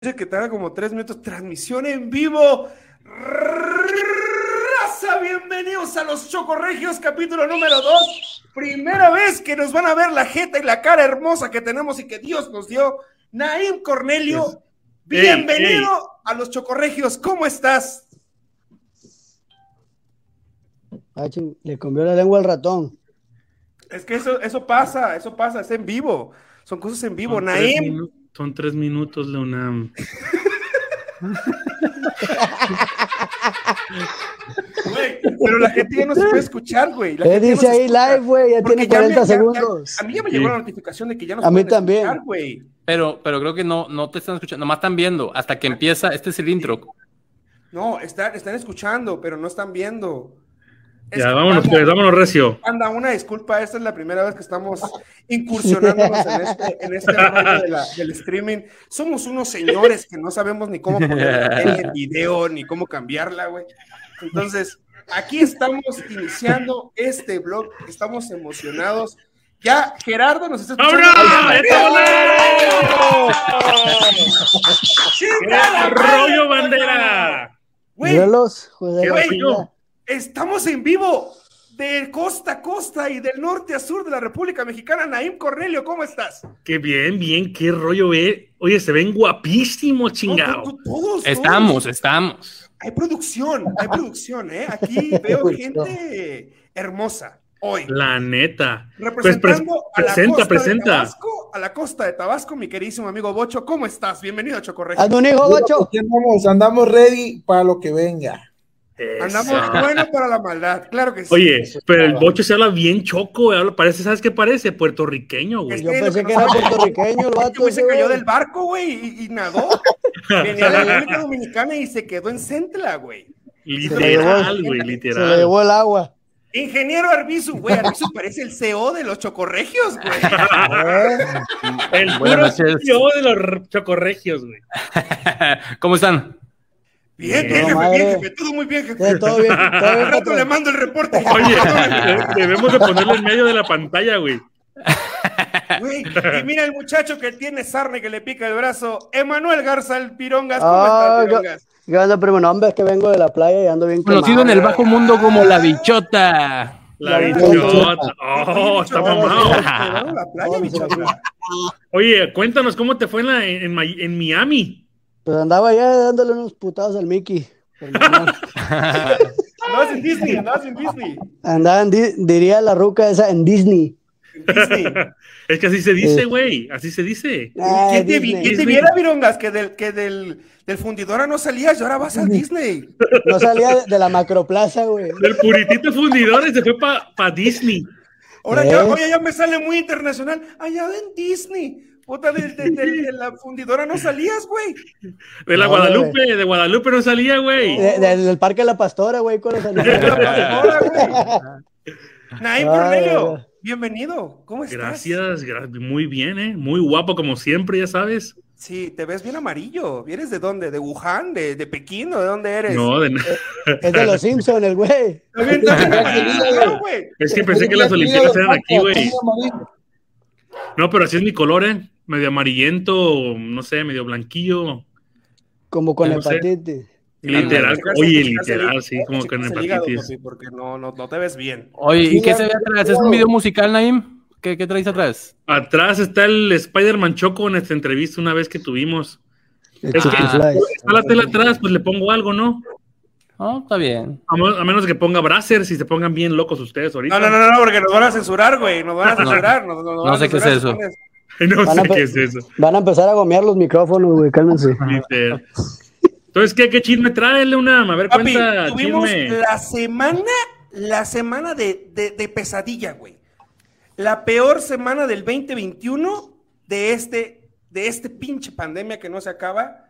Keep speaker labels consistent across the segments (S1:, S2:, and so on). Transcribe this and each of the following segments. S1: que tarda como tres minutos. Transmisión en vivo. Raza, bienvenidos a los Chocorregios, capítulo número 2. Primera vez que nos van a ver la jeta y la cara hermosa que tenemos y que Dios nos dio. Naim Cornelio,
S2: Ey,
S1: bienvenido a los Chocorregios. ¿Cómo estás?
S3: Ah, ching, le cambió la lengua al ratón.
S1: Es que eso, eso pasa, eso pasa, es en vivo. Son cosas en vivo.
S2: Son tres
S1: Naim,
S2: minu- Son tres minutos, Leonam.
S1: güey, pero la gente ya no se puede escuchar, güey. La
S3: Eh,
S1: gente ya no
S3: dice
S1: se
S3: ahí
S1: escucha.
S3: live, güey, ya
S1: Porque
S3: tiene
S1: ya me-
S3: 40
S1: ya- ya-
S3: segundos.
S1: a mí ya me
S2: Sí.
S1: llegó la notificación de que ya nos
S3: A mí
S1: pueden
S3: también.
S1: escuchar, güey.
S4: Pero, pero creo que no, no te están escuchando, nomás están viendo hasta que empieza. Este es el intro.
S1: No, están, están escuchando, pero no están viendo. Es-
S2: Ya, vámonos,
S1: anda,
S2: pues, vámonos, recio.
S1: Anda, una disculpa, esta es la primera vez que estamos incursionándonos en este, en este rollo de la- del streaming. Somos unos señores que no sabemos ni cómo poner la tele en video, ni cómo cambiarla, güey. Entonces, aquí estamos iniciando este blog, estamos emocionados. Ya, Gerardo nos está escuchando.
S2: ¡Ahora!
S1: ¡Chinga la madre!
S2: ¡Rollo bandera!
S1: Güey,
S3: Míralos, joder,
S1: qué
S3: la
S1: bello.
S3: chingada.
S1: Estamos en vivo de costa a costa y del norte a sur de la República Mexicana. Naim Cornelio, ¿cómo estás?
S2: ¡Qué bien, bien! ¡Qué rollo, eh! Oye, se ven guapísimos,
S1: No, tú-
S2: chingado.
S1: tú- todos,
S4: Estamos,
S1: todos.
S4: estamos.
S1: Hay producción, hay producción, ¿eh? Aquí veo
S3: Producción.
S1: gente hermosa hoy.
S2: La neta. Pues pres-
S1: Representando a la
S2: presenta,
S1: costa de
S2: presenta.
S1: Tabasco, a la costa de Tabasco, mi queridísimo amigo Bocho, ¿cómo estás? Bienvenido a Chocorregio.
S3: Hazme un hijo,
S5: Aquí
S3: bocho.
S5: pues, Andamos, andamos ready para lo que venga.
S2: Eso.
S1: Andamos bueno para la maldad, claro que sí.
S2: Oye, pero el bocho se habla bien choco, güey, habla- parece, ¿sabes qué parece? Puertorriqueño, güey.
S3: Pues Yo
S1: Es que
S3: pensé
S1: lo
S3: que
S1: que
S3: era
S1: no-
S3: puertorriqueño el
S1: Este
S3: vato.
S1: güey
S3: ese,
S1: se cayó
S3: güey.
S1: del barco, güey, y, y nadó. Venía de la República Dominicana y se quedó en Centla, güey.
S2: Literal, güey,
S3: Se lo
S2: literal.
S3: llevó el agua.
S1: Ingeniero Arbizu, güey, Arbizu parece el CEO de los chocorregios, güey.
S3: Eh,
S2: El
S4: Buenas
S2: puro
S4: noches.
S2: CEO de los chocorregios, güey.
S4: ¿Cómo están?
S1: Bien,
S2: Bien,
S1: bien, jefe,
S3: madre.
S1: bien, jefe, todo muy bien, jefe.
S3: ya todo bien, todo bien,
S1: Al rato
S3: patrón.
S1: le mando el reporte. jefe.
S2: Oye, de- debemos de ponerlo en medio de la pantalla, güey.
S1: Güey, y mira el muchacho que tiene sarne que le pica el brazo, Emanuel Garza, el Pirongas. ¿Cómo
S3: Ah,
S1: estás,
S3: yo-
S1: Pirongas?
S3: ¿Qué onda, primo? No, hombre, es que vengo de la playa y ando bien
S4: Conocido en
S3: quemado.
S4: el bajo mundo como la bichota.
S2: La
S3: La
S2: bichota.
S3: bichota.
S2: Oh,
S1: Oye,
S2: está
S1: bicho,
S2: mamado.
S1: ¿no? La playa, bicho.
S2: Oye, cuéntanos cómo te fue en, la- en, Ma- en Miami.
S3: Pues andaba allá dándole unos putados al Mickey. por mamón.
S1: No es en Disney, no es en Disney.
S3: Andaba en Di- diría la ruca esa, en Disney.
S1: En Disney.
S2: Es que así se dice,
S3: Eh.
S2: güey. Así se dice.
S3: Ah,
S1: ¿Quién te, vi-
S3: Disney.
S1: quién te
S2: Disney.
S1: viera, Virongas? Que del, que del, del fundidora no salías y ahora vas al Disney.
S3: No salía de- de la macroplaza, güey.
S2: Del puritito fundidor y se fue para Disney.
S1: Ahora ya,
S3: ¿Eh?
S1: oye, ya me sale muy internacional. Allá en Disney. Puta, del- del- del- de la fundidora no salías, güey.
S2: De la
S3: No,
S2: Guadalupe. De Guadalupe no salía, güey.
S1: Oh,
S3: De- de- del Parque de la Pastora, güey, con los
S1: De la
S3: animales.
S1: fundidora, güey. Naim
S3: Ay,
S1: Cornelio,
S3: güey.
S1: bienvenido. ¿Cómo estás?
S2: Gracias, gra- muy bien, ¿eh? Muy guapo como siempre, ya sabes.
S1: Sí, te ves bien amarillo. ¿Vienes de dónde? ¿De Wuhan? ¿De, de Pekín? ¿O de dónde eres?
S2: No, de
S1: eh,
S2: na-
S3: Es de los Simpsons, el güey.
S1: También, también eres de Wuhan, güey.
S2: es que
S1: eh,
S2: pensé que las Olimpiadas eran aquí, güey. No, pero así es mi color, ¿eh? Medio amarillento, no sé, medio blanquillo.
S3: Como con
S2: No sé.
S3: hepatitis.
S2: Literal,
S1: Checarse-
S2: oye,
S1: checarse el-
S2: literal, sí, como
S1: checarse
S2: con
S1: el hígado,
S2: hepatitis.
S1: papi, Porque no, no, no te ves bien.
S4: Oye,
S5: Sí,
S4: ¿y qué
S5: ya-
S4: se ve atrás? ¿Es un video musical, Naim? ¿Qué, qué traes atrás?
S2: Atrás está el Spider-Man Choco en esta entrevista una vez que tuvimos. Es que
S3: Chiquiflies.
S2: está la tela atrás, pues le pongo algo, ¿no?
S4: No, está bien.
S2: A, mo- a menos que ponga brasers y se pongan bien locos ustedes ahorita.
S1: No, no, no, no, porque nos van a censurar, güey. Nos van a censurar. nos- nos- nos
S4: No
S1: van a
S4: sé qué es
S1: censurar
S4: eso.
S1: si pones-
S2: No
S3: Van a
S2: sé
S3: pe-
S2: qué es eso.
S3: Van a empezar a gomear los micrófonos, güey, cálmense.
S1: Ah.
S2: literal. Entonces, ¿qué, qué chisme trae, Leonam? A ver,
S1: Papi,
S2: cuenta,
S1: tuvimos
S2: chisme.
S1: la semana, la semana de, de- de pesadilla, güey. La peor semana del 2021 de este, de este pinche pandemia que no se acaba.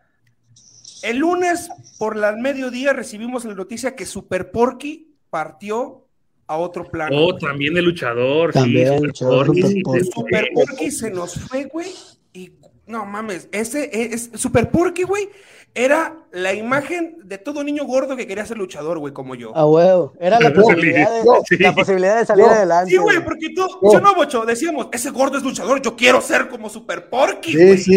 S1: El lunes por las mediodía recibimos la noticia que Super Porky partió a otro plano.
S2: Oh,
S1: güey.
S2: también de luchador.
S3: También,
S2: sí,
S3: luchador,
S2: Porky, sí,
S3: luchador.
S2: sí,
S1: Super
S2: sí.
S1: Porky se nos fue, güey. Y no mames, ese es, Super Porky, güey, era la imagen de todo niño gordo que quería ser luchador, güey, como yo.
S3: A huevo. Era la
S2: Yo,
S3: posibilidad de,
S2: yo, sí.
S3: la posibilidad de salir
S5: Yo,
S3: adelante.
S1: Sí, güey, Oh.
S3: güey.
S1: porque tú, yo no, Bocho, decíamos, ese gordo es luchador, yo quiero ser como Super Porky,
S5: Sí,
S1: güey. Sí,
S5: sí.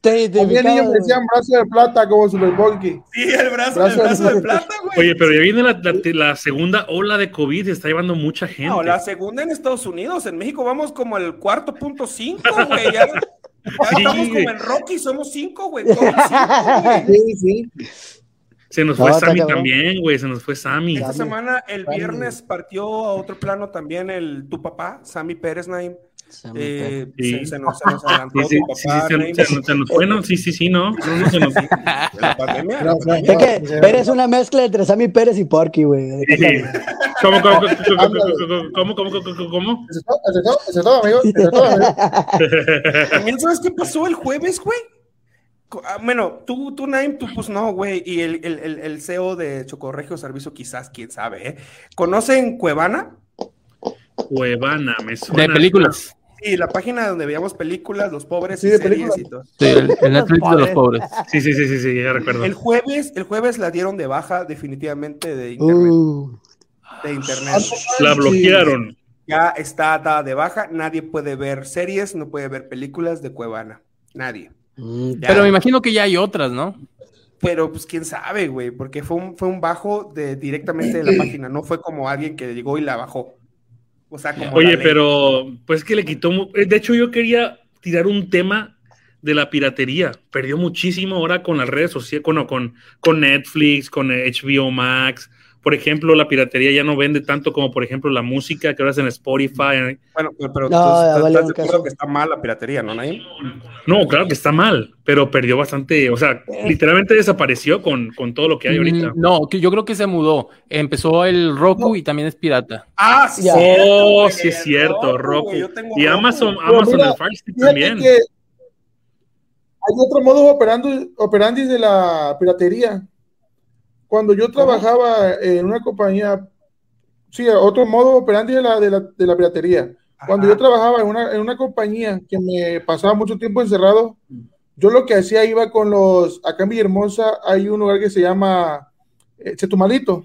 S3: Te identificabas,
S5: También niños me
S3: güey.
S5: decían brazo de plata como Super Bulky.
S1: el brazo,
S5: Brazo
S1: el brazo de
S5: de-
S1: plata, güey.
S2: Oye, pero ya viene la, la- la segunda ola de COVID y está llevando mucha gente.
S1: No, la segunda en Estados Unidos, en México vamos como el cuarto punto cinco, güey. Ya, ya
S2: Sí,
S1: estamos
S2: güey.
S1: como en Rocky, somos cinco, güey. todos cinco, güey.
S5: Sí, sí.
S2: Se nos fue
S3: No, está
S2: Sammy
S3: cabrón.
S2: también, güey. Se nos fue Sammy.
S1: Esta
S5: Sammy.
S1: semana, el
S5: Sammy.
S1: viernes, partió a otro plano también el tu papá, Sammy Pérez Naim. Eh,
S2: Pérez.
S1: se-
S2: Sí.
S1: se, nos, se nos adelantó
S2: Sí, sí,
S1: tu
S2: sí,
S1: papá,
S2: sí,
S1: Naim,
S2: se, se- se nos fue, ¿no? Sí, sí, sí, no. No, no se nos fue.
S1: de la pandemia.
S5: Gracias.
S3: Es que Pérez es una mezcla entre Sammy Pérez y Porky, güey. de
S2: Sí, sí.
S3: cosas,
S2: ¿Cómo, cómo, cómo, cómo, cómo, cómo, cómo, cómo, cómo?
S5: Eso es todo, eso es todo, eso es todo, amigo. Eso es todo, amigo.
S1: También, ¿sabes qué pasó el jueves, güey? Co- ah, Bueno, tú, tú, Naim, tú, pues no, güey. Y el, el, el, el CEO de Chocorregio Servicio, quizás, quién sabe, ¿eh? ¿Conocen Cuevana?
S2: Cuevana, me suena.
S4: De películas.
S1: Sí, la página donde veíamos películas, los pobres
S5: Sí,
S1: y
S5: de
S1: series
S5: películas.
S1: y todo.
S4: Sí, el, el Netflix de los pobres.
S2: Sí, sí, sí, sí, sí, ya recuerdo.
S1: El jueves, el jueves la dieron de baja definitivamente de
S3: güey.
S1: internet.
S3: Uh,
S1: De internet.
S2: La bloquearon.
S1: Ya está dada de baja, nadie puede ver series, no puede ver películas de Cuevana. Nadie.
S3: mm,
S1: Ya.
S4: Pero me imagino que ya hay otras, ¿no?
S1: Pero pues quién sabe, güey, porque fue un, fue un bajo de directamente de la página, no fue como alguien que llegó y la bajó. O sea, como la
S2: Oye,
S1: ley.
S2: pero pues que le quitó. mu- eh, De hecho, yo quería tirar un tema de la piratería. Perdió muchísimo ahora con las redes sociales, con, no, con, con Netflix, con eh, HBO Max. Por ejemplo, la piratería ya no vende tanto como, por ejemplo, la música que ahora es en Spotify. en-
S1: Bueno, pero, pero
S3: No,
S1: entonces,
S3: ya
S1: ¿estás- estás
S3: valió el
S1: de acuerdo
S3: caso.
S1: que está mal la piratería, ¿no, Naim?
S2: No, claro que está mal, pero perdió bastante. O sea, literalmente desapareció con, con todo lo que hay ahorita.
S4: Mm, No, que yo creo que se mudó. Empezó el Roku y también es pirata.
S1: Ah, sí,
S3: Ya.
S1: cierto,
S2: Oh,
S1: güey,
S2: sí es
S1: el
S2: cierto,
S1: Roku,
S2: Roku.
S1: güey, yo tengo
S2: Y
S1: Roku.
S2: Amazon,
S5: Pero
S2: Amazon,
S5: mira,
S2: el Fire Stick
S5: Fíjate
S2: también.
S5: que hay otro modo operando, operandi de la piratería. Cuando yo trabajaba en una compañía, sí, otro modo operandi de la, de la, de la piratería. Cuando
S1: Ajá.
S5: yo trabajaba en una, en una compañía que me pasaba mucho tiempo encerrado, yo lo que hacía iba con los, acá en Villahermosa hay un lugar que se llama eh, Chetumalito.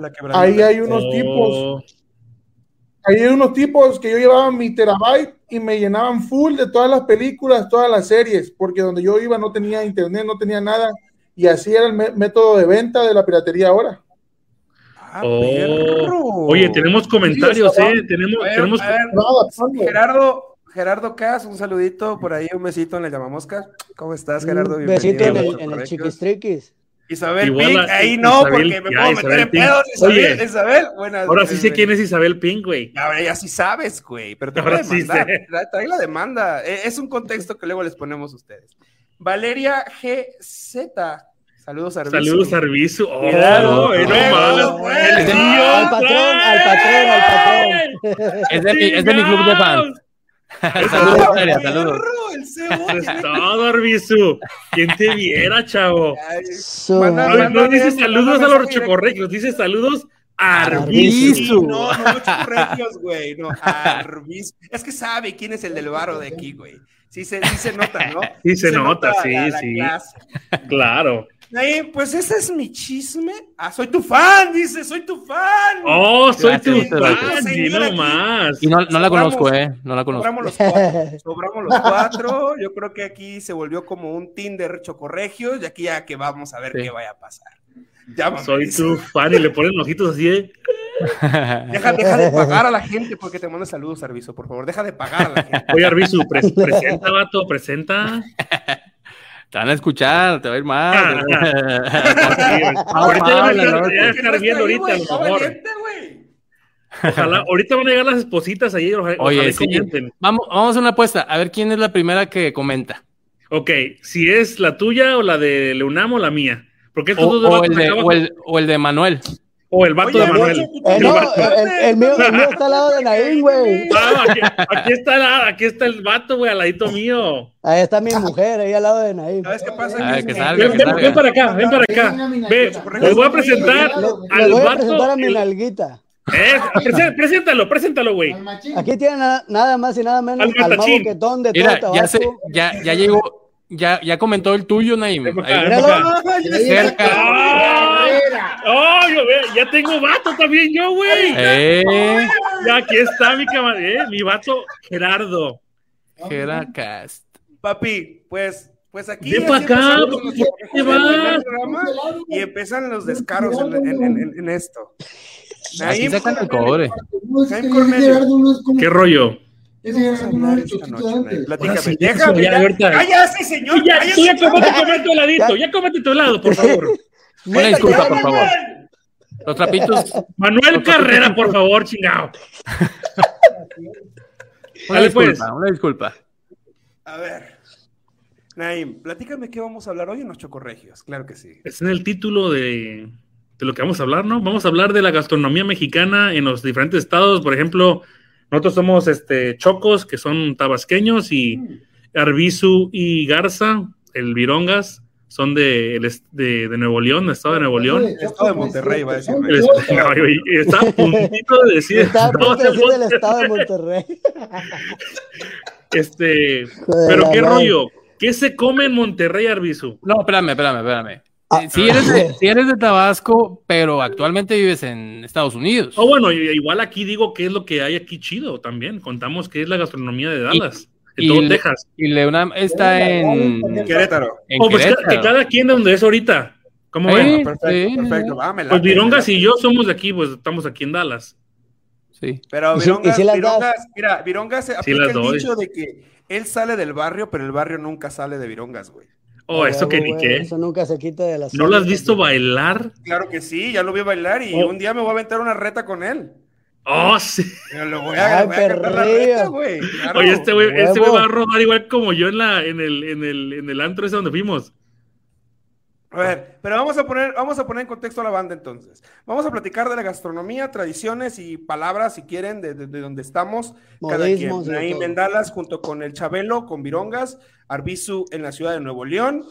S1: La quebradita.
S5: Ahí hay unos
S2: Oh,
S5: tipos Ahí hay unos tipos que yo llevaba mi terabyte y me llenaban full de todas las películas, todas las series, porque donde yo iba no tenía internet, no tenía nada, y así era el mé- método de venta de la piratería ahora.
S1: Ah,
S2: oh.
S1: perro.
S2: Oye, tenemos comentarios,
S5: Sí, está
S2: ¿eh? Tenemos,
S1: A ver,
S2: tenemos
S1: a ver,
S5: Estaba adaptando.
S1: Gerardo, Gerardo Cas, un saludito por ahí, un besito en la llamamosca. ¿Cómo estás, Gerardo?
S3: un
S1: Bienvenido
S3: besito en
S1: a
S3: el,
S1: Mucho
S3: en el
S1: Correcto.
S3: chiquistriquis.
S1: Isabel
S2: Igual
S1: Pink,
S2: a-
S1: ahí no,
S2: Isabel,
S1: porque me
S2: ya,
S1: puedo
S2: Isabel
S1: meter en
S2: Pink.
S1: pedos. Isabel,
S2: Oye,
S1: Isabel, buenas
S2: Ahora sí sé
S1: bienvenidas.
S2: quién es Isabel Pink, güey.
S1: Ahora ya sí sabes, güey, pero te
S2: Ahora
S1: voy a
S2: sí
S1: demandar.
S2: sé.
S1: Trae, trae la demanda. Eh, Es un contexto que luego les ponemos a ustedes. Valeria GZ. Saludos, Arbizu.
S2: Saludos, Arbizu. Oh,
S1: Cuidado,
S2: eh, no
S1: luego,
S2: mames.
S1: pues.
S2: El tío
S3: Al patrón, al patrón, al patrón.
S4: Es de, mi, es de mi club de fans. saludos, Valeria, saludos.
S1: Ah, Perro, el CEO
S2: Eso
S1: tiene-
S2: Pues es todo, Arbizu. ¿Quién te viera, chavo?
S1: Ay,
S3: Su-
S1: Manda-
S2: No, no dices
S1: manda
S2: saludos a los
S1: mensaje directo.
S2: chocorrecos, dices saludos a
S3: Arbizu.
S2: Arbizu.
S1: No, no, no, churregios, güey, no,
S2: Ah,
S1: Arbizu. Es que sabe quién es el del varo de aquí, güey. Sí se, sí se nota, ¿no?
S2: Sí se nota, sí, sí.
S1: clase.
S2: Claro.
S1: Naim, pues ese es mi chisme. Ah, soy tu fan, dice, soy tu fan.
S2: Oh, soy
S4: Gracias,
S2: tu
S4: muchas
S2: fan,
S1: gracias.
S2: sí, no más.
S4: Y no, no la
S1: Sobramos.
S4: conozco, ¿eh? No la conozco.
S1: Sobramos los cuatro. Sobramos los cuatro. Yo creo que aquí se volvió como un Tinder chocorregio. Y aquí ya que vamos a ver
S4: Sí.
S1: qué vaya a pasar. Llámame.
S2: Soy tu fan y le ponen ojitos así de.
S1: Deja, deja de pagar a la gente porque te manda saludos, Arviso, por favor. Deja de pagar a la gente.
S2: Oye, Arbizu, pre- presenta, vato, presenta.
S4: Te van a escuchar, te va a ir mal.
S2: pues, Ahorita ya me
S4: Paola,
S2: están-
S4: ¿no?
S2: ya estar viendo
S1: Ahí,
S2: ahorita, a
S1: güey,
S2: lo
S1: está
S2: mejor.
S1: valiente, güey.
S2: Ojalá, ahorita van a llegar las espositas ahí. Ojalá,
S4: Oye,
S2: ojalá y
S4: sí.
S2: comenten.
S4: Vamos, vamos a hacer una apuesta. A ver quién es la primera que comenta.
S2: Ok, si es la tuya o la de Leunam o la mía. Porque
S4: O,
S2: estos dos
S4: o
S2: vatos
S4: el, de,
S2: acá
S4: o,
S2: abajo-
S4: el, o el de Manuel.
S2: o el vato
S1: Oye,
S2: de Manuel.
S1: Bocho, tú
S3: Eh,
S1: tienes
S3: no,
S1: bastante.
S3: el, el mío, el mío está al lado de Naín, güey.
S2: Ah, aquí, aquí está la- aquí está el vato, güey, al ladito mío.
S3: Ahí está mi mujer, ahí al lado de Naín.
S1: ¿Sabes qué pasa?
S4: Ah,
S1: Que-
S4: que salga,
S2: Ven,
S4: que
S2: ven-
S4: salga.
S2: ven para acá, ven para acá. Ve, les voy a presentar
S3: Le, le
S2: al
S3: voy a
S2: vato.
S3: presentar a mi
S2: el-
S3: nalguita.
S2: Eh, presen- preséntalo, preséntalo, güey.
S6: Al machín.
S3: Aquí tiene na- nada más y nada menos
S2: Al
S3: al mago
S2: matachín.
S3: quetón de todo
S4: Mira, ya, se,
S3: Tabasco.
S4: ya, ya llegó Ya, ya comentó el tuyo, Naim.
S2: Época,
S4: Ahí-
S2: época.
S4: cerca.
S2: ¡Oh, yo, ve, ya tengo vato también yo, güey!
S4: ¡Eh!
S2: Ya aquí está mi camarada, mi vato Gerardo.
S4: Geracast.
S1: Papi, pues, pues aquí.
S2: Ven
S1: así
S2: pa' acá,
S1: empezaron los
S2: ¿por qué
S1: despojos
S2: te
S1: del
S2: vas?
S1: programa
S6: Este
S1: Y empiezan los descaros en, en- en- en esto.
S4: Aquí
S1: Naim,
S4: sacan el cobre.
S6: No, es que
S1: Jaime
S6: ese
S1: Cornelio.
S6: Gerardo no es como-
S2: ¿Qué rollo?
S6: ese Gerardo no
S1: hablar
S6: era el
S1: esta
S6: chochito
S1: noche,
S6: de antes.
S1: Naim. Platícame.
S2: sí, ya,
S1: Déjame
S2: ya,
S1: ya.
S2: ahorita.
S1: Cállate, señor.
S2: Ya,
S1: cállate,
S2: tú ya
S1: cabrón.
S2: comete, tu heladito, ya comete tu helado, por favor.
S4: Una disculpa, por favor. Los trapitos.
S2: Manuel Carrera, por favor, chingado.
S4: Una
S2: Dale, pues.
S4: disculpa, una disculpa.
S1: A ver. Naim, platícame qué vamos a hablar hoy en los chocorregios. Claro que sí.
S2: Está en el título de, de lo que vamos a hablar, ¿no? Vamos a hablar de la gastronomía mexicana en los diferentes estados. Por ejemplo, nosotros somos este, chocos, que son tabasqueños, y Arbizu y Garza, el Virongas, son de, el est- de, de Nuevo León, del estado de Nuevo León.
S6: Ese
S1: Estado de
S6: choco,
S1: Monterrey,
S6: ese
S1: va a decir.
S6: choco.
S2: El est- no, y- y está a puntito de decir.
S3: Estaba
S2: no,
S3: por decir del
S2: no,
S3: estado de Monterrey.
S2: Este,
S3: Joder,
S2: pero
S3: la
S2: qué
S3: madre.
S2: rollo. ¿Qué se come en Monterrey, Arbizu?
S4: No, espérame, espérame, espérame.
S3: Ah.
S4: Eh, Si eres, de, si eres de Tabasco, pero actualmente vives en Estados Unidos.
S2: Oh, bueno, y- igual aquí digo qué es lo que hay aquí chido también. Contamos qué es la gastronomía de Dallas, en
S4: y-
S2: todo
S4: y-
S2: Texas.
S4: Y Leonam está en,
S1: Querétaro.
S4: en
S2: Oh, pues que,
S4: Querétaro.
S2: que cada quien donde es ahorita. ¿Cómo
S4: Eh,
S2: ven?
S1: Perfecto,
S4: sí,
S1: perfecto.
S4: sí.
S1: Va, me late,
S2: Pues Virongas
S1: me late.
S2: y yo somos de aquí, pues estamos aquí en Dallas.
S4: Sí.
S1: Pero
S3: ¿Y si-
S1: Virongas,
S3: y si las
S1: Virongas, mira, Virongas se aplica
S2: las
S1: el
S2: doy.
S1: dicho de que él sale del barrio, pero el barrio nunca sale de Virongas, güey.
S2: Oh, eso que ni
S3: Huevo,
S2: qué.
S3: Eso nunca se quita de las.
S2: ¿No lo has visto bailar?
S1: Claro que sí, ya lo vi bailar y
S2: Oh.
S1: un día me voy a aventar una reta con él.
S2: Oh, sí.
S1: Pero lo voy a,
S3: Ay,
S1: voy a cantar la
S3: perrillo.
S1: reta, güey. claro.
S2: Oye, este güey este
S3: huevo.
S2: güey va a rodar igual como yo en, la, en, el, en, el, en el antro ese donde fuimos.
S1: A ver, pero vamos a poner, vamos a poner en contexto a la banda entonces. Vamos a platicar de la gastronomía, tradiciones y palabras, si quieren, de, de- de donde estamos. Cada quien.
S3: Modismos y de
S1: Naim
S3: todo.
S1: en Dallas junto con el Chabelo, con Virongas, Arbizu en la ciudad de Nuevo León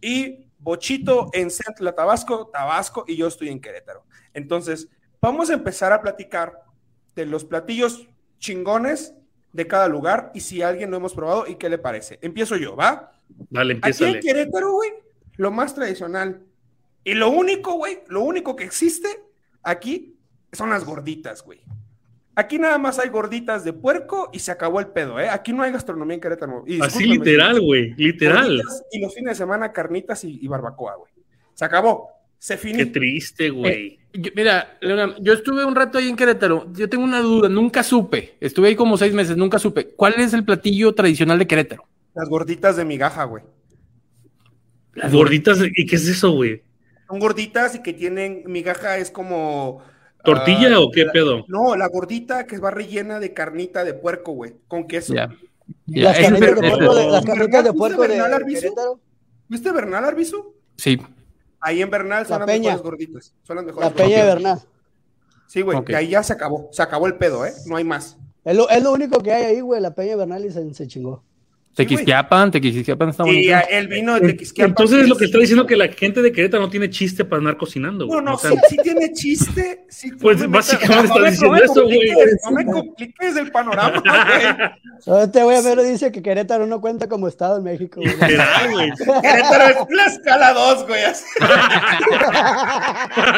S1: y Bochito en Centla, Tabasco, Tabasco y yo estoy en Querétaro. Entonces, vamos a empezar a platicar de los platillos chingones de cada lugar y si alguien lo hemos probado y qué le parece. Empiezo yo, ¿va?
S2: Dale,
S1: Aquí en
S2: empiézale.
S1: Querétaro, güey, lo más tradicional. Y lo único, güey, lo único que existe aquí son las gorditas, güey. Aquí nada más hay gorditas de puerco y se acabó el pedo, ¿eh? Aquí no hay gastronomía en Querétaro. Y
S2: Así
S1: discúlpame,
S2: literal, güey. Literal.
S1: gorditas Y los fines de semana carnitas y, y barbacoa, güey. Se acabó. Se
S2: Qué
S1: finí.
S2: triste, güey.
S4: Yo- mira, Leonam, yo estuve un rato ahí en Querétaro. Yo tengo una duda, nunca supe. Estuve ahí como seis meses, nunca supe. ¿Cuál es el platillo tradicional de Querétaro?
S1: Las gorditas de migaja, güey.
S2: Las gorditas, ¿y qué es eso, güey?
S1: Son gorditas y que tienen migaja es como
S2: ¿Tortilla
S1: ah,
S2: o qué
S1: la-
S2: pedo?
S1: No, la gordita que va rellena de carnita de puerco, güey, con queso.
S4: Ya. Ya,
S3: Las
S4: ese-
S3: carnitas de
S4: ese-
S3: puerco de- las
S1: ¿Verdad?
S3: carnitas de
S1: ¿Fuiste
S3: puerco de
S1: Bernal Arbizu?
S3: Querétaro.
S1: ¿Viste Bernal Arbizu?
S4: Sí,
S1: Ahí en Bernal son las
S3: La Peña.
S1: mejores gorditas. Son las mejores
S3: La Peña de
S1: gorditas.
S3: Bernal.
S1: Sí, güey,
S4: Ok.
S1: que ahí ya se acabó. Se acabó el pedo, ¿eh? No hay más.
S3: Es lo, es lo único que hay ahí, güey. La Peña de Bernal y se, se chingó.
S4: Tequisquiapan, Tequisquiapan está
S1: Y
S4: bonito.
S1: ah, el vino de Tequisquiapan.
S2: Entonces lo que
S1: es-
S2: está diciendo que la gente de Querétaro no tiene chiste para andar cocinando. güey.
S1: No, no,
S2: O sea,
S1: sí, sí tiene chiste. sí-
S2: Pues,
S1: no me
S2: básicamente
S1: metas-
S2: estás
S1: no me-
S2: diciendo
S1: no me
S2: eso, güey.
S1: compliques, No me compliques el panorama, güey.
S3: Este güey a ver dice que Querétaro no cuenta como estado en México. güey.
S2: literal, güey.
S1: Querétaro es la escala 2, güey. así.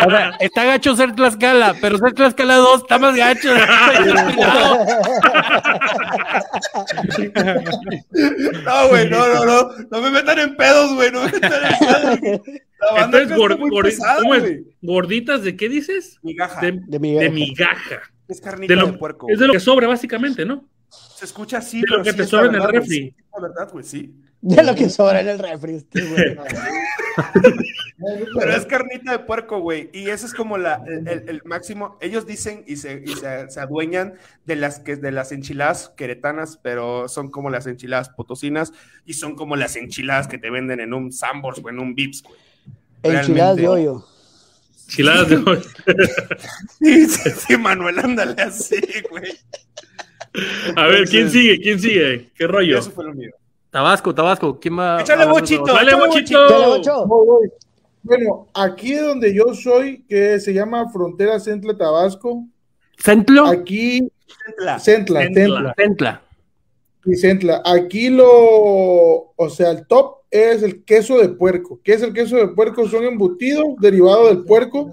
S4: O sea, está gacho ser Tlaxcala, pero ser Tlaxcala 2 está más gacho.
S1: No, güey, no, no, no. No me metan en pedos, güey. No me metan en pedos. güey. La banda
S2: Entonces,
S1: acá
S2: gor-
S1: está muy
S2: gor-
S1: pesada,
S2: ¿cómo es?
S1: güey.
S2: gorditas de qué dices?
S1: Migaja.
S2: De,
S3: De
S2: de
S3: Miguel.
S2: migaja.
S1: Es carnita
S2: De
S1: de,
S2: lo-
S1: puerco.
S2: es de lo que sobra, básicamente, ¿no?
S1: Se escucha así,
S2: de lo
S1: pero
S2: que
S1: sí
S2: te
S1: es
S2: sobra
S1: la
S2: en el
S1: verdad, güey,
S2: refri.
S1: sí, es La verdad, güey, sí.
S3: De lo que sobra en el refri, este güey.
S1: Pero es carnita de puerco, güey. Y ese es como la, el, el- el máximo. Ellos dicen y se, y se, se adueñan de las, que, de las enchiladas queretanas, pero son como las enchiladas potosinas y son como las enchiladas que te venden en un Sambors o en un Vips, güey.
S3: Enchiladas de
S1: Realmente.
S3: hoyo.
S2: Chiladas de
S1: Sí, sí, sí, Manuel, ándale así, güey.
S2: A ver, ¿quién
S1: Entonces,
S2: sigue? ¿Quién sigue? ¿Qué rollo?
S1: Eso fue lo mío.
S4: Tabasco, Tabasco, ¿quién va?
S1: Échale
S4: a hablar de
S1: bochito.
S4: Tabasco?
S2: Ah, ¡Dale,
S1: Chavo,
S2: bochito!
S3: Dale, Bocho.
S5: No, güey. Bueno, aquí donde yo soy, que se llama Frontera Centla Tabasco,
S4: ¿Centlo?
S5: aquí
S1: Centla.
S5: Centla,
S2: Centla.
S5: Centla,
S4: Centla.
S5: y Centla, aquí lo, o sea, el top es el queso de puerco. ¿Qué es el queso de puerco? Son embutidos derivados del puerco,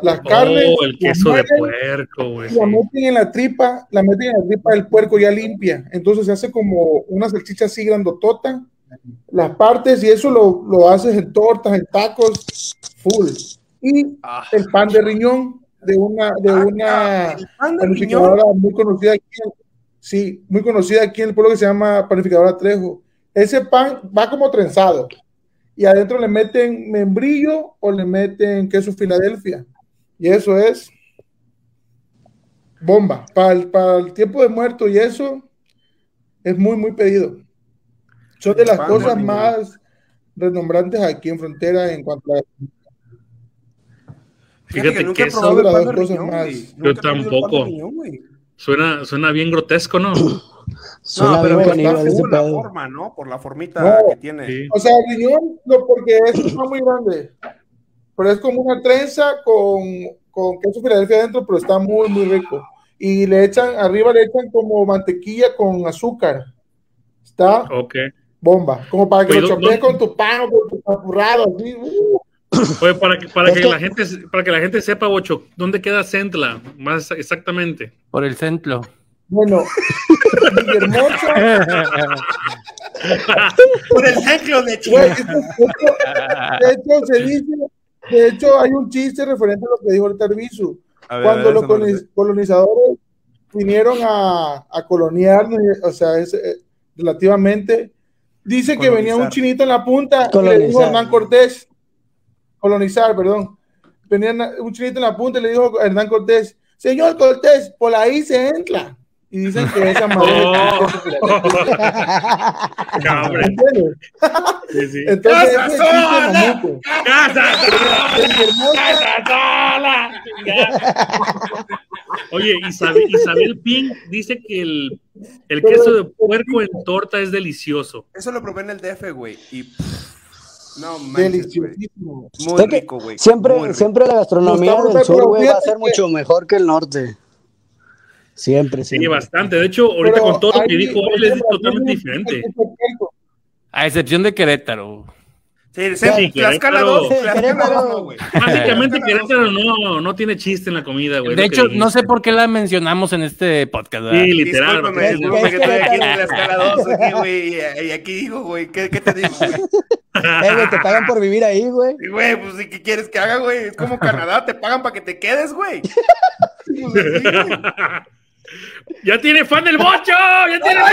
S5: las carnes.
S2: Oh, el queso de
S5: las meten,
S2: puerco, güey.
S5: y La meten en la tripa, la meten en la tripa del puerco ya limpia. Entonces se hace como una salchicha así grandotota. Las partes y eso lo, lo haces en tortas, en tacos, full. Y
S4: Ah.
S5: el pan de riñón de una, de una
S1: El pan de riñón.
S5: panificadora muy conocida aquí, en- sí, muy conocida aquí en el pueblo que se llama Panificadora Trejo. Ese pan va como trenzado y adentro le meten membrillo o le meten queso Filadelfia. Y eso es bomba. Para el, para el tiempo de muerto y eso es muy, muy pedido. Son de
S1: El
S5: las
S1: pan de
S5: cosas
S1: riñón.
S5: más renombrantes aquí en Frontera en cuanto a
S1: Fíjate
S2: Fíjate
S1: nunca
S2: que
S1: he
S2: eso-
S1: probado el pan de
S5: Las dos
S1: riñón,
S5: cosas
S1: güey.
S5: más.
S1: Nunca he comido
S2: Yo
S1: el pan de
S2: tampoco.
S1: riñón, güey.
S2: Suena, suena bien grotesco, ¿no?
S3: Suena
S1: no, pero pues
S3: bien
S1: está
S3: caníbal ese
S1: según la
S3: pedo.
S1: forma, ¿no? Por la formita
S5: No.
S1: que tiene.
S2: Sí.
S5: O sea, el riñón, no, porque eso está muy grande. Pero es como una trenza con, con queso Filadelfia adentro, pero está muy, muy rico. Y le echan, arriba le echan como mantequilla con azúcar. Está
S2: Ok.
S5: bomba. Como para que
S2: Oye,
S5: lo
S2: ¿dó-
S5: chopees
S2: dónde-
S5: con tu pan o con tu papurrado. así, uh.
S2: Oye, para que, para
S3: Es
S2: que
S3: que-
S2: la gente, para que la gente sepa, Bocho, ¿dónde queda Centla? Más exactamente.
S4: Por el centro.
S5: Bueno, hermosa.
S1: Por el ejemplo de
S5: Güey, esto- esto- de hecho, se dice, de hecho, hay un chiste referente a lo que dijo ahorita Arbizu. cuando los coloniz- colonizadores vinieron a, a coloniarnos, o sea, es, eh, relativamente, dice que
S1: Colonizar.
S5: venía un chinito en la punta, y le dijo
S3: Colonizar.
S5: a Hernán Cortés, colonizar, perdón, venía na- un chinito en la punta y le dijo a Hernán Cortés, señor Cortés, por ahí se entra. Y dicen que esa madre...
S2: Oh. Cabre.
S5: ¿Entiendes?
S2: Sí, sí.
S5: Entonces,
S1: ¡Casa
S5: ese chiste
S1: sola!
S5: mamuco.
S2: ¡Casa!
S5: Es hermosa.
S2: ¡Casa sola! Oye, Isabel, Isabel Pink dice que el, el queso de puerco en torta es delicioso.
S1: Eso lo probé en el DF, güey. Y. pff, No manches, güey.
S5: Deliciosísimo.
S1: Muy
S3: Es que
S1: rico, güey.
S3: Siempre,
S1: Muy rico.
S3: siempre la gastronomía
S5: Gustavo
S3: del
S5: Pepe,
S3: sur, güey, va a
S5: fíjate
S3: ser
S5: que-
S3: mucho mejor que el norte. Siempre,
S2: Sí,
S3: siempre.
S2: bastante. De hecho, ahorita
S5: Pero
S2: con todo lo que
S5: ahí,
S2: dijo
S5: por
S2: él es
S5: ejemplo,
S2: totalmente
S5: aquí en el-
S2: diferente.
S4: A excepción de Querétaro.
S1: Sí, sí,
S2: Sí,
S1: Tlaxcala
S2: Querétaro.
S1: dos,
S3: Sí,
S1: Tlaxcala
S3: Querétaro.
S1: dos, güey.
S2: Básicamente, Querétaro no, no tiene chiste en la comida, güey. es lo
S4: De
S2: que
S4: hecho,
S2: dijiste.
S4: no sé por qué la mencionamos en este podcast. ¿verdad?
S2: Sí, literal.
S1: Discúlpame,
S2: porque-
S1: discúlpame que estoy aquí en
S3: Es
S1: Tlaxcala 2, aquí, güey. Y, y aquí digo, güey, ¿qué, ¿qué te digo, güey?
S3: Eh, güey, te pagan por vivir ahí, güey.
S1: Y, Güey, pues, ¿y ¿qué quieres que haga, güey? Es como Canadá, te pagan para que te quedes, güey. Pues, sí, güey.
S2: ¡Ya tiene fan del bocho! ¡Ya tiene fan!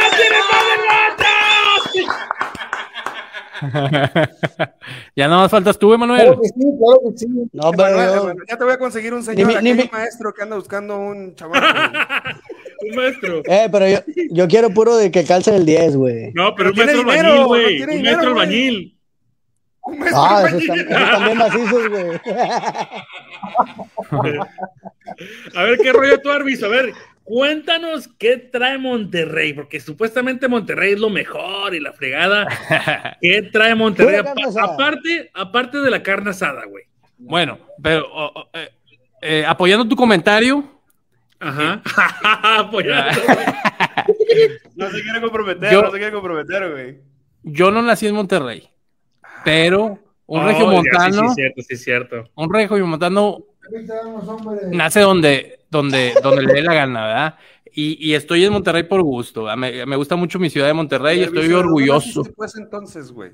S2: ¡Ya tiene fan del bocho!
S4: ya nada más faltas tú, Emanuel.
S5: Claro que sí, claro que sí.
S3: No,
S1: Emanuel,
S3: pero
S1: Emanuel, ya te voy a conseguir un señor,
S3: Ni mi-
S1: aquí hay
S3: ni
S1: un
S3: mi-
S1: maestro que anda buscando un chaval. güey.
S2: Un maestro.
S3: Eh, pero yo, yo quiero puro de que calce el 10, güey.
S2: No, pero
S1: Pero
S2: un maestro
S1: tiene
S2: albañil,
S1: dinero, no
S2: güey.
S1: tiene
S2: Un
S1: dinero,
S2: maestro
S1: güey.
S2: albañil.
S1: Un maestro
S3: Ah, esos,
S1: albañil.
S3: tam- esos también macizos, güey.
S2: A ver, ¿qué rollo tú, Arbis? A ver, cuéntanos qué trae Monterrey, porque supuestamente Monterrey es lo mejor y la fregada. ¿Qué trae Monterrey?
S3: Pura carne
S2: Apa-
S3: asada.
S2: Aparte, aparte de la carne asada, güey.
S4: Bueno, pero o- o- eh, eh, apoyando tu comentario,
S2: Ajá. Pues ya.
S1: No se quiere comprometer,
S4: Yo-
S1: no se quiere comprometer, güey.
S4: yo no nací en Monterrey, pero un
S2: Oh, ya,
S4: regio
S2: Sí,
S4: montano,
S2: sí, cierto, sí, cierto.
S4: un regio montano
S5: Nah.
S4: nace donde, donde, donde le dé la gana, ¿verdad? Y, y estoy en Monterrey por gusto. ¿verdad? Me, me gusta mucho mi ciudad de Monterrey y estoy
S1: Aviso,
S4: orgulloso
S1: ¿dónde naciste, Pues entonces, güey.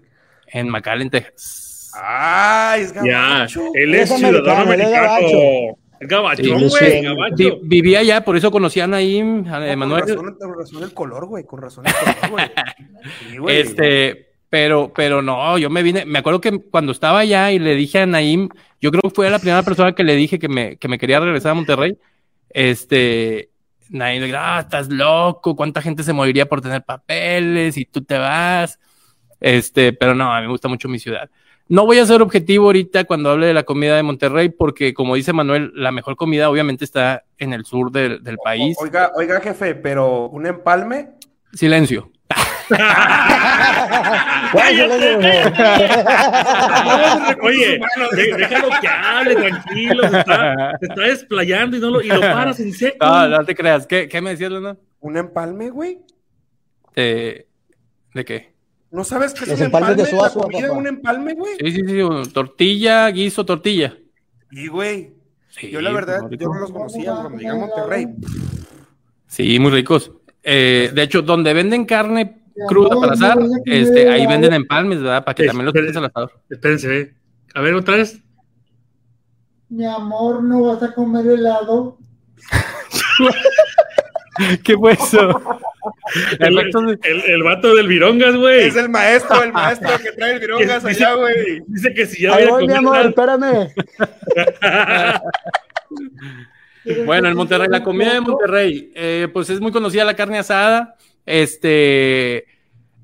S4: en McAllen, Texas.
S1: Ay, es
S2: Ya,
S1: gabacho.
S2: él
S3: Él
S2: es
S3: es
S2: ciudadano
S3: americano,
S2: americano.
S3: él es
S2: Es gabachón,
S4: Sí,
S2: güey,
S4: yo sé. Vi-
S2: gabacho.
S4: vivía allá, por eso conocían ahí a
S1: Ah, Con
S4: Emanuel.
S1: razón, con razón el color, güey, con razón el color, güey. Sí, güey.
S4: Este, pero, pero no, yo me vine, me acuerdo que cuando estaba allá y le dije a Naim, yo creo que fue la primera persona que le dije que me, que me quería regresar a Monterrey, este, Naim le dijo, ah, estás loco, cuánta gente se moriría por tener papeles y tú te vas, este, pero no, a mí me gusta mucho mi ciudad. No voy a ser objetivo ahorita cuando hable de la comida de Monterrey, porque como dice Manuel, la mejor comida obviamente está en el sur del, del país.
S1: O- Oiga, oiga, jefe, pero un empalme.
S4: Silencio.
S3: Güey, yo le digo, güey.
S2: Oye, de- déjalo que hable, tranquilo. Se está, se está desplayando y, no lo, y lo paras en seco.
S4: Ah, No, no te creas. ¿Qué, qué me decías, Leonardo?
S1: Un empalme, güey.
S4: Este, ¿De, ¿de qué?
S1: ¿No sabes qué es
S3: Los
S1: un empalme?
S3: empalmes de
S1: ¿La
S3: Suazua,
S1: comida de
S3: papá.
S1: un empalme, güey?
S4: Sí, sí, sí, un- tortilla, guiso, tortilla.
S1: Y, güey,
S4: Sí,
S1: yo la verdad,
S4: muy
S1: yo
S4: rico.
S1: no los conocía cuando llegué a Monterrey.
S4: Sí, muy ricos. Eh, de hecho, donde venden carne cruda para asar, este, ahí venden empalmes, ¿verdad? Para que
S2: Sí,
S4: también los
S2: pero-
S4: metas al asador.
S2: Espérense, eh. A ver, otra vez.
S6: Mi amor, ¿no vas a comer helado?
S4: ¿Qué fue eso?
S2: El, el- el vato del Virongas, güey.
S1: Es el maestro, el maestro que trae el virongas
S2: Dice-
S1: allá, güey.
S2: Dice que si ya
S3: Ahí
S2: voy a
S3: voy, mi
S2: comer
S3: amor,
S2: nada-
S3: espérame.
S4: Bueno, en Monterrey, la comida de Monterrey, eh, pues es muy conocida la carne asada. Este,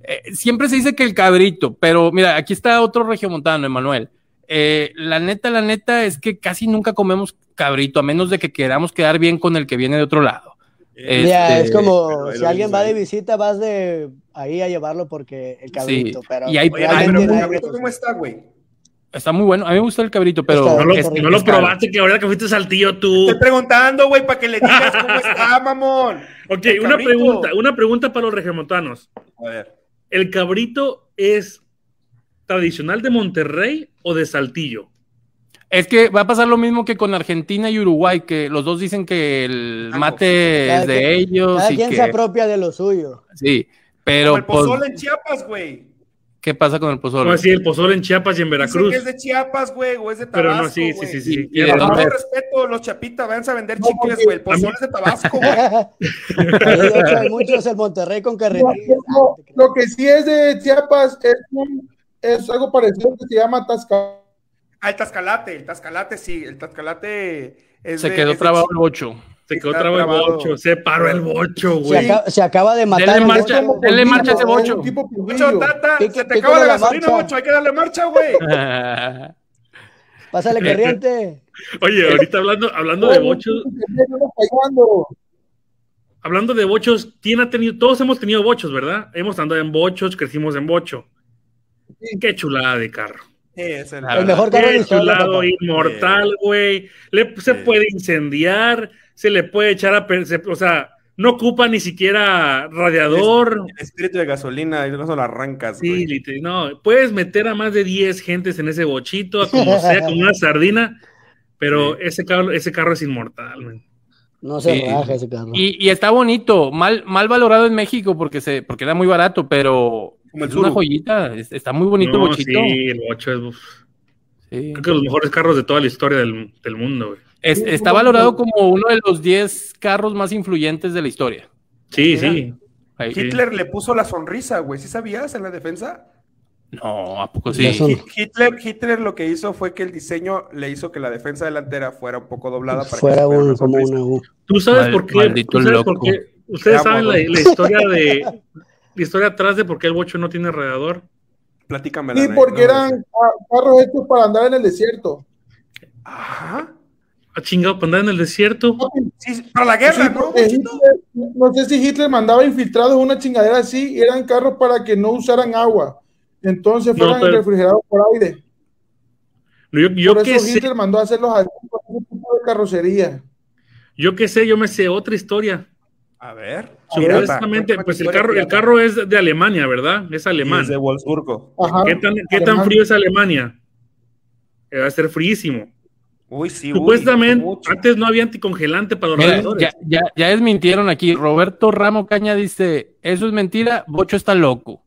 S4: eh, siempre se dice que el cabrito, pero mira, aquí está otro regiomontano, Emanuel. Eh, la neta, la neta es que casi nunca comemos cabrito, a menos de que queramos quedar bien con el que viene de otro lado. Este,
S3: Mira, es como
S1: pero
S3: si
S1: lo
S3: alguien
S1: mismo
S3: va de
S1: ahí.
S3: visita, vas de ahí a llevarlo porque el cabrito,
S4: Sí,
S3: pero
S4: y hay-
S1: Oye,
S3: realmente
S1: pero
S4: Ay,
S1: pero,
S3: no hay
S1: cabrito,
S3: otro.
S1: ¿cómo está, güey?
S4: Está muy bueno, a mí me gusta el cabrito, pero
S3: Está
S2: No lo,
S4: es-
S2: no lo
S4: es caro. Este
S2: probaste, que ahora que fuiste saltillo tú.
S1: Estoy preguntando, güey, para que le digas cómo está, mamón.
S2: Ok,
S4: este
S1: El
S2: una
S1: cabrito.
S2: pregunta, una pregunta para los regiomontanos.
S1: A ver.
S2: ¿El cabrito es tradicional de Monterrey o de Saltillo?
S4: Es que va a pasar lo mismo que con Argentina y Uruguay, que los dos dicen que el
S1: Ambos.
S4: mate
S3: Cada
S4: es de
S3: quien-
S4: ellos.
S3: Cada
S4: y
S3: quien
S4: que-
S3: se apropia de lo suyo.
S4: Sí,
S1: Como el
S4: pero pues,
S1: pozole Pues en Chiapas, güey.
S4: ¿qué pasa con el pozole?
S2: No, así el pozole en Chiapas y en
S1: Dicen
S2: Veracruz.
S1: que es de Chiapas, güey, o es de Tabasco,
S2: Pero no, sí, sí,
S1: güey.
S2: sí, sí.
S4: Y- y de
S1: Con
S4: dónde
S1: todo
S4: es?
S1: respeto, los chapitas, vayan a vender
S5: No,
S1: chicles,
S5: porque-
S1: güey. El
S2: a
S1: pozole
S2: mí-
S1: es de Tabasco, güey.
S3: Ahí, de hecho, hay muchos en Monterrey con
S5: Lo,
S3: carretillas.
S5: lo- lo que sí es de Chiapas es, un- es algo parecido que se llama Tasca.
S1: Ah, el Tascalate, el Tascalate, sí, el Tascalate es
S4: Se
S1: de-
S4: quedó
S1: es de
S4: trabado
S1: Chi-
S4: el bocho.
S2: Se quedó
S1: Está
S2: trabado el
S1: trabado.
S2: bocho, se paró el bocho,
S3: Se,
S2: güey.
S3: acaba, se acaba de matar.
S4: Denle
S3: el
S4: marcha,
S3: bocho.
S4: denle marcha a ese bocho.
S5: Un tipo
S1: Mucho,
S5: pulvillo.
S1: tata,
S3: Pique-
S1: se te
S3: pícale
S1: acaba la
S3: la
S1: gasolina,
S3: marcha.
S1: mucho, hay que darle marcha, güey.
S3: Pásale
S4: Eh,
S3: corriente.
S2: Oye, ahorita hablando, hablando de bochos,
S5: Fallando.
S2: hablando de bochos, ¿quién ha tenido? Todos hemos tenido bochos, ¿verdad? Hemos andado en bochos, crecimos en bocho. Qué chulada de carro.
S1: Sí, es el-
S4: El
S3: El mejor carro de la
S2: Qué
S3: historia.
S2: chulado
S3: papá.
S2: inmortal, güey. Le- Se
S1: Sí.
S2: puede incendiar, se le puede echar a. per- se- o sea, no ocupa ni siquiera radiador.
S1: el espíritu de gasolina, y no se lo arrancas,
S2: Sí,
S1: güey.
S2: literal, no, puedes meter a más de 10 gentes en ese bochito, como sea, como una sardina, pero ese carro, ese carro es inmortal, man.
S3: No se
S4: Sí.
S3: raja ese carro.
S4: Y, y está bonito, mal, mal valorado en México porque se, porque era muy barato, pero
S1: Como el
S4: es una
S1: Zuru.
S4: joyita, es- está muy bonito
S2: No,
S4: el bochito.
S2: Sí, el bocho es uf,
S4: Sí.
S2: creo que los mejores carros de toda la historia del, del mundo, güey.
S4: Es- está valorado como uno de los 10 carros más influyentes de la historia.
S2: Sí,
S1: Mira.
S2: sí.
S4: Ahí.
S1: Hitler le puso la sonrisa, güey. ¿Sí sabías en la defensa?
S4: No, ¿a poco
S3: Ya
S4: sí?
S3: son-
S1: Hitler, Hitler lo que hizo fue que el diseño le hizo que la defensa delantera fuera un poco doblada para que
S3: fuera
S1: se fuera
S3: un,
S1: la
S3: como
S1: sonrisa.
S3: una U.
S2: ¿Tú sabes
S4: Mal-
S2: por qué?
S4: maldito
S2: ¿Tú sabes por
S4: loco.
S2: qué? Ustedes
S1: Te amo,
S2: saben la,
S1: güey.
S2: la historia de la historia atrás de por qué el bocho no tiene radiador.
S1: Platícamela,
S5: Sí,
S1: Nay,
S5: porque
S1: no,
S5: eran
S1: no sé.
S5: ah, carros hechos para andar en el desierto.
S1: Ajá.
S2: Ha Ah, chingado para andar en el desierto.
S1: Sí, para la guerra,
S5: Sí,
S1: ¿no?
S5: porque
S1: Bochito?
S5: Hitler- no sé si Hitler mandaba infiltrados una chingadera así y eran carros para que no usaran agua. Entonces
S2: No,
S5: fueran
S2: pero-
S5: refrigerados por aire.
S2: Yo, yo
S5: por
S2: que
S5: eso
S2: sé,
S5: Hitler mandó a hacerlos así con ese tipo de carrocería.
S2: yo que sé, yo me sé otra historia.
S1: A ver.
S2: Supuestamente, pues el carro, el carro es de Alemania, ¿verdad? Es alemán.
S1: Es de Wolfsburgo.
S5: Ajá.
S2: ¿Qué tan, qué tan
S5: Alemán.
S2: frío es Alemania? Eh, Va a ser fríísimo.
S1: Uy, sí, uy,
S2: Supuestamente, Ah,
S1: mucho.
S2: antes no había anticongelante para los
S4: Mira,
S2: radiadores.
S4: ya, ya, ya desmintieron aquí. Roberto Ramo Caña dice: Eso es mentira, Bocho está loco.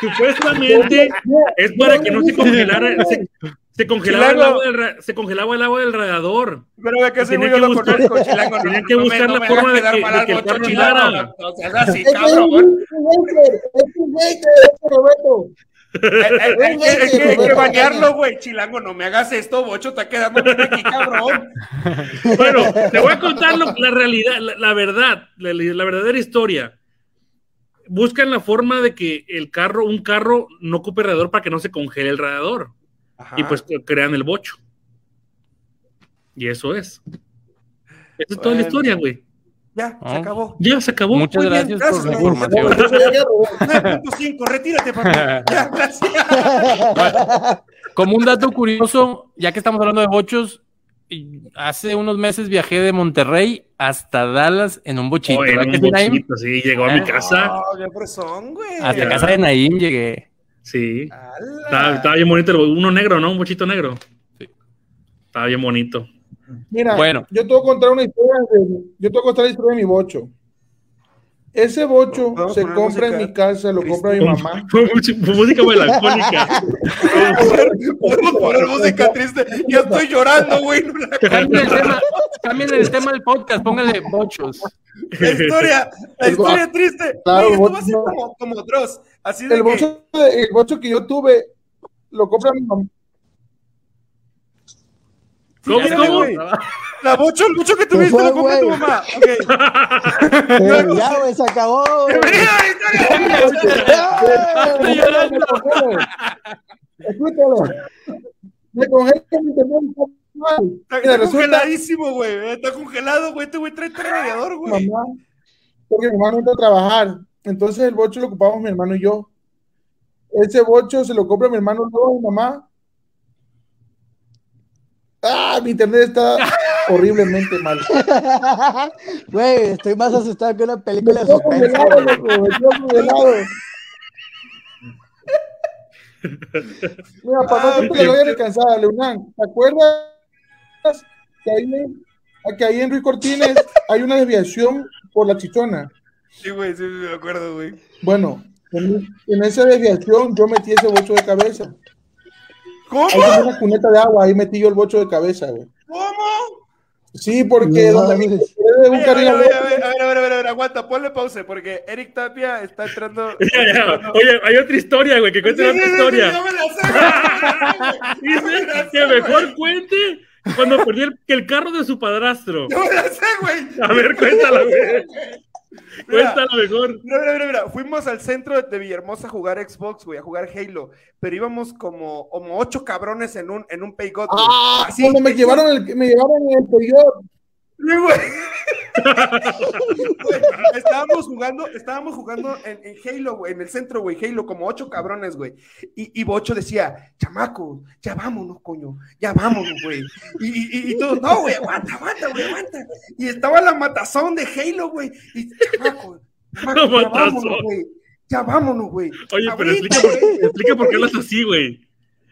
S2: Supuestamente es para que no se congelara. Se, se congelaba, el
S1: Chilango.
S2: agua del, ra- se congelaba el agua del radiador.
S1: Pero ve que ese
S2: Tenía
S1: güey yo
S2: que
S1: lo
S2: buscar-
S1: conozco, chilango. no,
S2: tenía que
S1: no me-
S2: buscar
S1: no
S2: la
S1: me
S2: forma
S1: hagas
S2: de
S1: quedar
S2: que-
S1: mal
S2: de
S1: al
S2: que el
S1: bocho,
S2: carro
S1: chilango,
S2: andara.
S1: no seas así,
S5: Es que es un
S1: cabrón.
S5: hater, es un hater, es un Roberto.
S1: Hay- hay- hay eh, que- hay que- hay que
S5: Roberto,
S1: bañarlo, güey. Chilango, no me hagas esto, bocho, está quedando bien aquí, cabrón.
S2: Bueno, te voy a contar lo- la realidad, la, la verdad, la, la verdadera historia. Buscan la forma de que el carro, un carro, no ocupe radiador para que no se congele el radiador. Y
S1: Ah.
S2: pues crean el bocho. Y eso es. Esa es toda la
S1: Bueno.
S2: historia, güey.
S1: ya, se
S4: Ah.
S1: acabó.
S2: Ya se acabó.
S4: Muchas
S1: muy bien,
S4: gracias,
S1: gracias,
S4: por la
S1: Roberto.
S4: información.
S1: 9.5, retírate, papá. Ya, gracias.
S4: Como un dato curioso, ya que estamos hablando de bochos, y hace unos meses viajé de Monterrey hasta Dallas en un bochito.
S2: Oh, era
S4: ¿verdad
S2: un
S4: que sí, Ah. Naim?
S2: bochito, sí, llegó a mi casa.
S1: Oh, qué presón, güey.
S4: Hasta casa de Naim llegué.
S2: Sí.
S1: ¡Hala!
S2: Estaba, estaba bien bonito, el bo- uno negro, ¿no? Un bochito negro.
S4: Sí.
S2: Estaba bien bonito.
S5: Mira,
S4: Bueno.
S5: yo te voy a contar una historia de, yo te voy a contar la historia de mi bocho. Ese bocho
S1: Vamos a
S5: se
S1: poner
S5: compra en
S1: música
S5: mi casa, lo
S1: triste.
S5: compra mi mamá.
S2: Fue, much- fue música melancólica.
S1: Podemos poner música triste. Ya estoy llorando, güey. No la-
S4: Cambien el tema, cambien el tema del podcast, pónganle bochos.
S1: La historia, la
S5: El bo-
S1: historia triste.
S5: Claro,
S1: Güey, esto
S5: bo-
S1: va a ser
S5: no.
S1: como, como Dross. Así de
S5: El
S1: que-
S5: bocho, de- el bocho que yo tuve, lo compra mi mamá.
S2: ¿Cómo,
S1: Mírame,
S2: cómo?
S1: güey. La bocho, el bocho que tuviste
S3: Pues fue,
S1: lo compró tu
S3: güey.
S1: mamá. Ok.
S3: Pero ya, güey, se acabó. güey.
S1: Bienvenido a la historia.
S3: ¡Ah!
S4: Estoy llorando.
S5: Escúchalo. Me congelé mi teléfono.
S1: Está,
S5: Mira,
S1: está
S5: resulta
S1: congeladísimo, güey. Está congelado, güey. Este güey trae este radiador, güey.
S5: mamá, porque mi hermano entra a trabajar. Entonces el bocho lo ocupamos mi hermano y yo. Ese bocho se lo compra mi hermano luego a mi mamá. Ah, mi internet está horriblemente mal.
S3: Güey, estoy más asustado que una película de
S5: Estoy
S3: suspenso.
S5: congelado, loco, estoy congelado. Mira, para
S1: Ah,
S5: no hacerte la
S1: ok.
S5: gloria descansada, Leonán, ¿te acuerdas que ahí, que ahí en Ruiz Cortines hay una desviación por la chichona?
S1: Sí, güey, sí, sí, me acuerdo, güey.
S5: Bueno, en, en esa desviación yo metí ese bocho de cabeza.
S1: ¿Cómo?
S5: Ahí tenía una cuneta de agua, ahí metí yo el bocho de cabeza, güey.
S1: ¿Cómo?
S5: Sí, porque
S3: No,
S5: donde me
S3: mames.
S5: encontré de un
S1: Oye,
S5: carril ah,
S1: oye,
S5: a
S1: oye,
S5: otro,
S1: a ver, a ver, a ver, a ver, a ver, aguanta, ponle pausa, porque Eric Tapia está entrando.
S2: Ya, ya. Oye, hay otra historia, güey, que
S1: Sí, sí,
S2: cuente
S1: sí, sí,
S2: otra historia.
S1: no me la sé, güey. No me
S2: Dice
S1: la sé,
S2: que
S1: güey.
S2: mejor cuente cuando perdió el, que el carro de su padrastro.
S1: No me la sé, güey.
S2: A ver, cuéntala, güey.
S1: Mira.
S2: Cuéntala mejor.
S1: Mira, mira, mira, mira, fuimos al centro de Villahermosa a jugar Xbox, güey, a jugar Halo, pero íbamos como, como ocho cabrones en un, en un paygot, güey.
S5: Ah,
S1: Así,
S5: cuando me
S1: sí,
S5: llevaron el, me llevaron el periodo,
S1: sí, güey. Güey, estábamos jugando, estábamos jugando en, en Halo, güey, en el centro, güey, Halo, como ocho cabrones, güey. Y, y Bocho decía, chamaco, ya vámonos, coño, ya vámonos, güey. Y, y, y- y todos, no, güey, aguanta, aguanta, güey, aguanta. Y estaba la matazón de Halo, güey. Y chamaco, chamaco, ya
S2: La matazón.
S1: vámonos, güey. Ya vámonos, güey.
S2: Oye, pero
S1: Ahorita,
S2: explica por,
S1: güey.
S2: explica por qué hablas así, güey.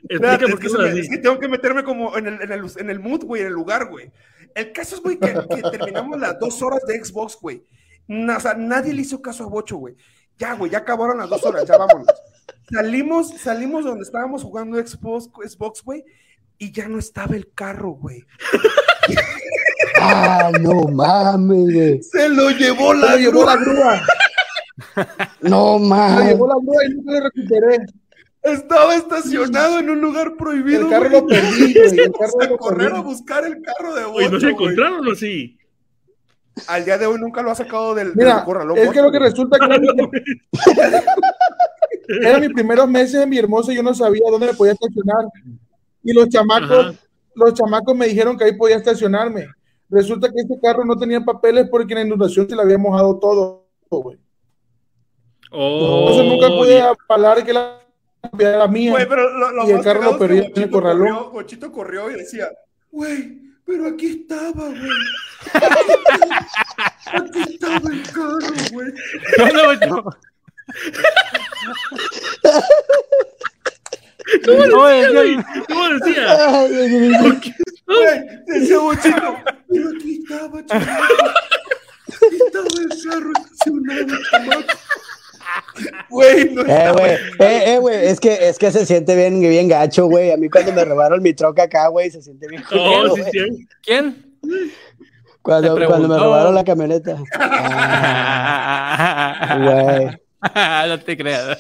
S2: Explica
S1: Espérate,
S2: por qué
S1: es que, se
S2: hablas
S1: me-
S2: así.
S1: es que tengo que meterme como en el, en el, en el mood, güey, en el lugar, güey. El caso es, güey, que, que terminamos las dos horas de Xbox, güey. Na- o sea, nadie le hizo caso a Bocho, güey. Ya, güey, ya acabaron las dos horas, ya vámonos. Salimos, salimos donde estábamos jugando Xbox, Xbox, güey, y ya no estaba el carro, güey.
S3: Ah, no mames, güey.
S1: Se lo llevó
S5: se lo llevó la grúa,
S3: No
S5: se lo
S3: mames.
S5: llevó la grúa y nunca lo recuperé.
S1: Estaba estacionado en un lugar prohibido.
S5: El carro
S1: güey.
S5: lo perdí, güey, el
S1: Vamos
S5: carro
S1: a
S5: lo
S1: correr
S5: perdí.
S1: a buscar el carro de Bocho.
S2: Oye, ¿no se
S1: güey.
S2: encontraron o sí?
S1: Al día de hoy nunca lo ha sacado del, del
S5: Mira,
S1: corralón,
S5: es que lo
S1: Bocho,
S5: que
S1: güey.
S5: resulta que eran mis primeros meses en mi hermosa y yo no sabía dónde me podía estacionar. Y los chamacos,
S2: Ajá.
S5: los chamacos me dijeron que ahí podía estacionarme. Resulta que este carro no tenía papeles porque en la inundación se le había mojado todo, güey.
S2: Oh,
S5: Entonces nunca pude
S2: oye.
S5: avalar que la propiedad era mía.
S1: Güey, pero lo, lo
S5: Y el
S1: más
S5: carro lo
S1: cagado es que
S5: perdió en el
S1: Bochito
S5: corralón.
S1: corrió- Bochito corrió y decía, güey, pero aquí estaba, güey. Aquí estaba el carro, güey.
S4: ¿Dónde bocho? No, es
S2: Güey,
S4: que-
S2: ¿Cómo decía?
S3: Ay, ay, ay.
S1: Güey, decía Bochito, pero aquí estaba, chaval. Aquí estaba el carro estacionado, chaval. Güey, no
S3: Eh,
S1: estaba.
S3: güey, eh, eh, güey, es que, es que se siente bien, bien gacho, güey. A mí cuando me robaron mi troca acá, güey, se siente bien culero,
S2: Oh, sí,
S3: güey.
S2: sí.
S4: ¿Quién?
S3: cuando,
S4: Te
S3: cuando me
S4: preguntó.
S3: robaron la camioneta. Ah, güey.
S4: no te creas.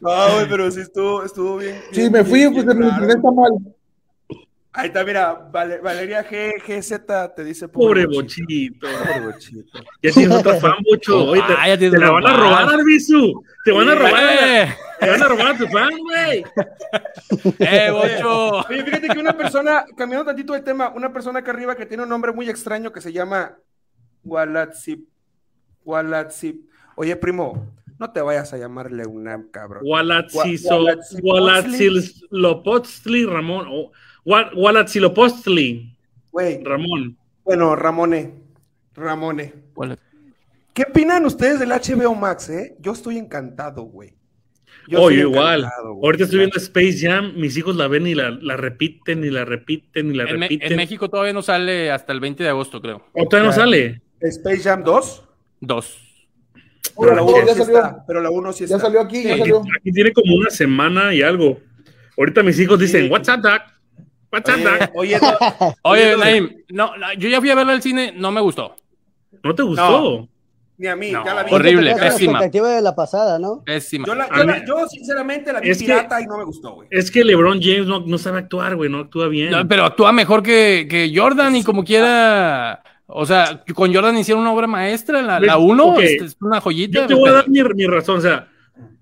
S1: No, güey, pero sí estuvo, estuvo bien.
S5: sí,
S1: bien-
S5: me fui,
S1: bien-
S5: pues
S1: bien
S5: mi
S1: raro.
S5: internet está mal.
S1: Ahí está, mira, Vale- Valeria G, GZ te dice
S2: Pobre
S1: Bochito.
S2: bochito.
S1: Pobre Bochito.
S2: Ya tienes otra fan, bocho. Oye, te,
S4: Ah, ya tienes
S2: te la
S4: otra
S2: van a
S4: fan.
S2: robar, Arbizu. Te van a robar.
S4: Eh,
S2: Te van a robar a tu fan, güey.
S4: eh, bocho.
S1: Oye, fíjate que una persona, cambiando tantito de tema, una persona acá arriba que tiene un nombre muy extraño que se llama Walatzip. Walatzip. Oye, primo, no te vayas a llamar Leunam, cabrón.
S2: Walatzizo-
S1: Walatzipochtli.
S2: Oh, Walatzilopochtli, Ramón. o- Wa- Walatzilopochtli.
S1: Güey,
S2: Ramón.
S1: bueno, Ramone, Ramone.
S4: ¿Cuál?
S1: ¿Qué opinan ustedes del HBO Max, eh? Yo estoy encantado, güey.
S2: oh,
S1: estoy
S2: yo igual.
S1: encantado, güey.
S2: Ahorita estoy viendo Space Jam, mis hijos la ven y la, la repiten y la repiten y la
S4: En, Me- en
S2: repiten.
S4: México todavía no sale hasta el 20 de agosto, creo.
S2: ¿O todavía no
S1: Claro.
S2: sale?
S1: Space Jam 2,
S4: Dos.
S5: Ahora,
S1: pero la
S5: oh,
S1: 1
S5: ya
S1: sí
S5: salió.
S1: está. Pero la 1 sí está.
S5: Ya salió aquí, ya
S2: Aquí,
S5: salió.
S2: aquí tiene como una semana y algo. Ahorita mis hijos dicen, What's up, Doc? What's up,
S1: Oye,
S2: Doc?
S1: oye,
S4: Oye,
S1: Oye,
S4: Naim, no, no, yo ya fui a verla al cine, no me gustó.
S2: ¿No te gustó?
S1: ni a mí,
S4: No,
S1: ya la vi.
S4: horrible,
S1: Ya la vi.
S4: pésima.
S3: expectativa de la pasada, ¿no?
S4: Pésima.
S1: Yo, la- yo
S2: A mí-
S1: la- yo, sinceramente la vi
S2: Es que-
S1: pirata y no me gustó, güey.
S2: Es que LeBron James no, no sabe actuar, güey. No actúa bien.
S4: No, pero actúa mejor que, que Jordan y como quiera. O sea, con Jordan hicieron una obra maestra. La,
S2: Ve-
S4: la uno este,
S2: ok.
S4: es, es una joyita.
S2: Yo te voy a
S4: pero-
S2: dar mi, mi razón. O sea,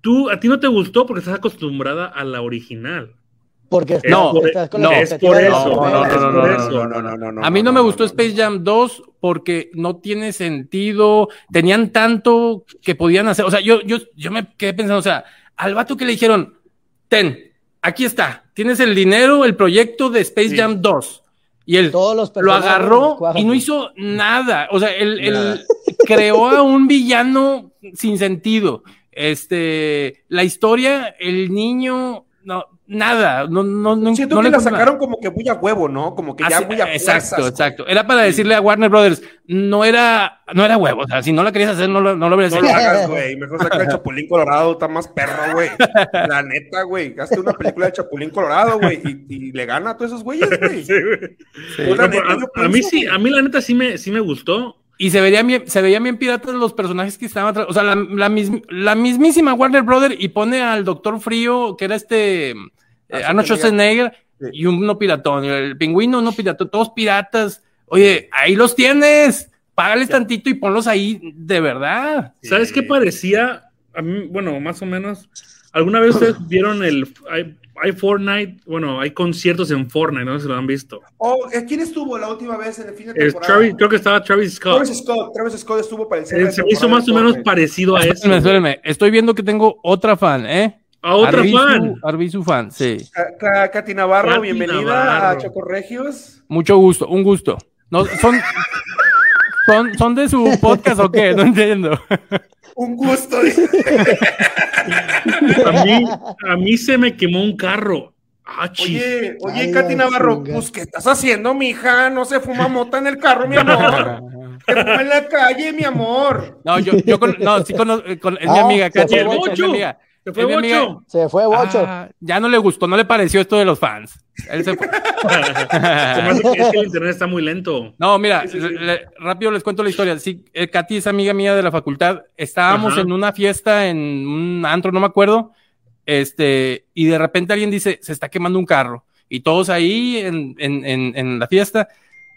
S2: tú, a ti no te gustó porque estás acostumbrada a la original.
S3: Porque
S2: Es por-
S3: estás con
S4: no,
S3: la
S4: es
S3: expectativa
S2: por
S3: de la
S2: eso,
S3: novela.
S4: no, no, no, no,
S2: no, no,
S4: a mí no, me gustó Space Jam 2 porque no tiene sentido. Tenían tanto que podían hacer. O sea, yo, yo, yo me quedé pensando, o sea, al vato que le dijeron, ten, aquí está, tienes el dinero, el proyecto de Space
S2: Sí.
S4: Jam 2. Y el,
S3: Todos los
S4: lo
S3: personajes,
S4: agarró
S3: cuájate.
S4: y no hizo nada. O sea, él, él
S1: Nada.
S4: creó a un villano sin sentido. Este, la historia, el niño, no, nada. No, no, no,
S1: Siento
S4: no
S1: que
S4: le
S1: la
S4: encuentro
S1: sacaron como que muy a huevo, ¿no? Como que ya
S4: Así-
S1: muy a
S4: exacto,
S1: fuerzas,
S4: exacto. Era para decirle a Warner Brothers, no era, no era huevo. O sea, si no la querías hacer, no lo, no lo hubieras
S1: No
S4: hecho.
S1: lo hagas, güey. Mejor saca el Chapulín Colorado, está más perro, güey. La neta, güey. Hazte una película de Chapulín Colorado, güey. Y, y le gana a todos esos güeyes, güey.
S2: Sí, güey.
S1: Yo la
S2: No,
S1: neta, yo
S2: pero a, a mí
S1: pienso,
S2: sí, a mí la neta sí me, sí me gustó.
S4: Y se verían bien, se veían bien piratas los personajes que estaban atrás. O sea, la, la mis- la mismísima Warner Brother y pone al Doctor Frío, que era este eh, Arnold Schwarzenegger,
S1: Sí.
S4: y uno piratón, y el pingüino, uno piratón, todos piratas. Oye, ahí los tienes. Págales tantito y ponlos ahí de verdad.
S2: ¿Sabes qué parecía? A mí, bueno, más o menos. ¿Alguna vez ustedes vieron el. Hay, hay Fortnite, bueno, hay conciertos en Fortnite, no sé si lo han visto.
S1: Oh, ¿eh, ¿Quién estuvo la última vez en el fin de
S2: Es
S1: temporada?
S2: Travis- creo que estaba Travis Scott.
S1: Travis Scott. Travis Scott estuvo para el cierre
S2: Eh,
S1: de
S2: se me hizo
S1: temporada
S2: más o
S1: de
S2: menos
S1: Fortnite.
S2: parecido a eso.
S4: Espérenme, espérenme. Estoy viendo que tengo otra fan, ¿eh?
S2: A otra
S4: Arbizu-
S2: fan.
S4: Arbizu fan, sí.
S1: Ca- Ca- Katy Navarro,
S2: Katy
S1: bienvenida a
S2: Navarro.
S1: Chocorregios.
S4: Mucho gusto, un gusto. No, son, son, son de su podcast o qué, no entiendo.
S1: Un gusto. dice.
S2: A mí, a mí se me quemó un carro. Ah, chis.
S1: Oye, oye,
S3: Ay,
S1: Katy
S3: la
S1: Navarro,
S3: chinga.
S1: pues, ¿qué estás haciendo, mija? No se fuma mota en el carro, mi amor. Se fuma en la calle, mi amor.
S4: No, yo, yo con- no, sí conozco, eh, con- es mi
S3: Ah,
S4: amiga,
S3: se
S4: Katy,
S3: fue
S4: es mi- es mi
S2: Bocho.
S4: amiga.
S2: Se fue
S4: Es mi amiga.
S2: Bocho.
S3: Se fue Bocho.
S4: Ah, ya no le gustó, no le pareció esto de los fans. Él se fue.
S2: Se me hace que es que el internet está muy lento.
S4: No, mira,
S1: Sí, sí, sí.
S4: le- rápido les cuento la historia. Sí, eh, Katy es amiga mía de la facultad. Estábamos
S2: Ajá.
S4: en una fiesta, en un antro, no me acuerdo. Este, y de repente alguien dice, se está quemando un carro. Y todos ahí en, en- en- en la fiesta.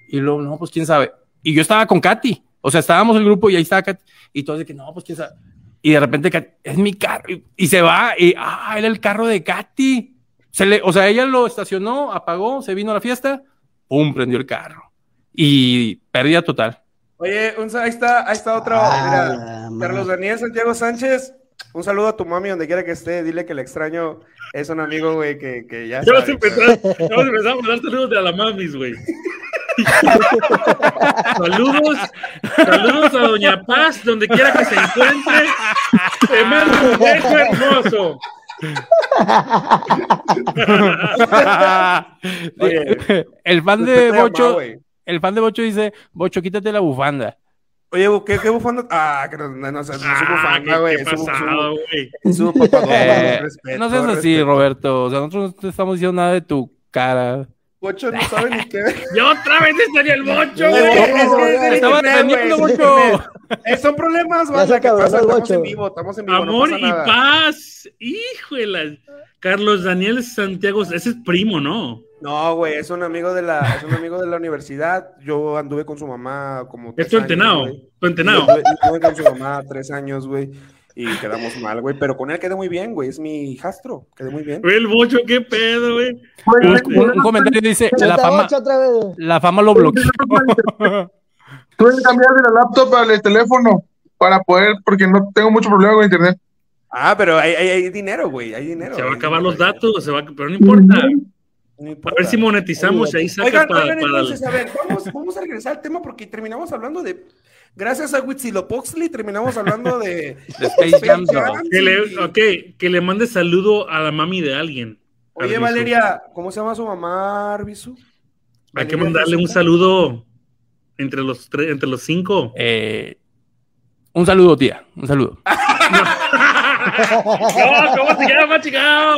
S4: Y luego, no, pues quién sabe. Y yo estaba con Katy. O sea, estábamos el grupo y ahí estaba Katy. Y todos de que, no, pues quién sabe. Y de repente, Katy, es mi carro. Y, y se va. Y, ah, era el carro de Katy. Se le, o sea, ella lo estacionó, apagó, se vino a la fiesta. Pum, prendió el carro y pérdida total.
S1: Oye, un sa- ahí está, ahí está otra.
S3: Ah, la
S1: mira, Carlos
S3: madre.
S1: Daniel Santiago Sánchez, un saludo a tu mami donde quiera que esté, dile que le extraño, es un amigo, güey, que, que ya
S2: Ya vas a
S1: sabe,
S2: empezar, ya vas a empezar a mandar saludos de a la mamis, güey. saludos, saludos a Doña Paz, donde quiera que se encuentre. Te mando un beso hermoso.
S1: Oye.
S4: el fan de
S1: Usted te ama,
S4: Bocho,
S1: güey.
S4: el fan de Bocho dice, Bocho, quítate la bufanda.
S1: Oye, ¿qué, qué bufanda? Ah, que no, no, no, seas- no es un
S2: Ah,
S1: bufanda, güey.
S2: qué, qué
S1: es un- es un-
S2: pasado, güey.
S1: es un papadón,
S4: Eh,
S1: respeto,
S4: no seas así,
S1: respeto.
S4: Roberto. O sea, nosotros no te estamos diciendo nada de tu cara.
S1: Bocho no sabe ni qué.
S2: Ya otra vez estaría el bocho,
S1: Güey,
S2: güey.
S1: es que es del
S3: Estaba
S1: internet,
S4: defendiendo,
S1: güey, es del
S4: Bocho.
S1: internet. Eh, son problemas,
S3: se
S1: banda, que
S3: acabó,
S1: pasa, estamos
S3: Bocho.
S1: en vivo, estamos en vivo, no
S2: Amor
S1: pasa
S2: y
S1: nada.
S2: paz. Híjole. Carlos Daniel Santiago, ese es primo, ¿no?
S1: No, güey, es un amigo de la, es un amigo de la universidad. Yo anduve con su mamá como
S2: Es
S1: tres
S2: tu
S1: años,
S2: entenado.
S1: güey.
S2: Tu entenado.
S1: Yo Anduve, yo anduve con su mamá tres años, güey, y quedamos mal, güey. Pero con él quedé muy bien, güey. Es mi hijastro, quedé muy bien.
S2: Güey, El bocho, qué pedo, güey.
S4: Un, un- un comentario dice,
S3: Se
S4: la
S3: está
S4: fama,
S3: Bocho otra vez.
S4: la fama lo bloqueó.
S5: Tuve que cambiar de la laptop al teléfono para poder, porque no tengo mucho problema con internet.
S1: Ah, pero hay, hay- hay dinero, güey, hay dinero.
S2: Se va a
S1: hay
S2: acabar los
S1: dinero.
S2: datos, se va, a- pero no importa.
S1: No
S2: A
S1: importa.
S2: ver si monetizamos y ahí saca
S1: Oigan,
S2: para,
S1: oigan,
S2: para-
S1: entonces, a ver, vamos, vamos a regresar al tema porque terminamos hablando de. Gracias a Huitzilopoxtli, terminamos hablando de.
S4: De Space Jam dos.
S1: Jam,
S2: que
S1: sí.
S2: le, ok, que le mande saludo a la mami de alguien.
S1: Oye,
S2: Arbizu.
S1: Valeria, ¿cómo se llama su mamá, Arbizu?
S2: Hay que
S1: Valeria
S2: mandarle un
S1: Josefa.
S2: saludo entre los tres, entre los cinco.
S4: Eh, un saludo, tía. Un saludo.
S2: No, ¿cómo se llama, chicao?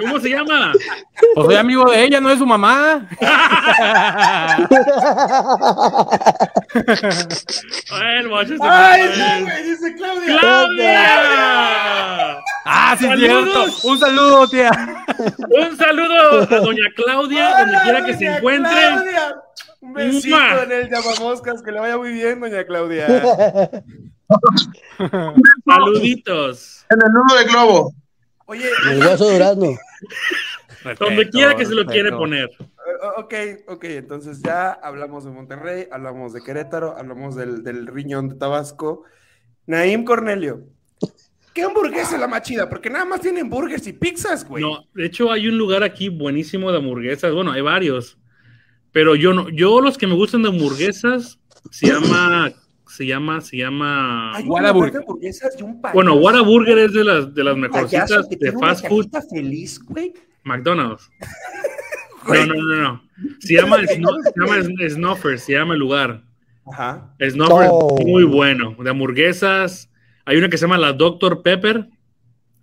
S2: ¿Cómo se llama?
S4: Pues soy amigo de ella, no de su mamá.
S2: Ay, el macho se
S1: ¡Ay,
S2: fue.
S1: sí, güey! Dice Claudia.
S2: ¡Claudia!
S4: ah, sí, es cierto.
S2: Saludos.
S4: Un saludo, tía.
S2: Un saludo a doña Claudia, Ah, donde
S1: Hola,
S2: quiera que se
S1: doña
S2: encuentre.
S1: Claudia. Un besito
S2: ¡Mua!
S1: en el llamamoscas, que le vaya muy bien, doña Claudia.
S2: Saluditos.
S5: En el nudo de globo.
S1: Oye, eh,
S3: El hueso durazno.
S2: Donde quiera que se lo quiere poner.
S1: o- eh, ok, ok, entonces ya hablamos de Monterrey, hablamos de Querétaro, hablamos del, del riñón de Tabasco. Naim Cornelio, ¿qué hamburguesa es la más chida? Porque nada más tienen burgers y pizzas, güey.
S2: No, de hecho hay un lugar aquí buenísimo de hamburguesas. Bueno, hay varios. Pero yo no, yo los que me gustan de hamburguesas se llama, se llama, se llama.
S1: Hay un
S4: Whataburger.
S1: lugar de hamburguesas y un payaso.
S2: Bueno, Whataburger es de las de las
S1: Un payaso
S2: mejorcitas
S1: que
S2: de
S1: tiene una
S2: fast food.
S1: cajita feliz, güey.
S2: McDonald's. No, no, no, no. Se llama, Sno- se llama Sn- Snuffers, se llama el lugar.
S1: Ajá.
S2: Snuffers,
S3: Oh.
S2: muy bueno. De hamburguesas. Hay una que se llama la Dr. Pepper.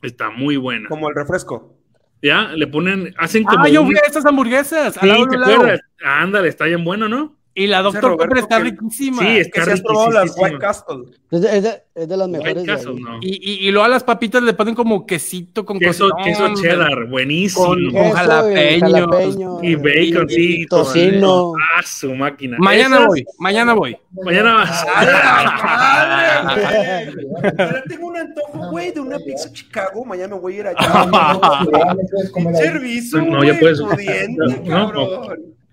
S2: Está muy buena.
S1: Como el refresco.
S2: Ya, le ponen, hacen como.
S4: Ah, yo
S2: un-
S4: fui a estas hamburguesas. al
S2: Sí,
S4: lado de
S2: ¿te
S4: un lado.
S2: acuerdas? Ah, Ándale, está bien bueno, ¿no?
S4: Y la
S1: Dice
S4: doctor
S1: Roberto
S4: Pepper está
S1: que-
S4: riquísima.
S2: Sí,
S1: Que
S2: está
S1: si has probado las White
S2: riquísima.
S1: Castle.
S3: Es de, es de- es de las
S2: White
S3: mejores.
S2: Castle,
S3: güey.
S2: no.
S4: Y, y, y luego a las papitas le ponen como quesito con
S2: Queso,
S4: cosas-
S2: queso
S4: No,
S2: cheddar,
S4: Con-
S2: buenísimo.
S4: con
S3: Eso, güey,
S4: jalapeños.
S3: jalapeños.
S2: y bacon, sí.
S3: Tocino.
S2: con- Ah, su máquina.
S4: Mañana
S2: Esas-
S4: voy, mañana voy.
S2: Mañana vas.
S1: Ah. Madre, güey. Ahora tengo un antojo, güey, de una pizza Chicago. Mañana voy a ir allá.
S6: Ah,
S1: Servicio,
S2: No,
S1: güey,
S2: ya puedes.
S1: pudiente,
S2: No,
S1: cabrón.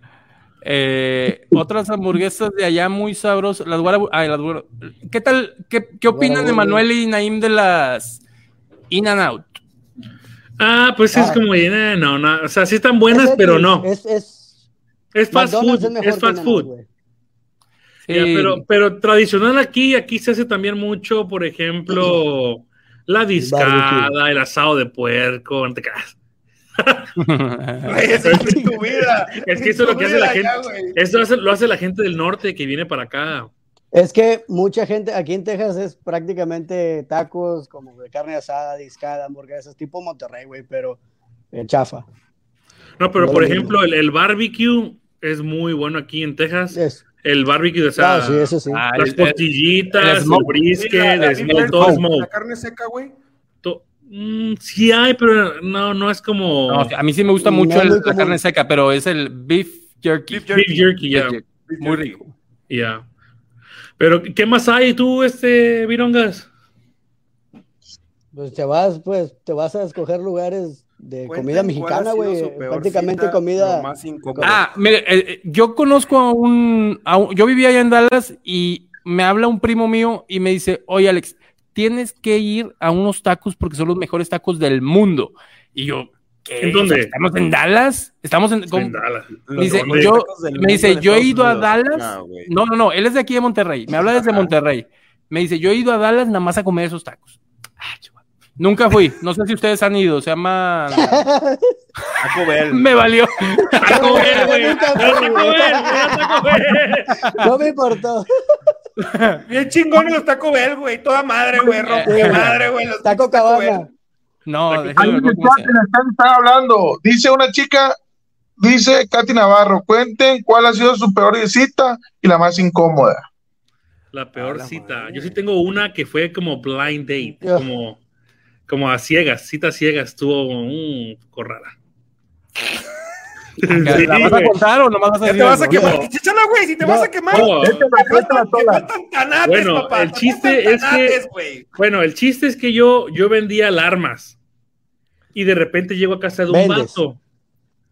S4: Eh, otras hamburguesas de allá muy sabrosas. Las guarabu- ay, las guara- ¿Qué tal? ¿Qué, qué opinan de
S3: Guarabu-
S4: Manuel y Naim de las In and Out?
S2: Ah, pues es
S3: Ah.
S2: como, eh, no, no, o sea, sí están buenas, pero no. Es,
S3: Es, es,
S2: fast food,
S3: McDonald's
S2: es,
S3: mejor
S2: fast
S3: que
S2: food.
S3: nada, güey.
S2: Ya,
S4: Sí.
S2: pero, pero tradicional aquí, aquí se hace también mucho, por ejemplo, la discada, el asado de puerco, este ante-
S1: Güey, eso es en tu vida.
S2: Es que eso es lo que hace la gente. Eso hace- lo hace la gente del norte que viene para acá.
S3: Es que mucha gente aquí en Texas es prácticamente tacos como de carne asada, discada, hamburguesas, tipo Monterrey, güey, pero eh, chafa.
S2: No, pero
S3: No,
S2: por
S3: no, no.
S2: ejemplo, el, el barbecue es muy bueno aquí en Texas.
S3: Es,
S2: El barbecue, o sea,
S3: Eh, ah, sí, eso sí.
S4: Ah,
S2: las
S4: el- el- el
S2: costillitas, el,
S4: smoke.
S2: brisket, el smoke, todo
S1: La
S2: smoke.
S1: carne seca, güey.
S2: To- mm, sí hay, pero no, no es como
S4: no, a mí sí me gusta
S3: No,
S4: mucho
S3: no
S4: el-
S3: es
S4: la
S3: como-
S4: carne seca, pero es el beef jerky.
S1: Beef
S2: beef
S1: jerky.
S2: jerky, ya,
S4: Beef jerky. Muy rico.
S2: ya. Pero, ¿qué más hay tú, este, Virongas?
S3: Pues te vas, pues, te vas a escoger lugares de comida
S1: Cuenten cuál ha
S3: mexicana,
S1: sido
S3: güey.
S1: su peor
S3: Prácticamente
S1: cita, lo
S3: comida.
S1: más incómodo.
S4: Ah, mire, eh, eh, yo conozco a un, a un- Yo vivía allá en Dallas y me habla un primo mío y me dice: Oye, Alex, tienes que ir a unos tacos porque son los mejores tacos del mundo. Y yo, ¿qué?
S2: ¿En dónde?
S4: O sea, ¿Estamos en Dallas? ¿Estamos en.?
S2: En
S4: con-
S2: Dallas.
S1: Los
S4: dice,
S1: mejores
S4: yo-
S1: tacos del
S4: me
S1: mundo
S4: dice,
S1: en
S4: yo he
S1: Estados
S4: ido a
S1: Unidos.
S4: Dallas.
S1: No, güey.
S4: No, no, no, él es de aquí de Monterrey. Me habla desde Monterrey. Me dice, yo he ido a Dallas nada más a comer esos tacos. Ah, chihuahua. Nunca fui. No sé si ustedes han ido. Se llama...
S1: Taco Bell.
S4: Me valió.
S2: Taco Bell, güey.
S3: Yo nunca
S2: Era Taco
S3: fui, güey.
S2: Bell, era Taco Bell.
S3: No me importó.
S1: Bien chingón los Taco Bell, güey. Toda madre, güey. Rompe madre, güey. los
S3: Taco
S1: Bell.
S3: cabana.
S4: No,
S5: Ahí en
S4: déjame
S5: el
S4: ver cómo
S5: chat
S4: se
S5: en el chat están hablando. Dice una chica, dice Katy Navarro, cuenten cuál ha sido su peor cita y la más incómoda.
S2: La peor
S4: la
S2: cita.
S4: madre.
S2: Yo sí tengo una que fue como blind date,
S3: Ugh.
S2: como, como a ciegas, cita a ciegas, estuvo un poco rara.
S4: llama. ¿La vas a contar o nomás vas a
S1: Ya
S4: decir
S1: te vas a
S4: algo?
S1: quemar. Chichala, güey. Si te vas a quemar.
S2: No,
S1: Te faltan, te faltan tanates,
S2: Bueno,
S1: papá.
S2: el
S1: te
S2: chiste
S1: faltan
S2: es que-
S1: tanates, güey.
S2: Bueno, el chiste es que yo, yo vendía alarmas y de repente llego a casa de un
S3: Vendes.
S2: vato.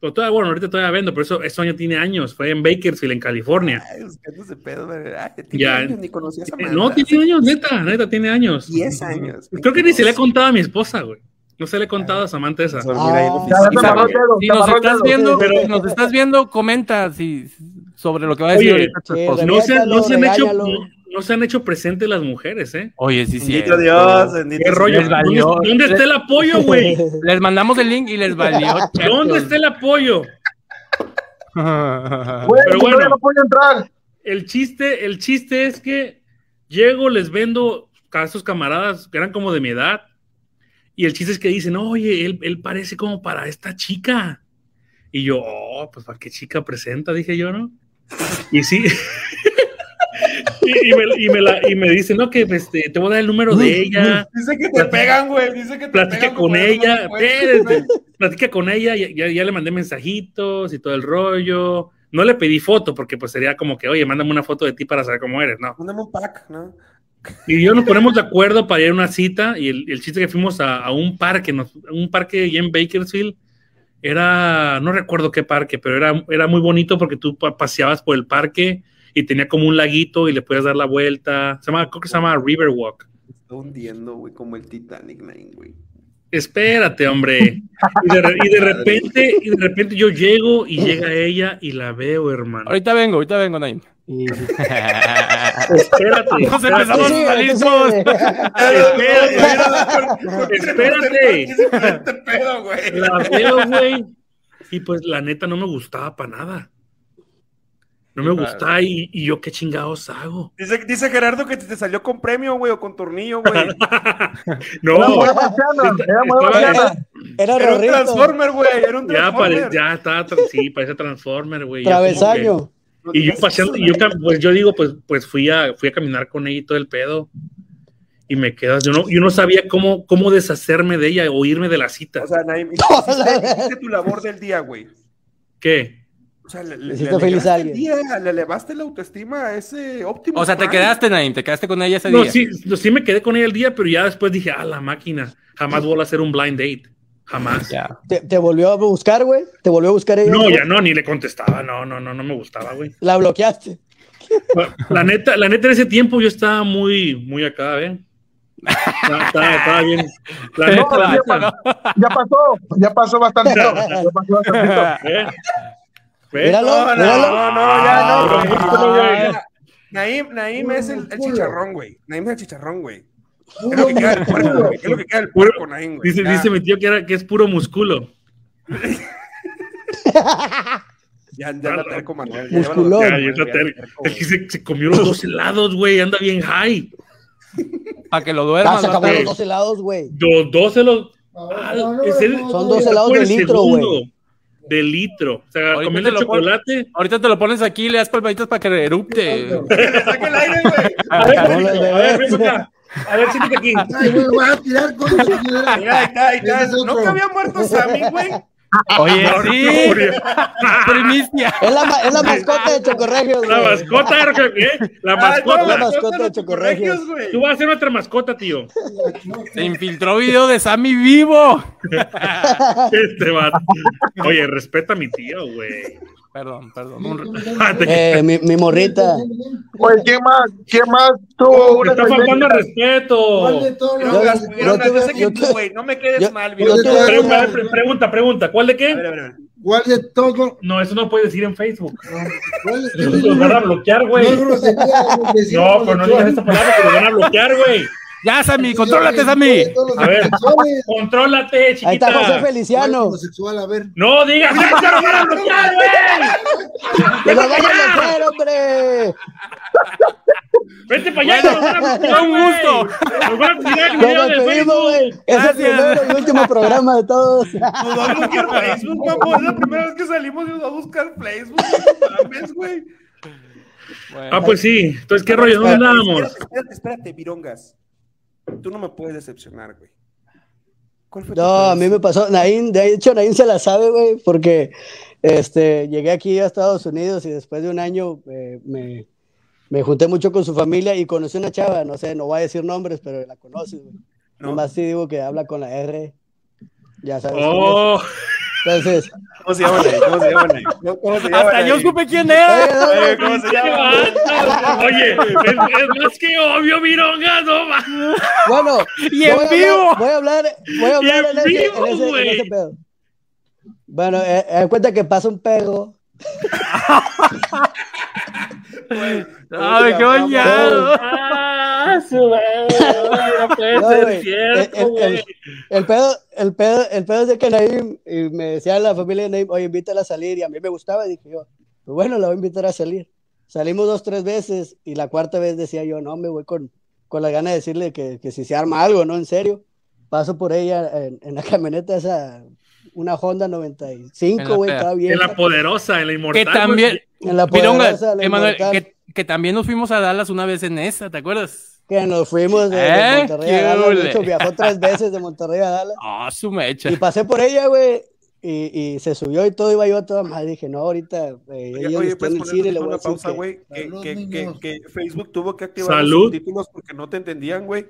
S2: O todavía- bueno, ahorita todavía vendo, pero eso, eso ya tiene años. Fue en Bakersfield, en California.
S1: Ay, buscándose pedo, güey. Ay,
S2: Ya.
S1: tiene años, ni conocía a esa
S2: Eh, No, tiene años, neta, neta, tiene años.
S1: 10 años.
S2: Creo que ni se le ha contado a mi esposa, güey. Yo se le he contado a Samantha esa.
S5: Ah, Ya,
S4: Y
S5: te amarró el
S4: Samantha,
S5: dedo,
S4: si
S5: te
S4: nos
S5: amarró el
S4: estás
S5: dedo.
S4: viendo,
S3: sí, sí.
S4: si nos estás viendo, comenta si, sobre lo que va a decir
S2: Oye,
S4: ahorita tu
S3: sí,
S4: esposo.
S3: re-
S2: No se, no, se han hecho,
S3: Regáñalo.
S2: no, no se han hecho presentes las mujeres, ¿eh?
S4: Oye, sí, sí.
S7: Bendito Dios, bendito
S2: ¿Qué rollo?
S4: les
S2: ¿Dónde,
S4: valió.
S2: dónde está el apoyo, güey?
S4: Les mandamos el link y les valió.
S2: ¿Dónde está el apoyo?
S5: Güey,
S2: Pero
S5: si no,
S2: bueno.
S5: ya no puedo entrar.
S2: El chiste, el chiste es que llego, les vendo a esos camaradas que eran como de mi edad, y el chiste es que dicen, oye, él, él parece como para esta chica. Y yo, oh, pues para qué chica presenta, dije yo, ¿no? Y sí. y, y me, y me la- y me dicen, no, que este, te voy a dar el número de ella.
S1: Dice que te pegan, güey. Dice que te
S2: Platica
S1: pegan
S2: con
S1: por eso,
S2: ella,
S1: güey.
S2: espérense. platica con ella, ya, ya- ya le mandé mensajitos y todo el rollo. No le pedí foto porque pues sería como que, oye, mándame una foto de ti para saber cómo eres, ¿no?
S1: Mándame un pack, ¿no?
S2: Y yo nos ponemos de acuerdo para ir a una cita y el, el chiste que fuimos a, a un parque, nos- un parque allí en Bakersfield, era, no recuerdo qué parque, pero era, era muy bonito porque tú pa- paseabas por el parque y tenía como un laguito y le podías dar la vuelta. Se llama, creo que se llama Riverwalk.
S1: Está hundiendo, güey, como el Titanic, man, güey.
S2: espérate, hombre. Y de, re- y de repente, y de repente yo llego y llega ella y la veo, hermano.
S4: Ahorita vengo, ahorita vengo, Naim.
S3: Y-
S2: Espérate.
S4: Nos empezamos
S3: Sí,
S4: a salir
S3: entonces,
S4: todos.
S2: Espérate. Espérate.
S1: Este pedo, güey.
S2: La veo, güey. Y pues la neta no me gustaba para nada. No me
S4: Qué
S2: gustaba y, y yo qué chingados hago.
S1: Dice, dice Gerardo que te salió con premio, güey, o con tornillo, güey.
S2: No,
S5: Era muy marciana, era muy
S2: Estaba-
S5: marciana.
S1: Era
S3: Era
S1: un
S3: Rorrito.
S1: Transformer, güey. Era un
S2: ya,
S1: Transformer.
S2: pare- ya estaba, tra- sí, parece Transformer, güey. Ya como que-
S3: Travesaño.
S1: No
S2: Y yo
S1: digas
S2: paseando,
S1: eso,
S2: y yo,
S1: güey.
S2: cam- pues yo digo, pues, pues fui a, fui a caminar con ella y todo el pedo. Y me quedas, yo no, yo no sabía cómo, cómo deshacerme de ella o irme de la cita.
S1: O sea, Naim, hiciste, hiciste tu labor del día, güey.
S2: ¿Qué?
S1: O sea, le, le,
S3: Hiciste
S1: le
S3: feliz
S1: elevaste
S3: a alguien.
S1: el día, le elevaste la autoestima a ese óptimo.
S4: O sea, te
S1: Prime.
S4: quedaste, Naim, te quedaste con ella ese
S2: No,
S4: día.
S2: sí, no, sí me quedé con ella el día, pero ya después dije, ah, la máquina, jamás vuelvo a hacer un blind date. Jamás.
S4: Ya.
S3: ¿Te, te volvió a buscar, güey? ¿Te volvió a buscar ella?
S2: No, ya no, ni le contestaba, no, no, no, no me gustaba, güey.
S3: ¿La bloqueaste?
S2: La neta, la neta en ese tiempo yo estaba muy, muy acá, ¿eh? Estaba, estaba- estaba bien. La
S4: No,
S2: neta, la
S4: sí,
S2: neta,
S5: Ya pasó, ya pasó bastante. Ya pasó bastante.
S2: ¿eh? ¿Ves?
S3: Míralo,
S1: No, no,
S3: míralo.
S1: no, no, ya no.
S2: Ah,
S1: güey.
S2: güey.
S1: Mira, Naim, Naim es el, el
S6: Culo.
S1: chicharrón, güey. Naim es el chicharrón, güey. Es lo que queda del puerco, güey. Es lo que queda del puerco, Naim, güey.
S2: Dice,
S1: Ya,
S2: dice mi tío que, era, que es puro músculo.
S1: Ya, ya anda terco, Manuel. ya
S3: Musculón.
S1: anda terco,
S2: Ya, ya está
S1: güey,
S2: ter-
S1: anda terco,
S2: el
S1: güey.
S2: que se, se comió los dos helados, güey. Anda bien high.
S4: Para que lo
S3: Ah,
S4: duermas.
S3: se
S4: ¿no?
S3: acabaron
S2: sí.
S3: los dos helados, güey.
S2: Los dos helados.
S6: Ah,
S2: ah,
S6: no, no,
S2: ese-
S6: no,
S3: Son
S6: no,
S3: dos
S6: no.
S3: helados
S2: fue
S3: de
S2: el
S3: litro,
S2: segundo
S3: güey.
S2: De litro. O sea,
S4: Ahorita
S2: comiendo
S4: te lo
S2: chocolate.
S4: Ahorita te lo pones aquí y le das palmaditas para que erupte.
S1: Que le saque el aire, güey.
S2: A ver,
S3: no,
S2: Benito,
S3: no,
S2: a ver,
S3: no.
S2: ven acá. A ver, siéntate aquí.
S6: Ay, güey, voy a tirar con su señora.
S1: Mira, ahí está, ahí está.
S6: Ese es
S1: No
S6: otro.
S1: que había muerto Sammy, güey.
S4: Oye,
S2: Ahora
S4: sí.
S2: no, güey.
S4: Primicia.
S3: Es la, ma- es la mascota de Chocorregios,
S2: La
S3: güey.
S2: mascota, era que- ¿eh? La
S1: Ah, no,
S2: mascota.
S3: mascota de
S1: Chocorregios,
S3: Chocorregios,
S1: güey.
S2: Tú vas a ser nuestra mascota, tío.
S4: Se infiltró video de Sammy vivo.
S2: Este vato. Oye, respeta a mi tío, güey.
S4: Perdón, perdón. un-
S2: Ah, te-
S3: Eh, mi, mi morrita.
S5: Oye, ¿quién más? ¿Quién más
S2: te
S5: tuvo una
S2: Oh, está faltando
S5: trayectoria?
S2: el respeto.
S6: ¿Cuál de todos
S1: No,
S3: Yo-
S1: gas-
S3: yo
S1: no, gas-
S3: tuve-
S1: sé que
S3: yo
S1: tú,
S3: tuve-
S1: güey, no me quedes
S3: yo-
S1: mal,
S3: yo
S1: Virgo.
S6: tuve-
S1: A ver,
S2: Pregunta, a ver, pregunta, pregunta. ¿Cuál de
S1: a ver,
S2: qué?
S1: a ver.
S6: ¿Cuál de todos?
S2: No, eso no puedes decir en Facebook.
S6: ¿Cuál de
S2: Los
S6: todos?
S2: van a bloquear, güey.
S6: No, grosería, güey, decir
S2: Pues. No, pero no digas esta palabra que los van a bloquear, güey.
S4: Ya, Sammy,
S6: Decir
S4: contrólate,
S6: homosexual
S4: Sammy.
S6: de todos los
S2: A ver.
S6: homosexuales.
S2: Contrólate,
S3: Ahí está José
S2: chiquita.
S6: ¿Cuál
S3: Feliciano.
S6: homosexual? A ver.
S2: No digas eso, los van a bloquear, güey.
S3: ¡Que lo vayan a bloquear, hombre!
S2: Vete para allá, los van a bloquear,
S4: Un
S2: güey.
S4: gusto.
S2: Los van a tirar el
S3: ¡Nos
S2: video de
S3: despedimos, güey!
S2: Facebook.
S3: Es el
S4: Gracias.
S3: primero y último programa de todos.
S1: Nos va a buscar Facebook, guapo. Es la primera vez que salimos y nos va a buscar Facebook. No mames, güey.
S2: Ah,
S4: Bueno,
S2: pues sí. Entonces, ¿qué rollo? ¿Dónde
S1: Espérate,
S2: andábamos?
S1: Espérate, espérate, espérate, Virongas. Tú no me puedes decepcionar, güey. ¿Cuál fue tu
S3: No, a mí
S1: peor
S3: me pasó. Naín, de hecho, Naín se la sabe, güey, porque este, llegué aquí a Estados Unidos y después de un año eh, me, me junté mucho con su familia y conocí una chava, no sé, no voy a decir nombres, pero la conoces, güey.
S1: No.
S3: Nomás sí digo que habla con la R. Ya sabes. quién es.
S2: Oh,
S3: Entonces,
S1: ¿Cómo se llaman ahí? ¿Cómo se llaman ahí? ¿Cómo se llaman
S4: Hasta yo
S1: ahí?
S4: supe quién era.
S1: Oye, ¿Cómo se llaman?
S2: Oye, es, es más que obvio, Vironga, no ma-
S3: bueno,
S4: Y en
S3: voy a hablar-
S4: vivo.
S3: voy a hablar, voy a
S2: Y
S3: hablar
S2: en
S3: en, ese- en
S2: vivo,
S3: ese, en
S2: güey.
S3: ese pedo. Bueno, eh, eh, cuenta que pasa un perro.
S4: Ay, qué bañado.
S2: Ah, su madre, no puede
S3: No,
S2: ser
S3: güey.
S2: cierto,
S3: El- el-
S2: güey.
S3: El pedo, el pedo, el pedo es de que Naim, y me decía la familia de Naim, oye, invítala a salir, y a mí me gustaba, y dije yo, pues bueno, la voy a invitar a salir. Salimos dos, tres veces, y la cuarta vez decía yo, no, me voy con, con la gana de decirle que, que si se arma algo, ¿no? En serio. Paso por ella en, en la camioneta esa, una Honda 95,
S4: En
S3: güey,
S4: la
S3: estaba bien.
S2: En la poderosa, en la
S4: Que
S2: inmortal.
S4: también,
S3: En la
S4: Pironga,
S3: poderosa, la
S4: Emanuel,
S3: inmortal,
S4: que, que también nos fuimos a Dallas una vez en esa, ¿te acuerdas?
S3: que nos fuimos de, de
S4: ¿Eh?
S3: Monterrey a
S4: ¿Qué
S3: Dallas,
S4: hule?
S3: de hecho, viajó tres veces de Monterrey a Dallas.
S4: Ah, su mecha.
S3: Y pasé por ella, güey. Y, y se subió y todo, iba yo a toda madre. Dije, no, ahorita eh, ella
S1: Oye,
S3: está
S1: ¿puedes
S3: en
S1: poner
S3: el cine, le voy a
S1: una
S3: decir
S1: pausa,
S3: que-
S1: güey? Que,
S6: Salud,
S1: que- que-
S6: niños.
S1: que Facebook tuvo que activar
S2: Salud.
S1: los subtítulos porque no te entendían, güey.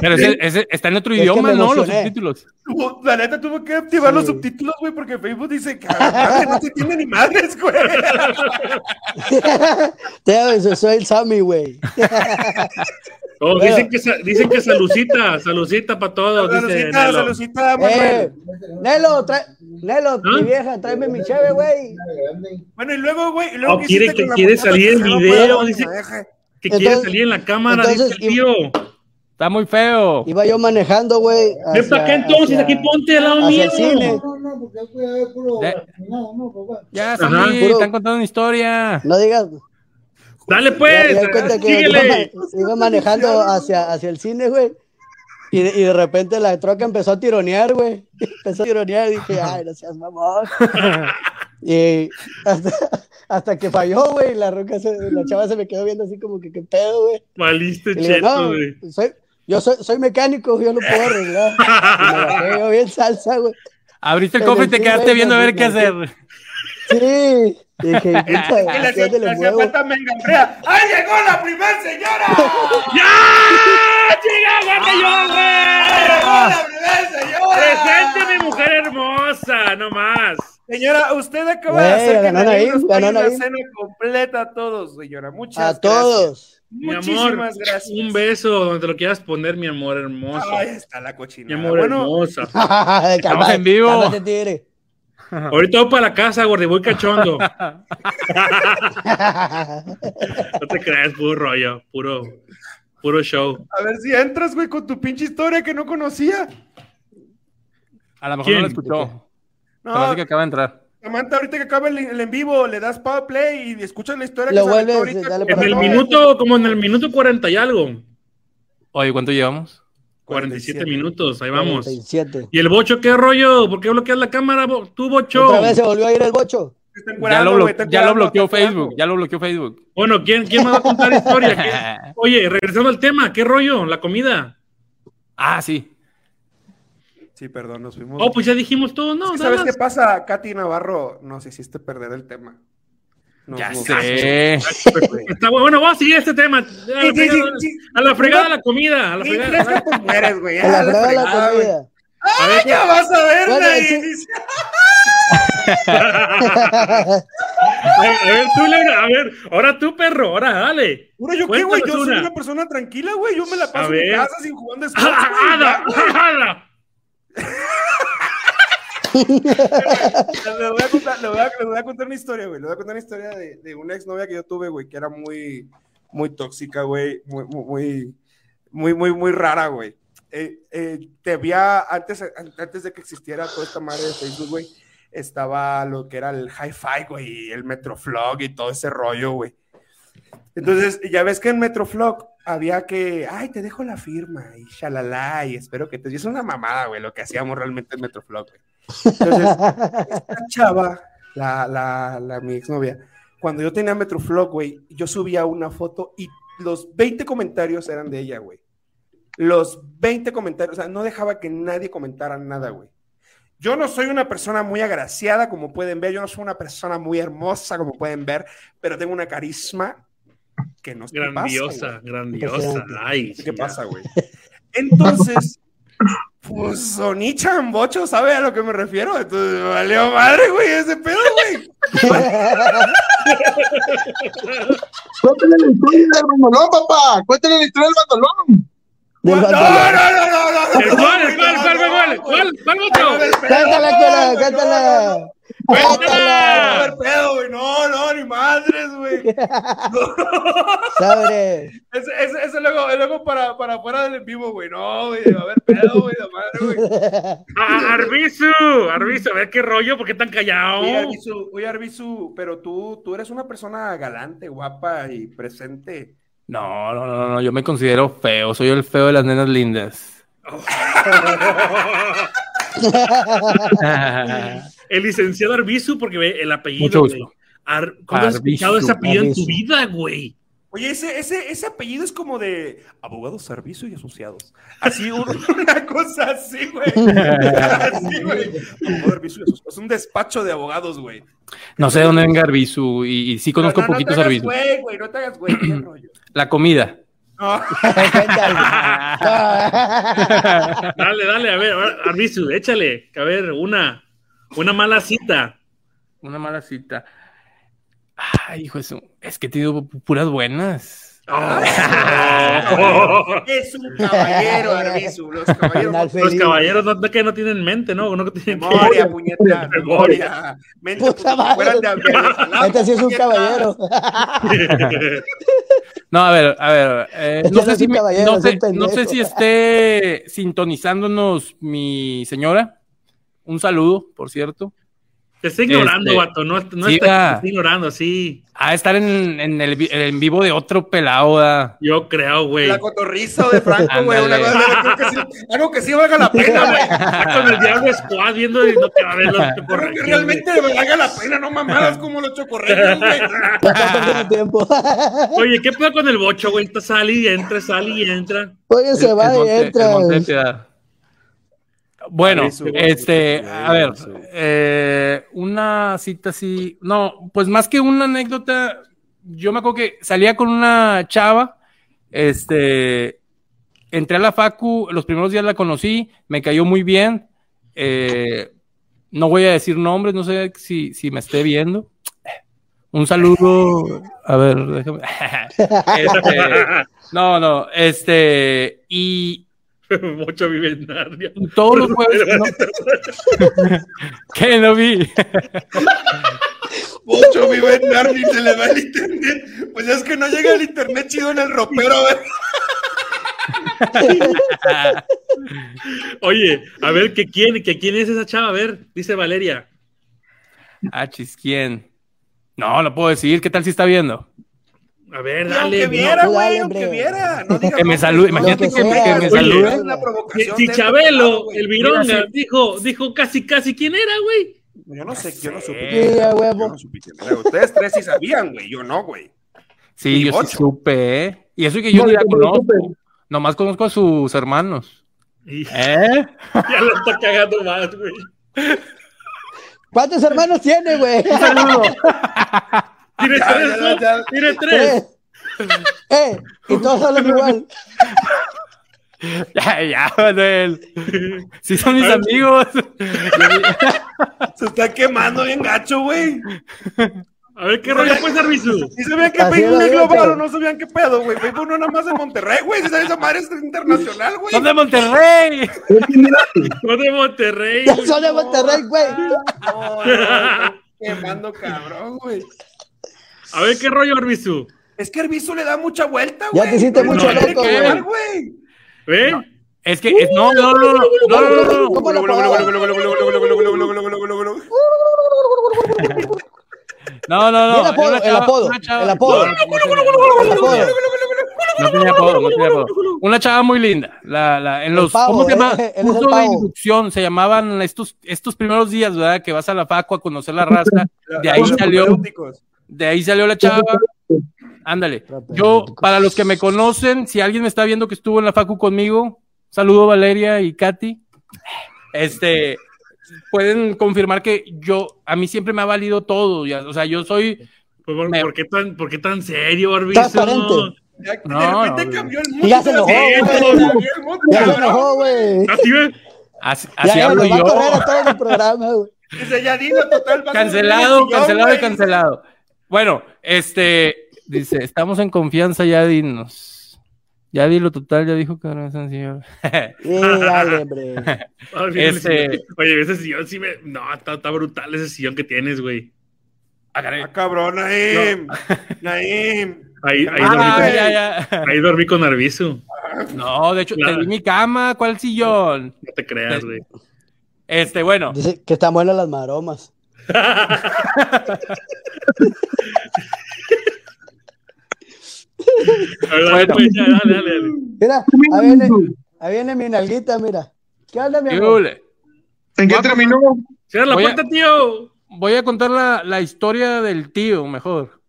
S4: Pero ese- ese- está en otro
S3: Es que
S4: idioma,
S3: me
S4: ¿no? Los
S3: emocioné.
S4: subtítulos.
S1: Tuvo- La neta tuvo que activar
S3: Sí.
S1: los subtítulos, güey, porque Facebook dice, "Cabrón, madre, no te entiende ni madres, güey.
S3: Te amo, yo soy el Sammy, güey.
S2: Todos
S3: Bueno.
S2: Oh, dicen, que, sa- dicen que salucita, salucita para todos. dice
S1: Salucita,
S2: Nelo.
S1: salucita,
S3: Eh,
S1: Manuel.
S3: Nelo, trae- Nelo, mi
S2: ¿Ah?
S3: vieja, tráeme mi cheve, güey.
S1: Bueno, y luego, güey, y luego
S2: Oh,
S1: ¿qué
S2: quiere
S1: hiciste
S2: que-
S1: con la
S2: quiere
S1: muchacha
S2: salir
S1: que
S2: en
S1: se llama
S2: video,
S1: Manuel?
S2: dice-
S1: Deja.
S2: Que quiere
S3: Entonces-
S2: salir en la cámara,
S3: entonces,
S2: dice el tío.
S4: Está muy feo.
S3: Iba yo manejando, güey.
S2: Ven
S3: hacia-
S2: para acá entonces,
S3: hacia-
S2: aquí ponte al lado
S3: hacia
S2: mío.
S3: el cine.
S6: No, no, porque yo cuidado de puro.
S4: De-
S6: No, no, pues, papá.
S4: Ya,
S2: Ajá.
S4: Sammy,
S3: Puro-
S4: están contando una historia.
S3: No digas.
S2: Dale
S3: Ya,
S2: pues,
S3: ya cuenta que iba,
S2: síguele.
S3: ma- iba manejando hacia, hacia el cine, güey. Y de, y de repente la troca empezó a tironear, güey. Empezó a tironear y dije, ay, no seas mamón. y hasta, hasta que falló, güey. La roca, se- la chava se me quedó viendo así como que, qué pedo, güey.
S2: Maliste
S3: Y le digo,
S2: cheto,
S3: no,
S2: güey.
S3: soy, yo soy, soy mecánico, yo lo puedo arreglar. Y me bajé yo bien salsa, güey.
S4: Abriste el
S3: Pero
S4: cofre y te
S3: sí,
S4: quedaste
S3: güey,
S4: viendo a
S3: no,
S4: ver
S3: no,
S4: qué
S3: no.
S4: hacer.
S3: Sí. Y dije, puta,
S1: Que le
S3: ¿hacia
S1: hacía-
S3: dónde
S1: le
S3: le
S1: hacía
S3: muevo?
S1: falta Mengambrea. ¡Ah, llegó la primer señora!
S2: ¡Ya! ¡Llega Juan de Dios,
S1: ¡Llegó
S2: güey!
S1: la primer señora!
S2: ¡Presente mi mujer hermosa! ¡No más!
S1: Señora, usted acaba de
S3: Güey,
S1: hacer que
S3: ganó
S1: la
S3: Naim,
S1: nos
S3: ganó
S1: pague una
S3: Naim.
S1: cena completa a todos, señora. Muchas
S3: A
S1: gracias.
S3: todos.
S2: Mi amor,
S1: Muchísimas gracias.
S2: un beso donde te lo quieras poner, mi amor hermoso.
S1: Ahí está la
S2: mi
S1: cochinada.
S2: amor
S1: bueno,
S2: hermosa.
S3: Estamos
S4: en vivo.
S3: Cálmate, tigre.
S2: Ahorita voy para la casa, gordi, voy cachondo. No te creas, puro rollo, puro, puro show.
S1: a ver si entras, güey, con tu pinche historia que no conocía.
S4: A lo mejor
S2: ¿Quién?
S4: no lo escuchó.
S1: No,
S4: Parece que acaba de entrar.
S1: Samantha, ahorita que acaba el, el en vivo, le das power play y escuchas la historia
S3: Lo
S1: que se aventó
S3: vuelves, dale
S1: con-
S2: En el
S3: No,
S2: minuto, como en el minuto 40 y algo.
S4: Oye, ¿cuánto llevamos?
S2: 47 minutos, ahí vamos.
S3: 47.
S2: ¿Y el bocho qué rollo? ¿Por qué bloqueas la cámara, bo- tú, bocho?
S3: Otra vez se volvió a ir el bocho.
S1: Está
S4: Ya
S1: encuerando,
S4: lo,
S1: güey,
S4: blo-
S1: está
S4: ya lo
S1: encuerando,
S4: bloqueó
S1: está encuerando.
S4: Facebook. Ya lo bloqueó Facebook.
S2: Bueno, ¿quién, ¿quién me va a contar historia? ¿Qué- Oye, regresando al tema, ¿qué rollo? La comida.
S4: Ah, sí.
S1: Sí, perdón, nos fuimos.
S2: Oh, pues ya dijimos todo,
S1: Es
S2: ¿no?
S1: que,
S2: Nada
S1: ¿Sabes qué
S2: más.
S1: pasa, Katy Navarro? Nos hiciste perder el tema. Nos
S4: Ya
S1: nos-
S4: sé.
S2: Está bueno, bueno, vamos a seguir este tema. A la
S1: Sí, sí, sí,
S2: fregada,
S1: sí.
S2: a la, fregada la comida, pues, a la
S1: Sí, crees que
S2: fregada.
S1: tú mueres, güey.
S3: Con
S1: Ah,
S3: la
S1: la
S3: prueba de la
S1: fregada, güey. Ah,
S3: comida.
S2: A ver,
S1: Ya vas a ver,
S3: Bueno,
S1: Naim,
S3: sí.
S1: dice.
S2: a ver, a ver, tú, Laura, a ver, ahora tú, perro, ahora dale.
S1: Pura, ¿yo qué, güey? Yo
S2: Cuéntanos
S1: soy
S2: una.
S1: una persona tranquila, güey. Yo me la
S2: A
S1: paso en mi
S2: ver. Ah,
S1: casa sin jugar de sports, güey.
S2: ¡Ada! ¡Ada!
S1: Le voy a contar, le voy a, le voy a contar una historia, güey. Le voy a contar una historia de, de una exnovia que yo tuve, güey, que era muy, muy tóxica, güey. Muy, muy, muy, muy, muy, muy rara, güey. Eh, eh, te había, antes, antes de que existiera toda esta madre de Facebook, güey, estaba lo que era el hi-fi, güey, y el Metroflog y todo ese rollo, güey. Entonces, ya ves que en Metroflog había que, ay, te dejo la firma y shalala, y espero que te... Y es una mamada, güey, lo que hacíamos realmente en Metroflog, güey. Entonces, esta chava, la, la, la mi exnovia, cuando yo tenía Metroflog, güey, yo subía una foto y los 20 comentarios eran de ella, güey. Los 20 comentarios, o sea, no dejaba que nadie comentara nada, güey. Yo no soy una persona muy agraciada, como pueden ver, yo no soy una persona muy hermosa, como pueden ver, pero tengo una carisma que no se pasa, güey.
S2: Grandiosa, grandiosa. Ay,
S1: ¿Qué pasa, güey? Entonces, fue Pues Onichan Bocho sabe a lo que me refiero. Entonces, valió madre, güey, ese pedo, güey.
S5: Cuéntale la historia del bandolón, papá. Cuéntale la historia del bandolón.
S1: No,
S3: Del
S1: no, no, no, no.
S2: ¿El Eh,
S3: bandolón.
S2: cuál, el cuál, cuál, cuál, cuál, cuál, otro?
S3: Cántala, Chela, cántala.
S1: No,
S2: ¡Cuéntala!
S1: el pedo, güey. No, no, ni madres, güey.
S3: Sobre.
S1: Ese, ese, ese luego, luego para, para afuera del en vivo, güey. No, güey, va a haber pedo, güey, la madre, güey.
S2: Ah, Arbizu, Arbizu, a ver qué rollo, ¿por qué tan
S1: Oye,
S2: callado?
S1: Arbizu, oye, Arbizu, pero tú, tú eres una persona galante, guapa y presente.
S4: No, no, no, no, yo me considero feo, soy el feo de las nenas lindas.
S2: El licenciado Arbizu, porque ve el apellido.
S4: Mucho gusto.
S2: güey. Ar- ¿Cuándo has
S4: Arbizu,
S2: escuchado ese apellido en tu
S3: Arbizu.
S2: vida, güey?
S1: Oye, ese, ese, ese apellido es como de abogados, Arbizu y asociados. Así, un- una cosa así, güey. Así, güey. Abogado Arbizu y asociados. Es un despacho de abogados, güey.
S4: No sé de dónde venga Arbizu y, y sí conozco
S1: Pero no, no
S4: poquitos
S1: te hagas,
S4: Arbizu.
S1: güey, güey, no te hagas, güey. qué rollo.
S4: La comida.
S1: No.
S3: Cuéntala.
S2: Dale, dale, a ver, ahora, Arbizu, échale. A ver, una, una mala cita.
S4: Una mala cita. Ay, hijo, eso. Es que he tenido pu- puras buenas.
S2: Oh.
S1: Es un caballero, Arbizu. Los caballeros.
S3: Final
S1: no-
S2: Los
S3: feliz.
S2: caballeros no, no que no tienen mente, ¿no? No que tienen
S1: Memoria, puñeta. Memoria.
S2: Memoria.
S1: Mente,
S3: Puta
S1: puta,
S3: madre.
S1: fueran de- de- de-
S3: Este sí es un
S1: puñeta.
S3: caballero.
S4: No, a ver, a ver. eh,
S3: Este
S4: no,
S3: no
S4: sé
S3: es
S4: si
S3: un
S4: me-
S3: caballero,
S4: no
S3: es
S4: sé-
S3: un pendejo.
S4: no sé si esté sintonizándonos mi señora. Un saludo, por cierto.
S2: Te está ignorando,
S4: Este,
S2: vato. No, no
S4: sí,
S2: está,
S4: ah.
S2: te está ignorando, sí.
S4: A estar en, en el vi- en vivo de otro pelado. ah.
S2: Yo creo, güey.
S1: La cotorriza de Franco, güey. una
S4: Ándale.
S1: cosa- algo que sí- Algo que sí valga la pena, güey.
S2: Está con el diablo squad viendo y no te va a ver los
S1: Algo que
S2: chocorregios,
S1: realmente valga la pena, no mamadas como los chocorreros, güey.
S3: Ya está perdiendo tiempo.
S2: güey. Oye, ¿qué pasa con el bocho, güey? Está sale y entra, sale y entra.
S3: Oye, se
S4: El-
S3: va
S4: el
S3: y
S4: monte- el
S3: entra.
S4: monte de piedad. Bueno,
S1: Eso,
S4: este,
S1: eso,
S4: a ver,
S1: eso.
S4: eh, una cita así, no, pues más que una anécdota, yo me acuerdo que salía con una chava, este, entré a la facu, los primeros días la conocí, me cayó muy bien, eh, no voy a decir nombres, no sé si, si me esté viendo. Un saludo, a ver, déjame. Este, no, no, este, y
S2: bocho vive en Narnia.
S4: todos los jueves, no- que no vi,
S1: Mucho vive en Narnia y se le va el internet. Pues es que no llega el internet chido en el ropero, güey.
S2: Oye, a ver, ¿que quién, que quién es esa chava? A ver, dice Valeria.
S4: ah, chis, ¿quién? No, no puedo decir, ¿qué tal si está viendo?
S2: A ver,
S1: Y
S2: dale.
S1: Aunque
S2: no.
S1: viera,
S3: no,
S1: güey,
S3: dale,
S1: aunque
S3: hombre.
S1: viera. No diga
S4: Que me
S1: nombres,
S4: salude,
S1: no,
S4: imagínate
S1: lo
S4: que me- que me
S1: sea,
S4: salude.
S1: güey, es una
S2: Si,
S1: provocación
S2: si
S1: de este lado,
S2: Chabelo,
S1: güey.
S2: el Vironga,
S4: Mira,
S2: dijo, dijo casi, casi quién era, güey.
S1: Yo no sé, yo no supe.
S4: sé.
S1: quién era,
S3: Sí, a
S1: güey,
S3: huevo.
S1: yo no supe quién era. Ustedes tres sí sabían, güey. Yo no, güey.
S4: Sí, yo sí
S1: Ocho.
S4: supe, ¿eh? Y eso que yo
S5: No,
S4: ni la
S5: yo no
S4: conozco,
S5: supe.
S4: nomás conozco a sus hermanos.
S2: Y
S4: ¿Eh?
S2: ya lo está cagando más, güey.
S3: ¿Cuántos hermanos tiene, güey?
S2: Tiene
S1: Ya,
S2: tres,
S1: ya,
S2: ¿no?
S1: ya.
S2: Tiene tres.
S3: Tres. Eh, y todos hablan igual.
S4: Ya, ya, Manuel. Sí son mis amigos.
S1: Se está quemando bien gacho, güey.
S2: A ver, ¿qué rollo puede ser, Bisu?
S1: Y sabían que
S3: Así
S1: Facebook
S3: es,
S1: es
S3: amigo,
S1: global
S3: pero-
S1: o no sabían qué pedo, güey. Facebook no es nada más de Monterrey, güey. Si sabes, esa madre es internacional, güey.
S4: Son de Monterrey.
S2: Son de Monterrey.
S3: Ya
S2: güey.
S3: son de Monterrey, güey.
S1: No, no, no, quemando cabrón, güey.
S2: A ver, ¿qué rollo, Arbizu?
S1: Es que Arbizu le da mucha vuelta,
S3: Ya
S1: güey.
S3: te hiciste
S1: No,
S2: mucho
S1: no,
S2: loco,
S1: tiene que
S4: güey.
S1: ver, güey.
S2: ¿Ve?
S4: Es que, es- no, no, no, no, no, no, no, no.
S3: ¿Cómo la pagaba?
S4: No, no, no.
S3: Y el apodo,
S4: era una
S3: el
S4: chava-
S3: apodo,
S4: una chava-
S3: el apodo.
S4: No, no, no, no, no, no, No tenía apodo, no tenía apodo. Una chava muy linda. La, la, en los,
S3: pavo,
S4: ¿cómo se
S3: eh,
S4: llama?
S3: él es el
S4: Curso de
S3: pavo.
S4: inducción, se llamaban estos, estos primeros días, ¿verdad? Que vas a la facu a conocer la raza. De ahí
S1: Los
S4: salió,
S1: propedéuticos.
S4: de ahí salió la chava. Ándale. Yo, para los que me conocen, si alguien me está viendo que estuvo en la facu conmigo, saludo Valeria y Katy. Este, pueden confirmar que yo, a mí siempre me ha valido todo. ya, o sea, yo soy,
S2: Pues, ¿Por,
S4: Me-
S2: por qué tan, ¿Por qué tan serio, Arbizu?
S3: Transparente.
S1: Ya De
S4: No,
S1: repente
S4: no,
S1: cambió el
S3: Y
S1: mundo.
S3: ya se enojó,
S1: güey.
S3: güey.
S1: Cambió el mundo,
S3: Ya se
S1: cabrón.
S3: enojó, güey.
S2: Así, ¿Ah, güey.
S4: Así,
S3: Ya,
S4: así
S3: ya,
S4: hablo
S3: nos va a
S4: yo.
S3: correr a todo el programa, güey.
S1: Dice, ya dilo, total. vas a
S4: Cancelado,
S1: subir el sillón,
S4: cancelado y
S1: güey.
S4: cancelado. Bueno, este dice, estamos en confianza, ya dinos. Ya di lo total, ya dijo que no es sencillo.
S3: Sí, dale, hombre.
S2: Ay, Ah, mira, el
S4: Este-
S2: sillón. Oye, ese sillón sí me. No, está, está brutal ese sillón que tienes, güey.
S4: Ah, caray.
S1: Ah, cabrón, Naim. Naim.
S2: Ahí, ahí, dormí,
S4: Ah,
S1: dormí.
S4: ya, ya.
S2: con- ahí dormí con Arbizu.
S4: No, de hecho,
S2: Claro.
S4: te di mi cama, ¿cuál sillón?
S2: No te creas, güey.
S4: Este, bueno,
S3: Dice que están buenas las maromas.
S2: A ver, dale,
S4: Bueno.
S2: pues, ya, dale, dale, dale.
S3: Mira, ahí viene, ahí viene mi nalguita, mira. ¿Qué onda, mi amor?
S4: Yule,
S5: ¿En qué terminó?
S2: Cierra la
S4: Voy a-
S2: puerta, tío.
S4: voy a contar la, la historia del tío, mejor.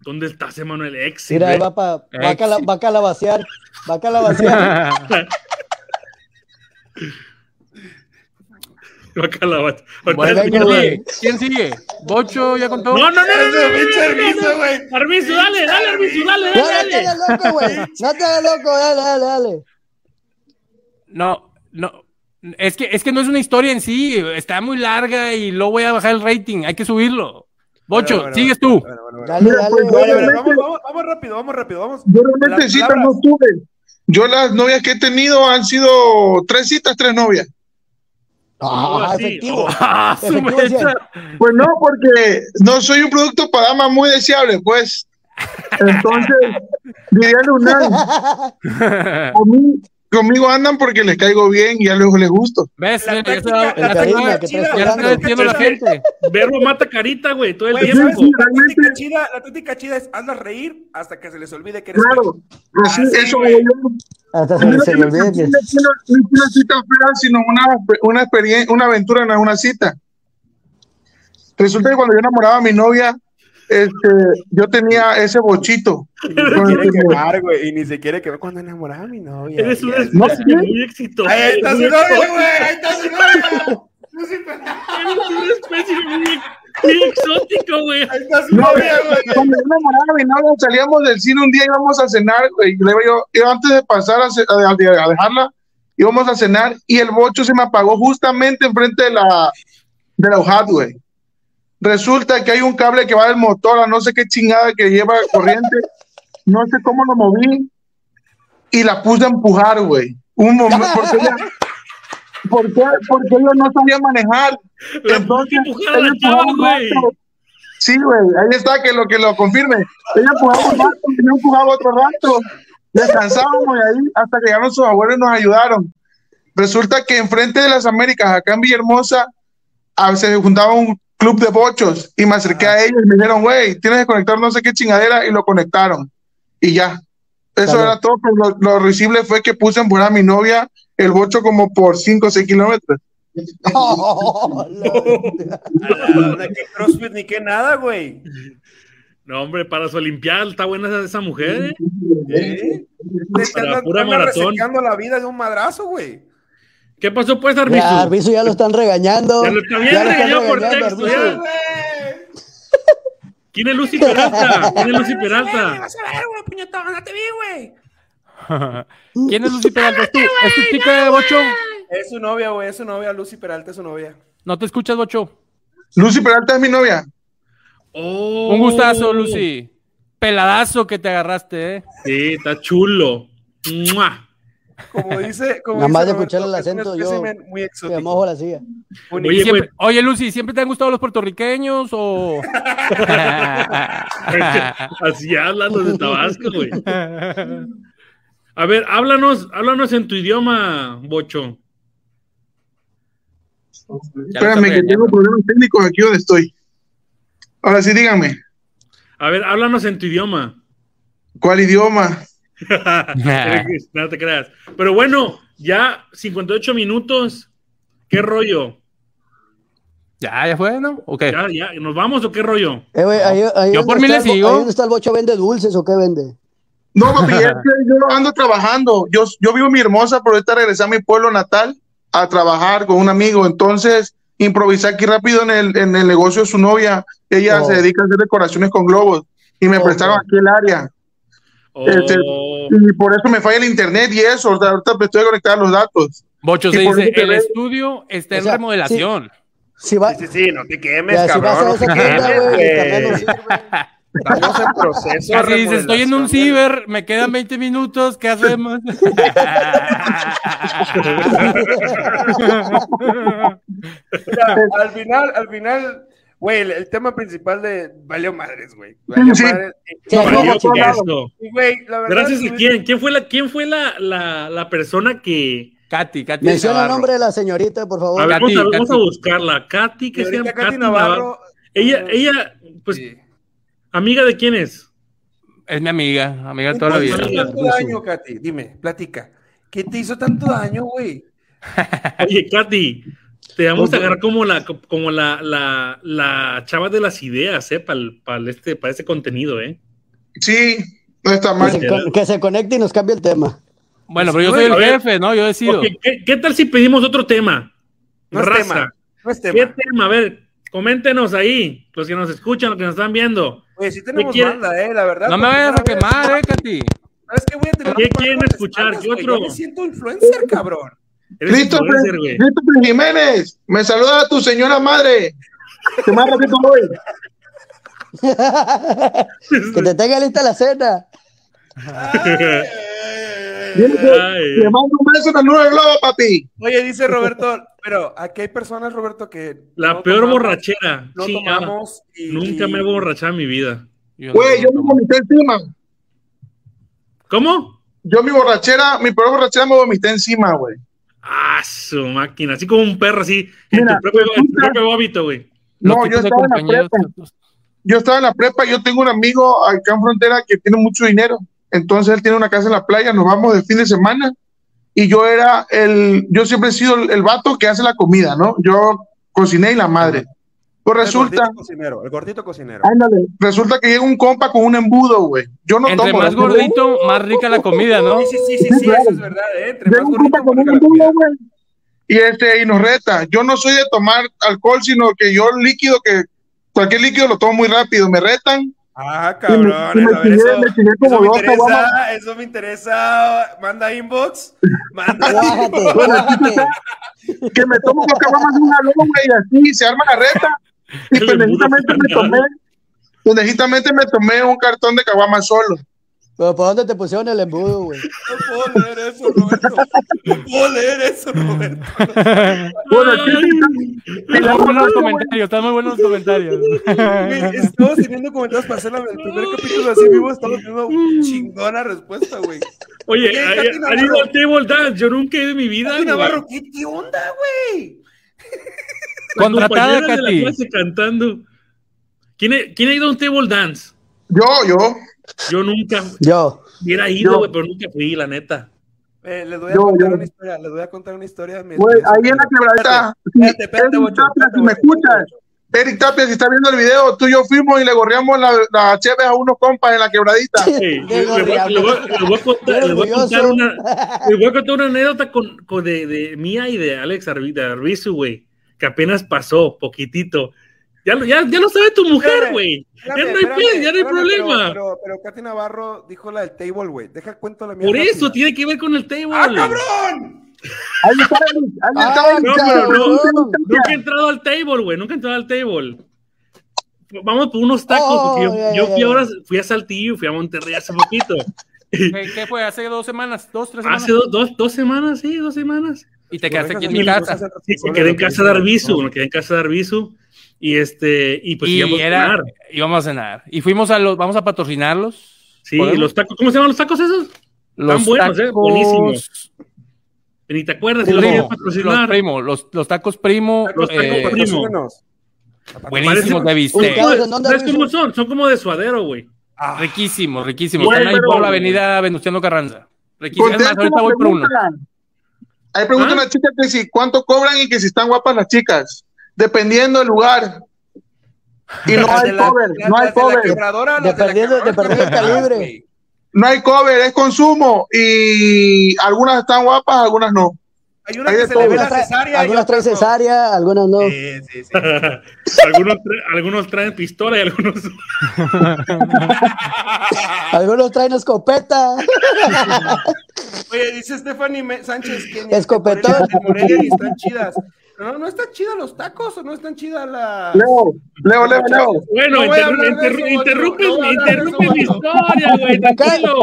S2: ¿Dónde estás, Emanuel? Ex.
S3: Mira, ahí
S2: güey.
S3: va para va a
S4: Ex.
S3: cala- va a calabacear. Va a calabacear.
S2: Va a calabaza.
S4: Bueno,
S2: Ahorita
S3: venga,
S4: ¿quién,
S2: escucho-
S3: güey.
S4: sigue? ¿Quién sigue? ¿Bocho ya contó?
S2: No, no, no, no,
S1: Ese
S2: no, no,
S1: pinche
S2: no, no, no,
S1: Arbizu, güey.
S2: no. Arbizu, dale, dale, Arbizu, dale,
S3: No, no
S2: dale,
S3: te hagas
S2: dale.
S3: loco, güey. No te hagas loco, dale, dale, dale.
S4: No, no. Es que, es que no es una historia en sí, está muy larga y luego voy a bajar el rating, hay que subirlo. Bocho,
S1: Bueno, bueno,
S4: sigues
S1: bueno,
S4: tú.
S1: bueno, bueno, bueno.
S3: Dale, dale.
S5: pues,
S1: Vale,
S5: vale,
S1: vale,
S5: vale.
S1: vamos,
S3: güey.
S1: vamos, vamos rápido, vamos rápido, vamos.
S5: Yo realmente
S1: Las
S5: citas
S1: palabras.
S5: no tuve. Yo las novias que he tenido han sido tres citas, tres novias.
S3: Ah,
S2: así,
S3: efectivo.
S4: ¡Ah, su
S3: Efectivo, sí.
S4: mecha!
S5: Pues no, porque no soy un producto para damas muy deseable, pues. Entonces, diría Lunar, conmigo, conmigo andan porque les caigo bien y a luego les gusto.
S4: ¿Ves?
S1: La
S4: Mira, ya se
S1: táctica-
S4: va-
S1: la
S4: ya se va-
S1: táctica
S3: carisma que
S1: chida,
S3: traes
S4: ya
S1: la
S4: se está
S3: colgando.
S1: táctica
S4: diciendo la
S1: chida.
S4: gente.
S2: Verbo mata carita, güey, todo el
S1: Güey,
S2: tiempo.
S1: ¿sabes?
S5: Sí, sí,
S1: La táctica
S5: realmente.
S1: chida, la táctica chida es hazlas reír hasta que se les olvide que eres
S5: Claro, así,
S1: Ah, sí,
S5: eso
S1: güey.
S5: hago yo.
S3: Hasta
S5: A mí
S3: se,
S5: lo
S3: se
S5: que
S3: me
S5: me
S3: olvida que.
S5: fascina es que No no es una cita fea, sino una, una, experien- una aventura en una cita. Resulta que cuando yo enamoraba a mi novia, este, yo tenía ese bochito.
S1: Ni se quiere quemar, güey. Y ni se quiere quemar. Cuando enamoraba a mi novia.
S2: Eres un
S1: ya-
S5: No,
S2: desgraciado
S5: ¿qué?
S2: muy exitoso.
S1: Ahí está su
S2: Eres
S1: novia, güey. Ahí está su novia. No se-
S2: una especie muy, muy exótico, güey.
S1: Ahí está su
S5: No,
S1: novia, güey.
S5: cuando yo enamoraba a mi novia, salíamos del cine un día y íbamos a cenar. güey, y luego yo, yo antes de pasar a, ce- a- a- a dejarla, íbamos a cenar y el bocho se me apagó justamente enfrente de la, de la hojat, güey. Resulta que hay un cable que va del motor a no sé qué chingada que lleva corriente. No sé cómo lo moví y la puse a empujar, güey. Un momento, porque ella, porque, porque ella no sabía manejar.
S2: La puta empujar a la
S5: ella
S2: chava,
S5: empujaba un
S2: güey.
S5: rato. Sí, güey, ahí está, que lo que lo confirme. Ella empujaba un rato, yo empujaba otro rato. Descansábamos y ahí hasta que llegaron sus abuelos y nos ayudaron. Resulta que enfrente de las Américas, acá en Villahermosa, a- se juntaba un club de bochos y me acerqué
S4: Ah.
S5: a ellos y me dijeron, güey, tienes que conectar no sé qué chingadera y lo conectaron. Y ya. Eso
S3: Claro.
S5: era todo, pero lo, lo risible fue que puse en buena a mi novia el bocho como por 5 o 6 kilómetros.
S3: Oh, la-
S2: Ah,
S1: No, qué crossfit ni qué nada, güey.
S2: No, hombre, para su olimpiada está buena esa, esa mujer, ¿eh?
S1: ¿Eh? Te
S2: Para
S1: andan-
S2: pura
S1: andan
S2: maratón.
S1: reseteando la vida de un madrazo, güey.
S2: ¿Qué pasó, pues, Arbizu?
S3: Ya, Arbizu ya lo están regañando.
S2: Ya lo está bien regañado por
S1: Sí,
S2: texto, ya.
S3: Arbizu.
S1: güey.
S2: ¿Quién es Lucy Peralta? ¿Quién es Lucy Peralta?
S1: a ver, güey, puñetón, no te vi, güey.
S4: ¿Quién es Lucy Peralta? ¿Es tú? ¿Es tu chica de Bocho?
S1: Es su novia, güey, es su novia, Lucy Peralta es su novia.
S4: No te escuchas, Bocho.
S5: Lucy Peralta es mi novia.
S2: Oh.
S4: Un gustazo, Lucy. Peladazo que te agarraste, ¿eh?
S2: Sí, está chulo. ¡Mua!
S1: Como dice, como
S3: Nada
S1: dice
S3: más de
S1: Roberto, es
S3: escuchar el
S1: un
S3: acento, yo
S1: espécimen muy
S3: Me
S1: exótico.
S3: mojo la silla.
S1: Único.
S2: Oye,
S4: Siempre- oye, Lucy, ¿siempre te han gustado los puertorriqueños o...?
S2: Así hablan los de Tabasco, güey. A ver, háblanos, háblanos en tu idioma, Bocho.
S4: Ya lo
S5: Espérame,
S4: están
S5: que tengo
S4: regañando.
S5: problemas técnicos aquí donde estoy. Ahora sí, díganme,
S2: A ver, háblanos en tu idioma.
S5: ¿cuál idioma?
S2: no te creas. Pero bueno, ya 58 minutos. ¿Qué rollo?
S4: Ya, ya fue, ¿no? Ok.
S2: ¿Ya, ya? ¿Nos vamos o qué rollo?
S3: Eh, güey, ahí, ahí
S4: Yo
S3: donde
S4: por mí
S3: está el
S4: le
S3: bo-
S4: sigo.
S3: ahí donde está el bocho vende dulces o qué vende?
S5: No, papi, es que yo ando trabajando. Yo, yo vivo en mi hermosa, pero ahorita regresé a mi pueblo natal a trabajar con un amigo. Entonces, improvisé aquí rápido en el, en el negocio de su novia. Ella
S3: Oh.
S5: se dedica a hacer decoraciones con globos y me
S3: Oh,
S5: prestaron
S3: no.
S5: aquí el área.
S2: O- Oh,
S5: Este- Y por eso me falla el internet y eso. O sea, ahorita me estoy a conectar los datos.
S4: Bocho
S5: Sí,
S4: se
S5: por
S4: dice,
S5: eso te
S4: el
S5: ves".
S4: estudio está
S3: O
S4: en
S3: sea,
S4: remodelación.
S3: Si va,
S1: Sí, sí, sí, no te quemes,
S3: ya, si vas a
S1: cabrón. no te
S3: esa tienda,
S1: quemes,
S3: güey, el
S1: güey.
S3: internet no sirve.
S1: Estamos en proceso. de
S4: Casi dice, estoy en un
S1: remodelación.
S4: ciber, me quedan 20 minutos, ¿qué hacemos?
S1: Mira, al final, al final, güey, el, el tema principal de valió madres, güey.
S5: Sí,
S1: Valió
S5: sí.
S1: madres.
S3: Sí,
S5: Valió
S3: no,
S5: por
S3: chingada.
S5: lado.
S2: Eso.
S1: Y, güey, la verdad,
S2: Gracias a
S1: tuviste-
S2: quién. ¿Quién fue la, quién fue la, la, la persona que.
S4: Katy, Katy.
S3: Menciona el
S4: Navarro.
S3: nombre de la señorita, por favor.
S2: A ver,
S4: Oh, Katy,
S2: vamos, a, vamos a
S4: Katy.
S2: buscarla. Katy, que se
S1: Señorita
S2: llama
S1: Katy
S2: Katy
S1: Navarro. mm,
S2: Navarro. Ella, ella, pues,
S1: Sí.
S2: amiga de quién es?
S4: Es mi amiga, amiga de toda la
S1: ¿Qué
S4: vida.
S1: te hizo tanto daño, Katy? Dime, platica. ¿Qué te hizo tanto daño, güey?
S2: Oye, Katy, te vamos a agarrar como la, como la, la, la chava de las ideas, ¿eh? Para este, para este contenido, ¿eh?
S5: Sí, no está
S3: Que
S5: mal.
S3: se, con- que se conecte y nos cambie el tema.
S4: Bueno, pero yo
S2: Güey,
S4: soy el
S2: a ver.
S4: jefe, ¿no? Yo decido.
S2: Ok, ¿qué, qué tal si pedimos otro tema?
S1: No es
S2: Raza,
S1: tema. No es
S2: ¿qué
S1: tema.
S2: tema? A ver, coméntenos ahí, los que nos escuchan, los que nos están viendo.
S1: Oye, sí tenemos
S2: quiere-
S1: banda, eh, la verdad.
S4: No me
S1: por
S4: vayas a
S1: primera vez.
S4: quemar, eh, Katy.
S1: Es que voy a tener
S2: ¿Qué
S1: un par
S2: quieren
S1: de
S2: escuchar?
S1: espaldas,
S2: ¿Qué
S1: güey.
S2: otro?
S1: Yo me siento influencer, cabrón.
S2: Eres
S5: Christopher,
S1: pues.
S2: influencer, güey.
S5: Christopher Jiménez, me saluda a tu señora madre. Te mando que hoy.
S3: Que te tenga lista la cena.
S1: pues.
S2: Ay.
S5: Te mando un beso en el nuevo globo, papi.
S1: Oye, dice Roberto, pero aquí hay personas, Roberto, que.
S2: La
S1: no
S2: peor
S1: tomamos,
S2: borrachera.
S1: No
S2: Chingada.
S1: tomamos. y-
S2: Nunca me he borrachado en mi vida.
S4: Yo
S5: Güey, yo
S4: no-
S5: me vomité encima.
S2: ¿Cómo?
S5: Yo mi borrachera, mi peor borrachera me vomité encima, güey.
S2: Ah, su máquina. Así como un perro, así. En
S5: Mira,
S2: tu propio,
S5: pues,
S2: en tu
S5: puta.
S2: propio hábito, güey.
S5: No,
S4: los
S5: yo
S4: tipos de
S5: estaba en la
S4: compañeros-
S5: Yo estaba en la prepa, yo tengo un amigo acá en frontera que tiene mucho dinero. Entonces él tiene una casa en la playa, nos vamos de fin de semana. Y yo era el, yo siempre he sido el, el vato que hace la comida, ¿no? Yo cociné y la madre. Pues
S1: El
S5: resulta, Ah,
S1: gordito cocinero. El gordito cocinero.
S5: ándale, resulta que llega un compa con un embudo, güey. Yo no
S4: Entre
S5: tomo.
S4: más
S5: ¿no?
S4: gordito, más rica la comida, ¿no?
S1: Sí, sí, sí, sí, sí,
S5: Claro.
S1: eso es verdad, ¿eh? Entre
S5: Llega
S1: más
S5: un
S1: gordito,
S5: compa
S1: más
S5: con un
S1: rica la
S5: embudo,
S1: comida.
S5: güey. Y este, y nos reta. Yo no soy de tomar alcohol, sino que yo líquido que cualquier líquido lo tomo muy rápido. Me retan.
S1: Ah, cabrón.
S5: Y me- y me
S1: a ver,
S5: chingué-
S1: eso,
S5: me chingué como
S1: eso me
S5: dos caguamas.
S1: interesa, eso me interesa. Manda inbox. Manda
S3: Bájate,
S1: inbox.
S3: bájate.
S5: que me tomo lo que vamos a una longa y así se arma la reta. Y
S2: El
S5: pendejitamente
S2: embudo
S5: me tomé, pendejitamente me tomé un cartón de caguama solo.
S3: Pero ¿por dónde te pusieron el embudo, güey?
S1: No puedo leer eso, Roberto. No puedo leer eso, Roberto.
S5: Bueno, el
S2: Ay.
S5: chiste
S4: Están muy buenos los comentarios, están muy buenos los comentarios.
S1: Güey, Estamos teniendo comentarios para hacer la- el primer capítulo así vivo. Estamos teniendo chingona respuesta, güey.
S2: Oye,
S1: Oye,
S2: ¿ha-
S1: Katy
S2: ha- ¿han ido
S1: Navarro.
S2: al table dance? Yo nunca he ido en mi vida.
S1: Katy
S2: güey.
S1: Navarro, ¿qué, qué onda, güey?
S2: La
S4: Contratada,
S2: compañera de la
S4: Katy.
S2: clase cantando. ¿Quién, he- ¿Quién ha ido a un table dance?
S5: Yo, yo,
S2: Yo nunca
S3: Yo.
S2: hubiera
S5: Yo.
S2: ido, güey, pero nunca fui, la neta.
S1: Eh, les voy a
S5: Yo,
S1: contar
S5: yo.
S1: una historia. Les voy a contar una historia. mi-
S5: güey,
S1: mi-
S5: ahí en la quebradita. si-
S1: Espérate, espérate,
S5: Eric
S1: bocho,
S5: Tapia, si
S1: espérate,
S5: me
S1: bocho,
S5: escuchas, Eric Tapia, si está viendo el video, tú y yo fuimos y le gorreamos la, la cheve a unos compas en la quebradita.
S2: Ey,
S3: Qué
S2: le- le voy a- le voy a- le voy a contar-
S3: Qué
S2: le voy a contar
S3: orgulloso.
S2: una- le voy a contar una anécdota con, con- de, de mía y de Alex Arbi- de Arbizu, güey, que apenas pasó, poquitito. Ya, lo- ya, ya lo sabe tu mujer,
S1: Espérame,
S2: güey. Ya no
S1: espérame,
S2: hay
S1: espérame,
S2: pedo, ya no hay
S1: espérame, pero-
S2: problema.
S1: Pero, pero Katy Navarro dijo la del table, güey. Deja el cuento la mía.
S2: Por eso
S1: rápida.
S2: tiene que ver con el table.
S1: ¡Ah, cabrón!
S5: Ahí está Eric, ahí
S3: Ah,
S5: está Eric
S2: no,
S5: Tapia,
S2: pero no.
S5: ahí está Eric Tapia.
S2: Nunca he entrado al table, güey. Nunca he entrado al table. Vamos por unos tacos.
S3: Oh,
S2: porque yo,
S3: ya,
S2: yo
S3: ya,
S2: fui,
S3: ya.
S2: ahora, fui a Saltillo, fui a Monterrey hace poquito.
S4: ¿Qué qué fue? ¿Hace dos semanas? ¿Dos, tres semanas?
S2: hace dos, dos, dos semanas, sí, dos semanas.
S4: Y te quedaste aquí en
S1: Correcto,
S4: mi
S1: señor,
S4: casa.
S1: no seas
S2: Sí, me
S1: responsable
S2: quedé
S1: de
S2: en
S1: lo que
S2: casa
S1: dices,
S2: de Arbizu,
S1: ¿no?
S2: me quedé en casa de Arbizu. Y este, y pues
S4: y
S2: íbamos a
S4: era,
S2: cenar.
S4: íbamos a cenar. Y fuimos a los, vamos a patrocinarlos.
S2: Sí,
S4: ¿Podemos?
S2: los tacos, ¿cómo se llaman los tacos esos?
S4: Los
S2: buenos, eh,
S4: tacos-
S2: buenísimos. Ni te acuerdas si los
S4: Primo,
S2: querías
S4: los
S2: patrocinar.
S4: primo, los, los tacos primo,
S1: Tacos, tacos,
S4: eh,
S2: primo.
S1: patrocínanos.
S4: buenísimos de bistec.
S3: Ubicados en dónde,
S2: ¿Sabes cómo
S3: Arbizu?
S2: son? Son como de suadero, güey.
S1: Ah,
S4: Riquísimos, riquísimos.
S2: Güey,
S4: Están ahí
S2: pero-
S4: por la avenida Venustiano Carranza. Riquísimos. Es
S5: Contesto
S4: más, ahorita
S5: la
S4: voy por uno.
S5: pregunta. Ahí pregunta
S2: ¿Ah?
S5: una chica que si cuánto cobran y que si están guapas las chicas, dependiendo del lugar. Y no
S1: las de
S5: hay
S1: la-
S5: cover,
S1: las-
S5: no hay
S1: las de la
S5: cover,
S1: quebradora, las
S3: Dependiendo-
S1: de la quebradora,
S3: dependiendo del
S1: quebradas,
S3: calibre.
S1: güey.
S5: no hay cover, es consumo y algunas están guapas, algunas no.
S1: Hay una
S5: Hay
S1: que
S5: de
S1: se
S5: todo.
S1: le ve la
S3: Algunas traen-
S1: cesárea. Eh, y
S3: Algunas traen
S1: otras no.
S3: cesárea, algunas no.
S1: Sí, sí, sí.
S2: algunos, tra- algunos traen pistola y algunos.
S3: Algunos traen escopeta.
S1: Oye, dice Stephanie Me- Sánchez que en- en
S3: Escopetón.
S1: Morelia- en Morelia ni están chidas. No, no están chidas los tacos o no están chidas las.
S5: Leo, Leo, Leo, Leo.
S2: Bueno,
S1: No voy a
S2: interru-
S1: hablar de
S2: interru-
S1: eso,
S2: interrumpes,
S1: no voy a hablar de eso,
S2: interrumpes mi
S1: vato.
S2: historia, güey, tranquilo.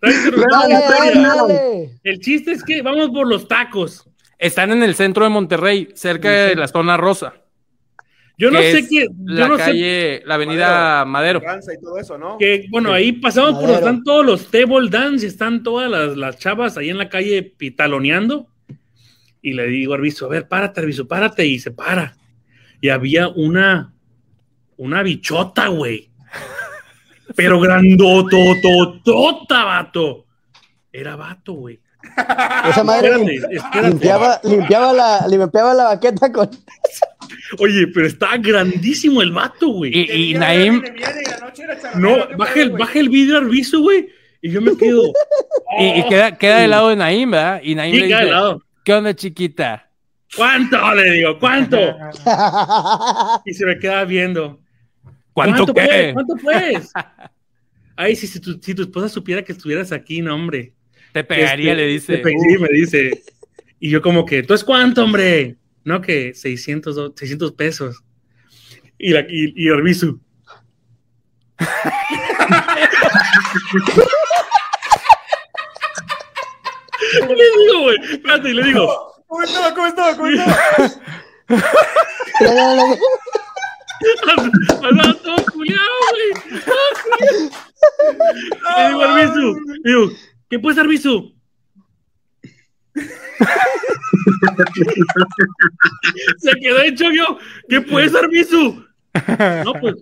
S2: Estás interrumpiendo mi
S3: Dale, dale,
S2: historia.
S3: dale.
S2: El chiste es que vamos por los tacos.
S4: Están en el centro de Monterrey, cerca de la zona rosa.
S2: Yo no
S4: que
S2: sé
S4: es
S2: qué.
S4: La
S2: Yo no sé
S4: calle, la avenida Madero.
S1: Danza y todo eso, ¿no?
S2: que, bueno, ahí pasamos por donde
S3: Madero.
S2: están todos los table dance y están todas las, las chavas ahí en la calle pitaloneando. Y le digo a Arviso, a ver, párate, Arviso, párate. Y se para. Y había una, una bichota, güey. Pero grandotototota, vato. Era vato, güey.
S3: Esa madre
S2: Espérate,
S3: lim-
S2: espérate.
S3: limpiaba, limpiaba, la, limpiaba la baqueta con.
S2: Oye, pero está grandísimo el vato, güey.
S4: Y- Y, Naim,
S2: No, baja el, baja el vidrio Arviso, güey. Y yo me quedo.
S4: y, y queda, queda del lado de Naim, ¿verdad? Y Naim
S2: Sí,
S4: le
S2: queda
S4: dice,
S2: al lado.
S4: ¿qué onda, chiquita?
S2: ¿Cuánto? Le digo, ¿cuánto? Y se me queda viendo.
S4: ¿Cuánto,
S2: pues?
S4: qué?
S2: ¿Cuánto pues? Ay, si, si tu, si tu esposa supiera que estuvieras aquí, no, hombre.
S4: Te pegaría,
S2: Este,
S4: le dice.
S2: te pe- Sí, me dice. Y yo como que, ¿tú es cuánto, hombre? No, que 600, do- 600 pesos. Y, la, y, y Arbizu. Y le digo, güey, espérate, y le digo,
S1: ¿Cómo estaba? ¿Cómo estaba? ¿Cómo estaba?
S2: Andaba todo culiado, güey. Ah, Le Eh, digo, Arbizu, le digo, ¿qué pues, Arbizu? Se quedó hecho yo, ¿qué pues, Arbizu? No, pues,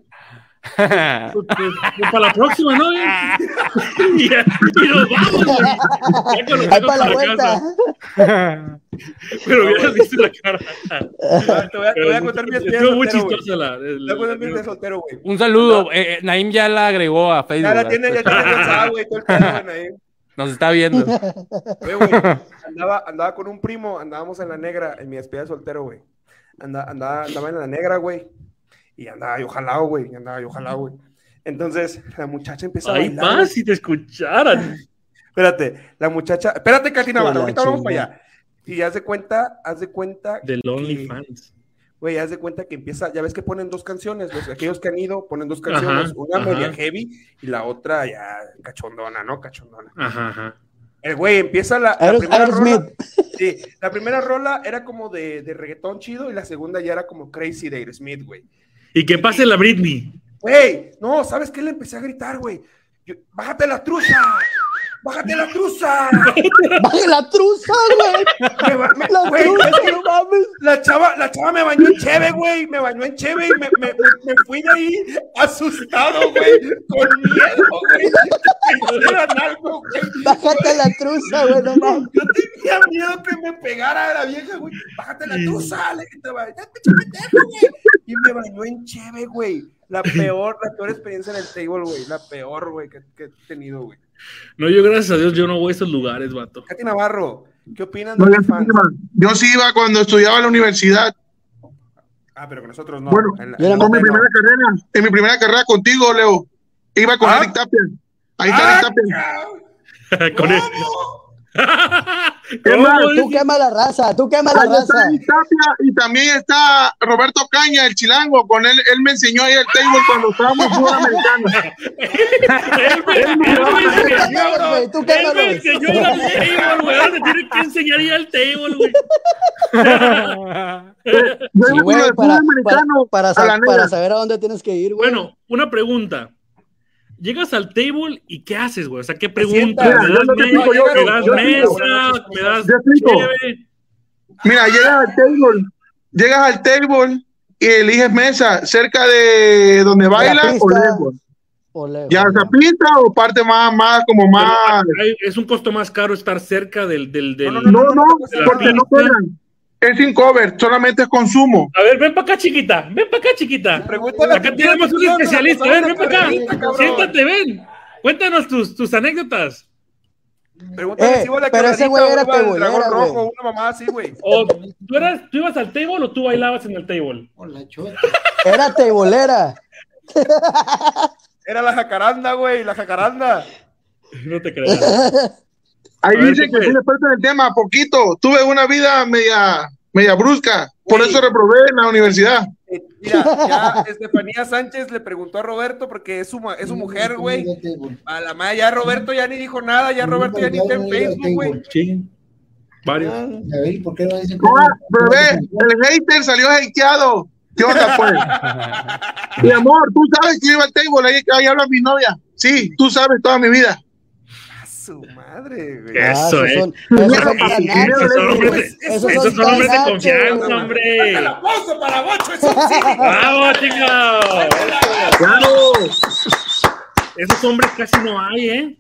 S2: pues, pues, pues, para la próxima, ¿no? Y, ya- y nos vamos, güey. Ya con los
S3: Ahí
S2: tacos
S3: para la
S2: casa.
S3: vuelta.
S2: Pero hubieras visto la cara.
S1: Ah, Te voy a- te voy a contar mi despedida
S2: Estuvo muy
S1: soltero, güey.
S2: chistosa la.
S1: Te voy a contar mi despedida soltero, güey.
S4: Un saludo. eh, eh, Naim ya la agregó a Facebook.
S1: Ya la
S4: ¿verdad?
S1: tiene, ya tiene WhatsApp, güey, todo el pedo, güey, Naim.
S4: Nos está viendo.
S1: Oye, güey, andaba, andaba con un primo, andábamos en la negra, en mi despedida de soltero, güey. Anda- andaba, andaba en la negra, güey. Y andaba yo jalado, güey. y Andaba yo jalado, güey. Entonces, la muchacha empezó a
S2: Ahí
S1: bailar. güey.
S2: más si te escucharan.
S1: Espérate, la muchacha. Espérate, Katy Navarro,
S3: Hola,
S1: ahorita vamos para
S3: chinga.
S1: allá. Y haz de cuenta, haz de cuenta,
S2: Del OnlyFans.
S1: güey, haz de cuenta que empieza, ya ves que ponen dos canciones, los, aquellos que han ido ponen dos canciones,
S2: Ajá,
S1: una
S2: ajá.
S1: media heavy y la otra ya cachondona, ¿no? Cachondona.
S2: Ajá, ajá.
S1: El güey empieza la, la
S3: Aeros-
S1: primera rola.
S3: Aerosmith.
S1: Sí, la primera rola era como de, de reggaetón chido y la segunda ya era como crazy de Aerosmith, güey.
S2: Y que pase la Britney.
S1: Güey, no, ¿sabes qué? Le empecé a gritar, güey. Yo, Bájate la truza, bájate la truza.
S3: Baje la truza, güey.
S1: Me va- me-
S3: La
S1: güey,
S3: truza,
S1: es que-
S3: no mames.
S1: La chava, la chava me bañó en cheve, güey. Me bañó en cheve y me, me- me fui de ahí asustado, güey. Con miedo, güey. Que me hicieran algo, güey.
S3: Bájate la truza, güey, no mames.
S1: Yo tenía miedo que me pegara la vieja, güey. Bájate la truza, le gritaba. "Ya te eché pendejo, güey". Y me bañó en cheve, güey. La peor, la peor experiencia en el table, güey. La peor, güey, que, que he tenido, güey.
S2: No, yo gracias a Dios yo no voy a esos lugares, vato.
S1: Katy Navarro, ¿qué opinan
S5: No,
S1: de
S5: yo
S1: los
S5: sí
S1: fans?
S5: iba. Yo sí iba cuando estudiaba en la universidad.
S1: Ah, pero con nosotros no.
S5: Bueno,
S1: En la-
S3: yo era
S1: en la-
S5: Con mi primera carrera, en mi primera carrera contigo, Leo. Iba con
S1: Ah.
S5: Eric Tapia. Ahí está
S1: ¡Ah,
S5: Eric Tapia.
S1: cabrón!
S2: Con él.
S1: ¿Cómo?
S2: ¿Cómo
S3: Tú
S2: dices?
S3: quema la raza, tú quema la
S5: Ahí está
S3: raza.
S5: Eric Tapia y también está Roberto Caña, el chilango. Con él, él me enseñó ahí el table cuando estábamos en Sudamericana.
S2: Él me- él me
S3: Tú
S2: enseñó-
S3: quémalo, güey, tú
S2: él
S3: quémalo.
S2: me enseñó ir al table, güey. Ahora Te tiene que enseñar a ir al table, güey.
S5: Yo
S3: Sí,
S5: iba con
S3: güey, para,
S5: el
S3: para,
S5: Sudamericano
S3: para,
S5: a la
S3: sa-
S5: negra.
S3: para saber a dónde tienes que ir, güey.
S2: Bueno, una pregunta. Llegas al table y ¿qué haces, güey? O sea, ¿qué
S1: sientas.
S2: preguntas? ¿Me
S5: Mira,
S2: das,
S5: yo lo que
S2: me-
S5: digo yo,
S2: me
S5: yo
S2: das
S5: digo,
S2: mesa? ¿Me das
S5: yo explico.
S2: cheve?
S5: Mira, llegas al table, llegas al table y eliges mesa cerca de donde bailas o
S3: pista.
S5: lejos.
S3: Ole,
S5: Ya
S3: güey.
S5: esa pista o parte más, más, como más.
S2: Ay, Es un costo más caro estar cerca del... del, del-
S5: No, no,
S2: la
S5: porque no
S2: pista.
S5: cobran. Es sin cover, solamente es consumo.
S2: A ver, ven para acá, chiquita. Ven para acá, chiquita.
S1: Pregúntale
S2: Acá tenemos un especialista. Ven, ven para acá.
S6: cabrón.
S2: Siéntate, ven. Cuéntanos tus, tus anécdotas.
S1: Pregúntale
S3: Eh,
S1: si iba a la
S3: pero ese
S1: quebradita
S3: güey
S1: o
S3: era
S1: iba al
S3: tebolera,
S1: dragón
S3: güey.
S1: rojo, una mamá así, güey.
S2: O, ¿tú, eras, ¿Tú ibas al table o tú bailabas en el table?
S6: Con la chota.
S3: Era tebolera.
S1: Era la jacaranda, güey, la jacaranda.
S2: No te creas.
S5: Ahí
S2: A ver,
S5: dice
S2: ¿qué
S5: que
S2: fue?
S5: soy experto en el tema, poquito. Tuve una vida media, media brusca. Por
S1: Sí.
S5: eso reprobé en la universidad.
S1: Eh, Mira, ya Estefanía Sánchez le preguntó a Roberto porque es su, ma- es su mujer, güey. A la madre, ya Roberto ya ni dijo nada, ya Roberto ya ni está en Facebook, güey. Ah.
S2: Sí. Varios.
S6: A ver, ¿por qué no dicen?
S5: Ahora, Ah, bebé, el hater salió hateado. ¿Qué onda, pues? Mi amor, tú sabes que yo iba al table, ahí, ahí habla mi novia. Sí, tú sabes toda mi vida.
S1: A su madre, güey.
S2: ¿Qué? Eso,
S3: Ah, esos
S2: eh.
S3: son- esos son para
S2: Sí,
S3: nada,
S2: esos son
S3: güey.
S2: hombres de-
S3: Esos
S2: esos son
S3: tan
S2: hombres de
S3: gachos,
S2: confianza,
S3: güey.
S2: hombre.
S1: ¡El aplauso para Bocho! ¡Eso sí!
S2: ¡Bravo, chicos!
S5: Claro.
S2: Esos hombres casi no hay, ¿eh?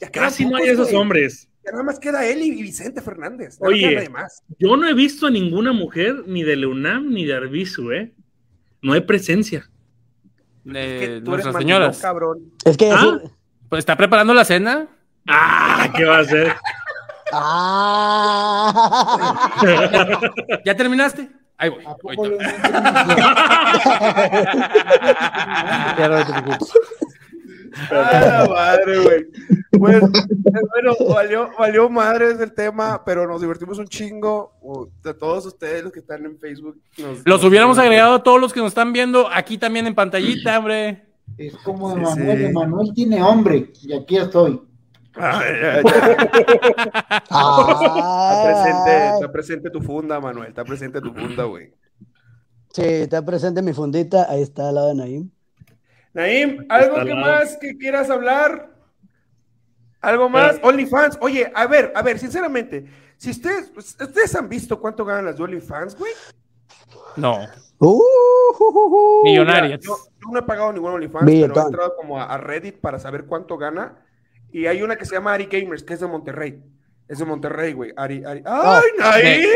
S1: Ya quedan
S2: Casi no hay
S1: pocos,
S2: esos
S1: güey.
S2: hombres.
S1: Ya nada más queda él y Vicente Fernández. No
S2: Oye.
S1: queda nadie más.
S2: Yo no he visto a ninguna mujer, ni de Leunam, ni de Arbizu, ¿eh? No hay presencia.
S1: Que
S4: Eh,
S1: tú eres
S4: nuestras
S1: mandilón,
S4: señoras.
S1: cabrón.
S3: Es que
S2: ¿Ah?
S3: es-
S4: Pues está preparando la cena.
S2: ¡Ah! ¿Qué va a hacer?
S3: Ah.
S4: ¿Ya terminaste? Ahí voy.
S6: ¿A
S4: voy
S6: poco
S4: yo.
S6: lo encuentran?
S4: Ya no te preocupes.
S1: Ah, la madre, güey. Pues, bueno, valió, valió madres el tema, pero nos divertimos un chingo. O, De todos ustedes los que están en Facebook. nos-
S4: Los
S1: nos-
S4: hubiéramos agregado a todos los que nos están viendo aquí también en pantallita, hombre.
S6: Es como
S1: Sí,
S6: de Manuel.
S1: sí.
S6: de Manuel tiene hombre. Y aquí estoy.
S1: Ay, ay, ay. Está presente,
S3: Ah.
S1: está presente tu funda, Manuel. Está presente tu funda, güey.
S3: Sí, está presente mi fundita. Ahí está al lado de Naim.
S1: Naim, ¿algo
S2: Está al
S1: que
S2: lado.
S1: más que quieras hablar? ¿Algo más?
S2: Eh.
S1: OnlyFans. Oye, a ver, a ver, sinceramente, si ustedes, ustedes han visto cuánto ganan las de OnlyFans, güey.
S4: No.
S3: Uh, ju, ju, ju.
S4: Millonarias.
S1: Yo, yo no he pagado ningún OnlyFans,
S3: Billetón.
S1: pero he entrado como a, a Reddit para saber cuánto gana. Y hay una que se llama Ari Gamers, que es de Monterrey. Es de Monterrey, güey. Ari, Ari. ¡Ay, Naim!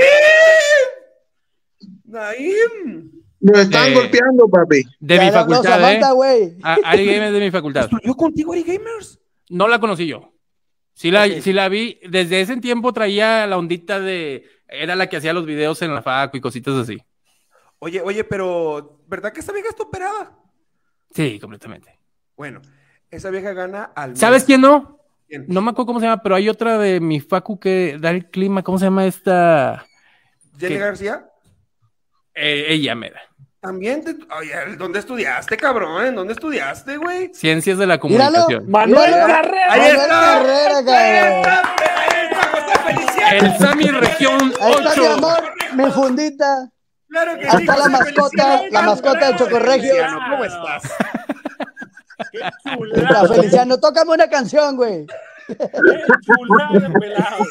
S1: Naim.
S5: Nos están
S4: Eh.
S5: golpeando, papi.
S4: De
S3: Ya
S4: mi
S3: la habló
S4: facultad, ¿eh?
S3: Samantha, güey.
S4: A- Ari Gamer es de mi facultad.
S1: ¿Estudió contigo Ari Gamers?
S4: No la conocí yo. Sí la,
S1: Ok.
S4: sí la vi. Desde ese tiempo traía la ondita de. Era la que hacía los videos en la facu y cositas así.
S1: Oye, oye, pero ¿verdad que esta vieja está operada?
S4: Sí, completamente.
S1: Bueno, esa vieja gana al mes.
S4: ¿Sabes quién no?
S1: ¿Quién?
S4: No me acuerdo cómo se llama, pero hay otra de mi facu que da el clima. ¿Cómo se llama esta?
S1: Jenny
S4: ¿Quién?
S1: García.
S4: Eh, ella mera.
S1: También te... Oye, ¿dónde estudiaste, cabrón? ¿Dónde estudiaste, güey?
S4: Ciencias de la
S3: Míralo.
S4: comunicación.
S2: ¡Manuel
S3: Míralo.
S2: Carrera!
S1: ¡Ahí
S3: Manuel
S1: está!
S3: Carrera,
S1: ¡Ahí
S3: cabrón.
S1: está! ¡Ahí está, José
S3: Eh,
S1: Feliciano!
S4: El Sami Región
S3: Ahí está
S4: 8.
S3: mi amor, mi fundita.
S1: Claro que
S3: Ahí
S1: sí,
S3: está la
S1: José
S3: mascota,
S1: Feliciano.
S3: la mascota del Chocorregio.
S1: Feliciano, ¿Cómo estás?
S2: ¡Qué
S3: Ahí está,
S2: chulada!
S3: Feliciano, tócame una canción, güey.
S2: ¡Qué chulada, pelado!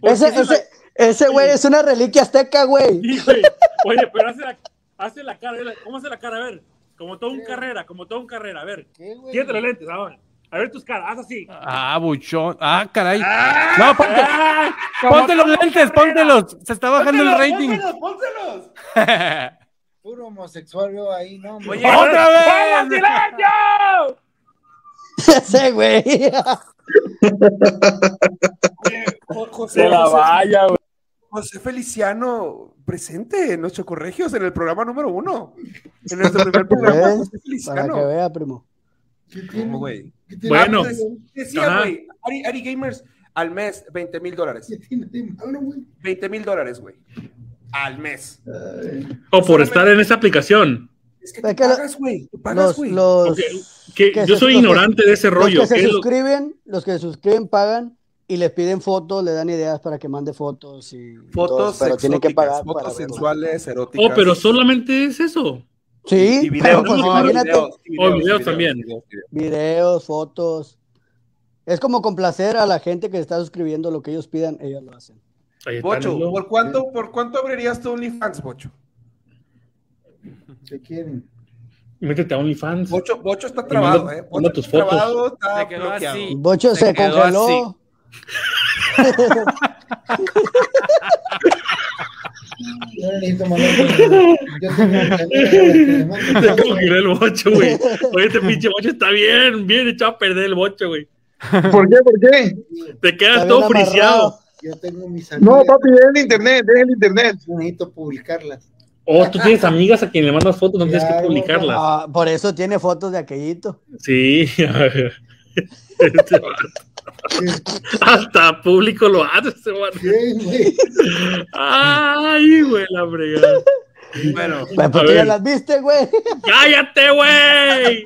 S2: Porque
S3: Ese,
S2: esa es la-
S3: ese, ese güey es una reliquia azteca, güey.
S2: Sí, güey. Oye, pero hace la, hace la cara. la- ¿Cómo hace la cara? A ver. Como todo un carrera, como todo un carrera. A ver.
S6: ¿Qué, güey?
S2: Quítate los lentes ahora. A ver tus caras. Haz así.
S4: Ah, buchón. Ah, caray. No, ponte, ponte los
S2: Como-
S4: lentes, póntelos. Se está bajando el rating.
S1: ¡Pónselos, pónselos!
S6: Puro homosexual veo ahí, ¿no? hombre?
S1: Oye,
S4: ¡Otra vez!
S2: ¡Vamos, silencio!
S3: Ese güey.
S1: Jo- José,
S2: Se la
S1: José,
S2: vaya, güey.
S1: José Feliciano presente en los Chocorregios en el programa número uno. En nuestro primer programa,
S3: ¿Ves?
S1: José
S3: Para que
S1: Feliciano.
S3: vea, primo.
S6: ¿Qué tiene?
S1: ¿Cómo, güey?
S6: ¿Qué tiene?
S2: Bueno.
S1: Ah, pues, Decía,
S2: Ajá.
S1: güey, Ari, Ari Gamers al mes 20 mil dólares.
S6: ¿Qué tiene de malo, güey?
S1: 20 mil dólares, güey. Al mes.
S6: Ay,
S2: O por estar en esa aplicación.
S1: Es que
S3: Es
S1: tú
S3: que lo-
S1: pagas, güey. Tú pagas,
S3: Los,
S1: güey.
S3: los,
S2: Ok, que
S3: que
S2: yo
S3: se-
S2: soy
S3: los que-
S2: ignorante de ese
S3: los
S2: rollo.
S3: que
S2: ¿Qué
S3: se
S2: es lo-
S3: suscriben, los que se suscriben pagan y les piden fotos, le dan ideas para que mande fotos y todo,
S1: Fotos
S3: pero tienen que
S1: exóticas,
S3: pagar para
S1: fotos
S3: verlo.
S1: sensuales, eróticas.
S2: Oh, pero solamente es eso.
S3: Sí,
S1: Y
S3: pero
S1: videos.
S3: pues
S1: no,
S3: imagínate,
S1: videos, y
S2: Oh, videos también.
S1: videos, videos.
S3: videos, fotos. Es como complacer a la gente que está suscribiendo lo que ellos pidan, ellos lo hacen.
S2: Ahí está,
S1: Bocho,
S2: ¿no?
S1: ¿por cuánto, ¿por cuánto abrirías tu OnlyFans, Bocho?
S6: ¿Qué quieren?
S2: Métete a OnlyFans.
S1: Bocho, Bocho está
S2: Y
S1: trabado,
S2: manda-
S1: ¿eh? Bocho
S2: manda
S1: está
S2: tus fotos.
S1: trabado, está
S4: Se quedó
S1: bloqueado.
S4: así.
S3: Bocho
S4: Se
S3: se,
S4: quedó
S3: congeló.
S6: Yo no necesito mandar fotos. Yo tengo-
S2: Te congelé el bocho, güey. Oye, este pinche bocho está bien, bien echado a perder el bocho, güey.
S5: ¿Por qué? ¿Por qué?
S2: Te quedas
S6: Está
S2: todo
S6: bien
S2: friciado.
S6: amarrado. Yo tengo mis
S5: No,
S6: amigas,
S5: papi, deja el internet, deja el internet.
S6: necesito publicarlas.
S2: O tú tienes amigas a quien le mandas fotos, no tienes que
S6: Claro,
S2: publicarlas.
S3: Ah, por eso tiene fotos de aquellito.
S2: Sí. Este vato. Hasta público lo hace este vato.
S6: Sí, güey.
S2: Ay, güey, la fregada.
S1: Bueno,
S3: Pues,
S2: A
S3: ¿Por qué
S2: ver.
S3: ya las viste, güey?
S2: ¡Cállate, güey!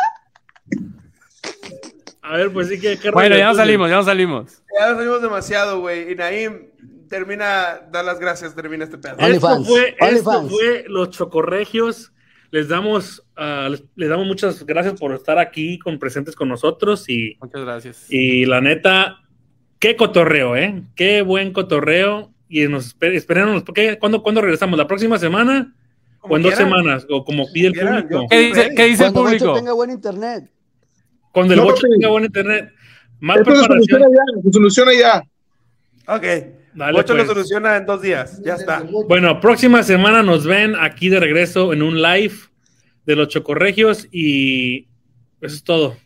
S2: A ver, pues sí que. que
S4: Bueno, ya
S2: regreses,
S4: no salimos, ya no salimos.
S1: ya nos salimos demasiado, güey. Y Naim, termina, da las gracias, termina este pedazo.
S3: Only
S2: Esto
S3: fans,
S2: fue,
S3: only
S2: esto
S3: fans.
S2: fue los chocorregios. Les damos, ah, les, les damos muchas gracias por estar aquí con presentes con nosotros y,
S4: Muchas gracias.
S2: y la neta, qué cotorreo, ¿eh? Qué buen cotorreo. Y nos esper- espérenos, ¿qué? ¿Cuándo, ¿cuándo regresamos? ¿La próxima semana?
S1: Como
S2: ¿O en dos
S1: quieran.
S2: semanas? O como pide el
S1: quieran,
S2: público.
S1: yo-
S4: ¿Qué dice, qué dice el
S3: Cuando Moncho
S4: público?
S3: tenga buen internet.
S2: Cuando el
S5: No,
S2: bocho
S5: papi.
S2: tenga buen internet. Más
S5: Esto se soluciona
S2: preparación.
S5: ya, se soluciona ya.
S1: Ok.
S2: Dale,
S1: Bocho
S2: pues.
S1: lo soluciona en dos días. Ya está.
S2: Bueno, próxima semana nos ven aquí de regreso en un live de los chocorregios y eso es todo.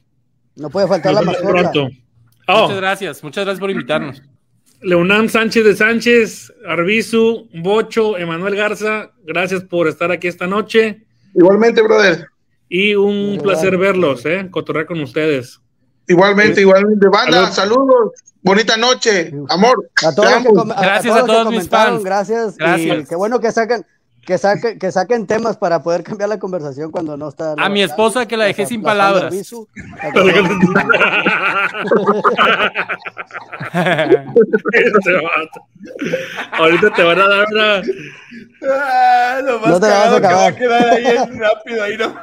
S3: No puede faltar la
S2: Nos vemos
S3: mascota.
S2: pronto. Oh,
S4: Muchas gracias, muchas gracias por invitarnos.
S2: Leonam Sánchez de Sánchez, Arbizu, Bocho, Emanuel Garza, gracias por estar aquí esta noche
S5: Igualmente, brother.
S2: y un
S3: Igual.
S2: placer verlos, eh, cotorrear con ustedes.
S5: Igualmente, igualmente. Banda,
S2: Salud.
S5: saludos. Bonita noche. Amor.
S3: A todos
S5: te
S3: los que,
S5: amo.
S3: com-
S4: Gracias
S3: los
S4: a
S3: que
S4: todos mis
S3: comentaron,
S4: fans.
S3: Gracias.
S4: Gracias.
S3: Y qué bueno que sacan, que saquen, que saquen temas para poder cambiar la conversación cuando no está.
S4: A mi esposa que la dejé sin
S3: Sandra
S4: palabras.
S3: Bisu.
S2: Este vato. Ahorita te van a dar una...
S1: Ah, lo más
S3: No te la vas a
S1: cagado que va a quedar
S3: acabar.
S1: ahí es rápido. Ahí no.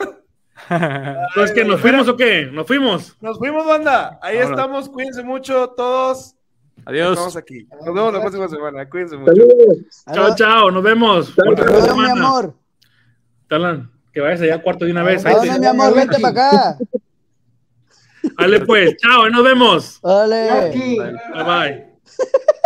S2: Entonces, que ¿Nos fuimos o qué? ¿Nos fuimos?
S1: Nos fuimos, banda. Ahí
S4: Vámonos.
S1: estamos. Cuídense mucho todos. Estamos
S4: Adiós.
S1: aquí. Nos vemos la próxima semana. Cuídense mucho.
S5: Saludos.
S2: Chao, chao, nos vemos.
S3: Te
S2: Otra
S3: veo, mi
S2: semana.
S3: amor.
S2: Talan, que vayas allá al cuarto de una vez. Ahí,
S3: ¿A dónde,
S2: te-
S3: mi amor? Vente para acá.
S2: Dale, pues, chao, ahí nos vemos.
S3: Dale.
S6: Aquí.
S2: Bye bye.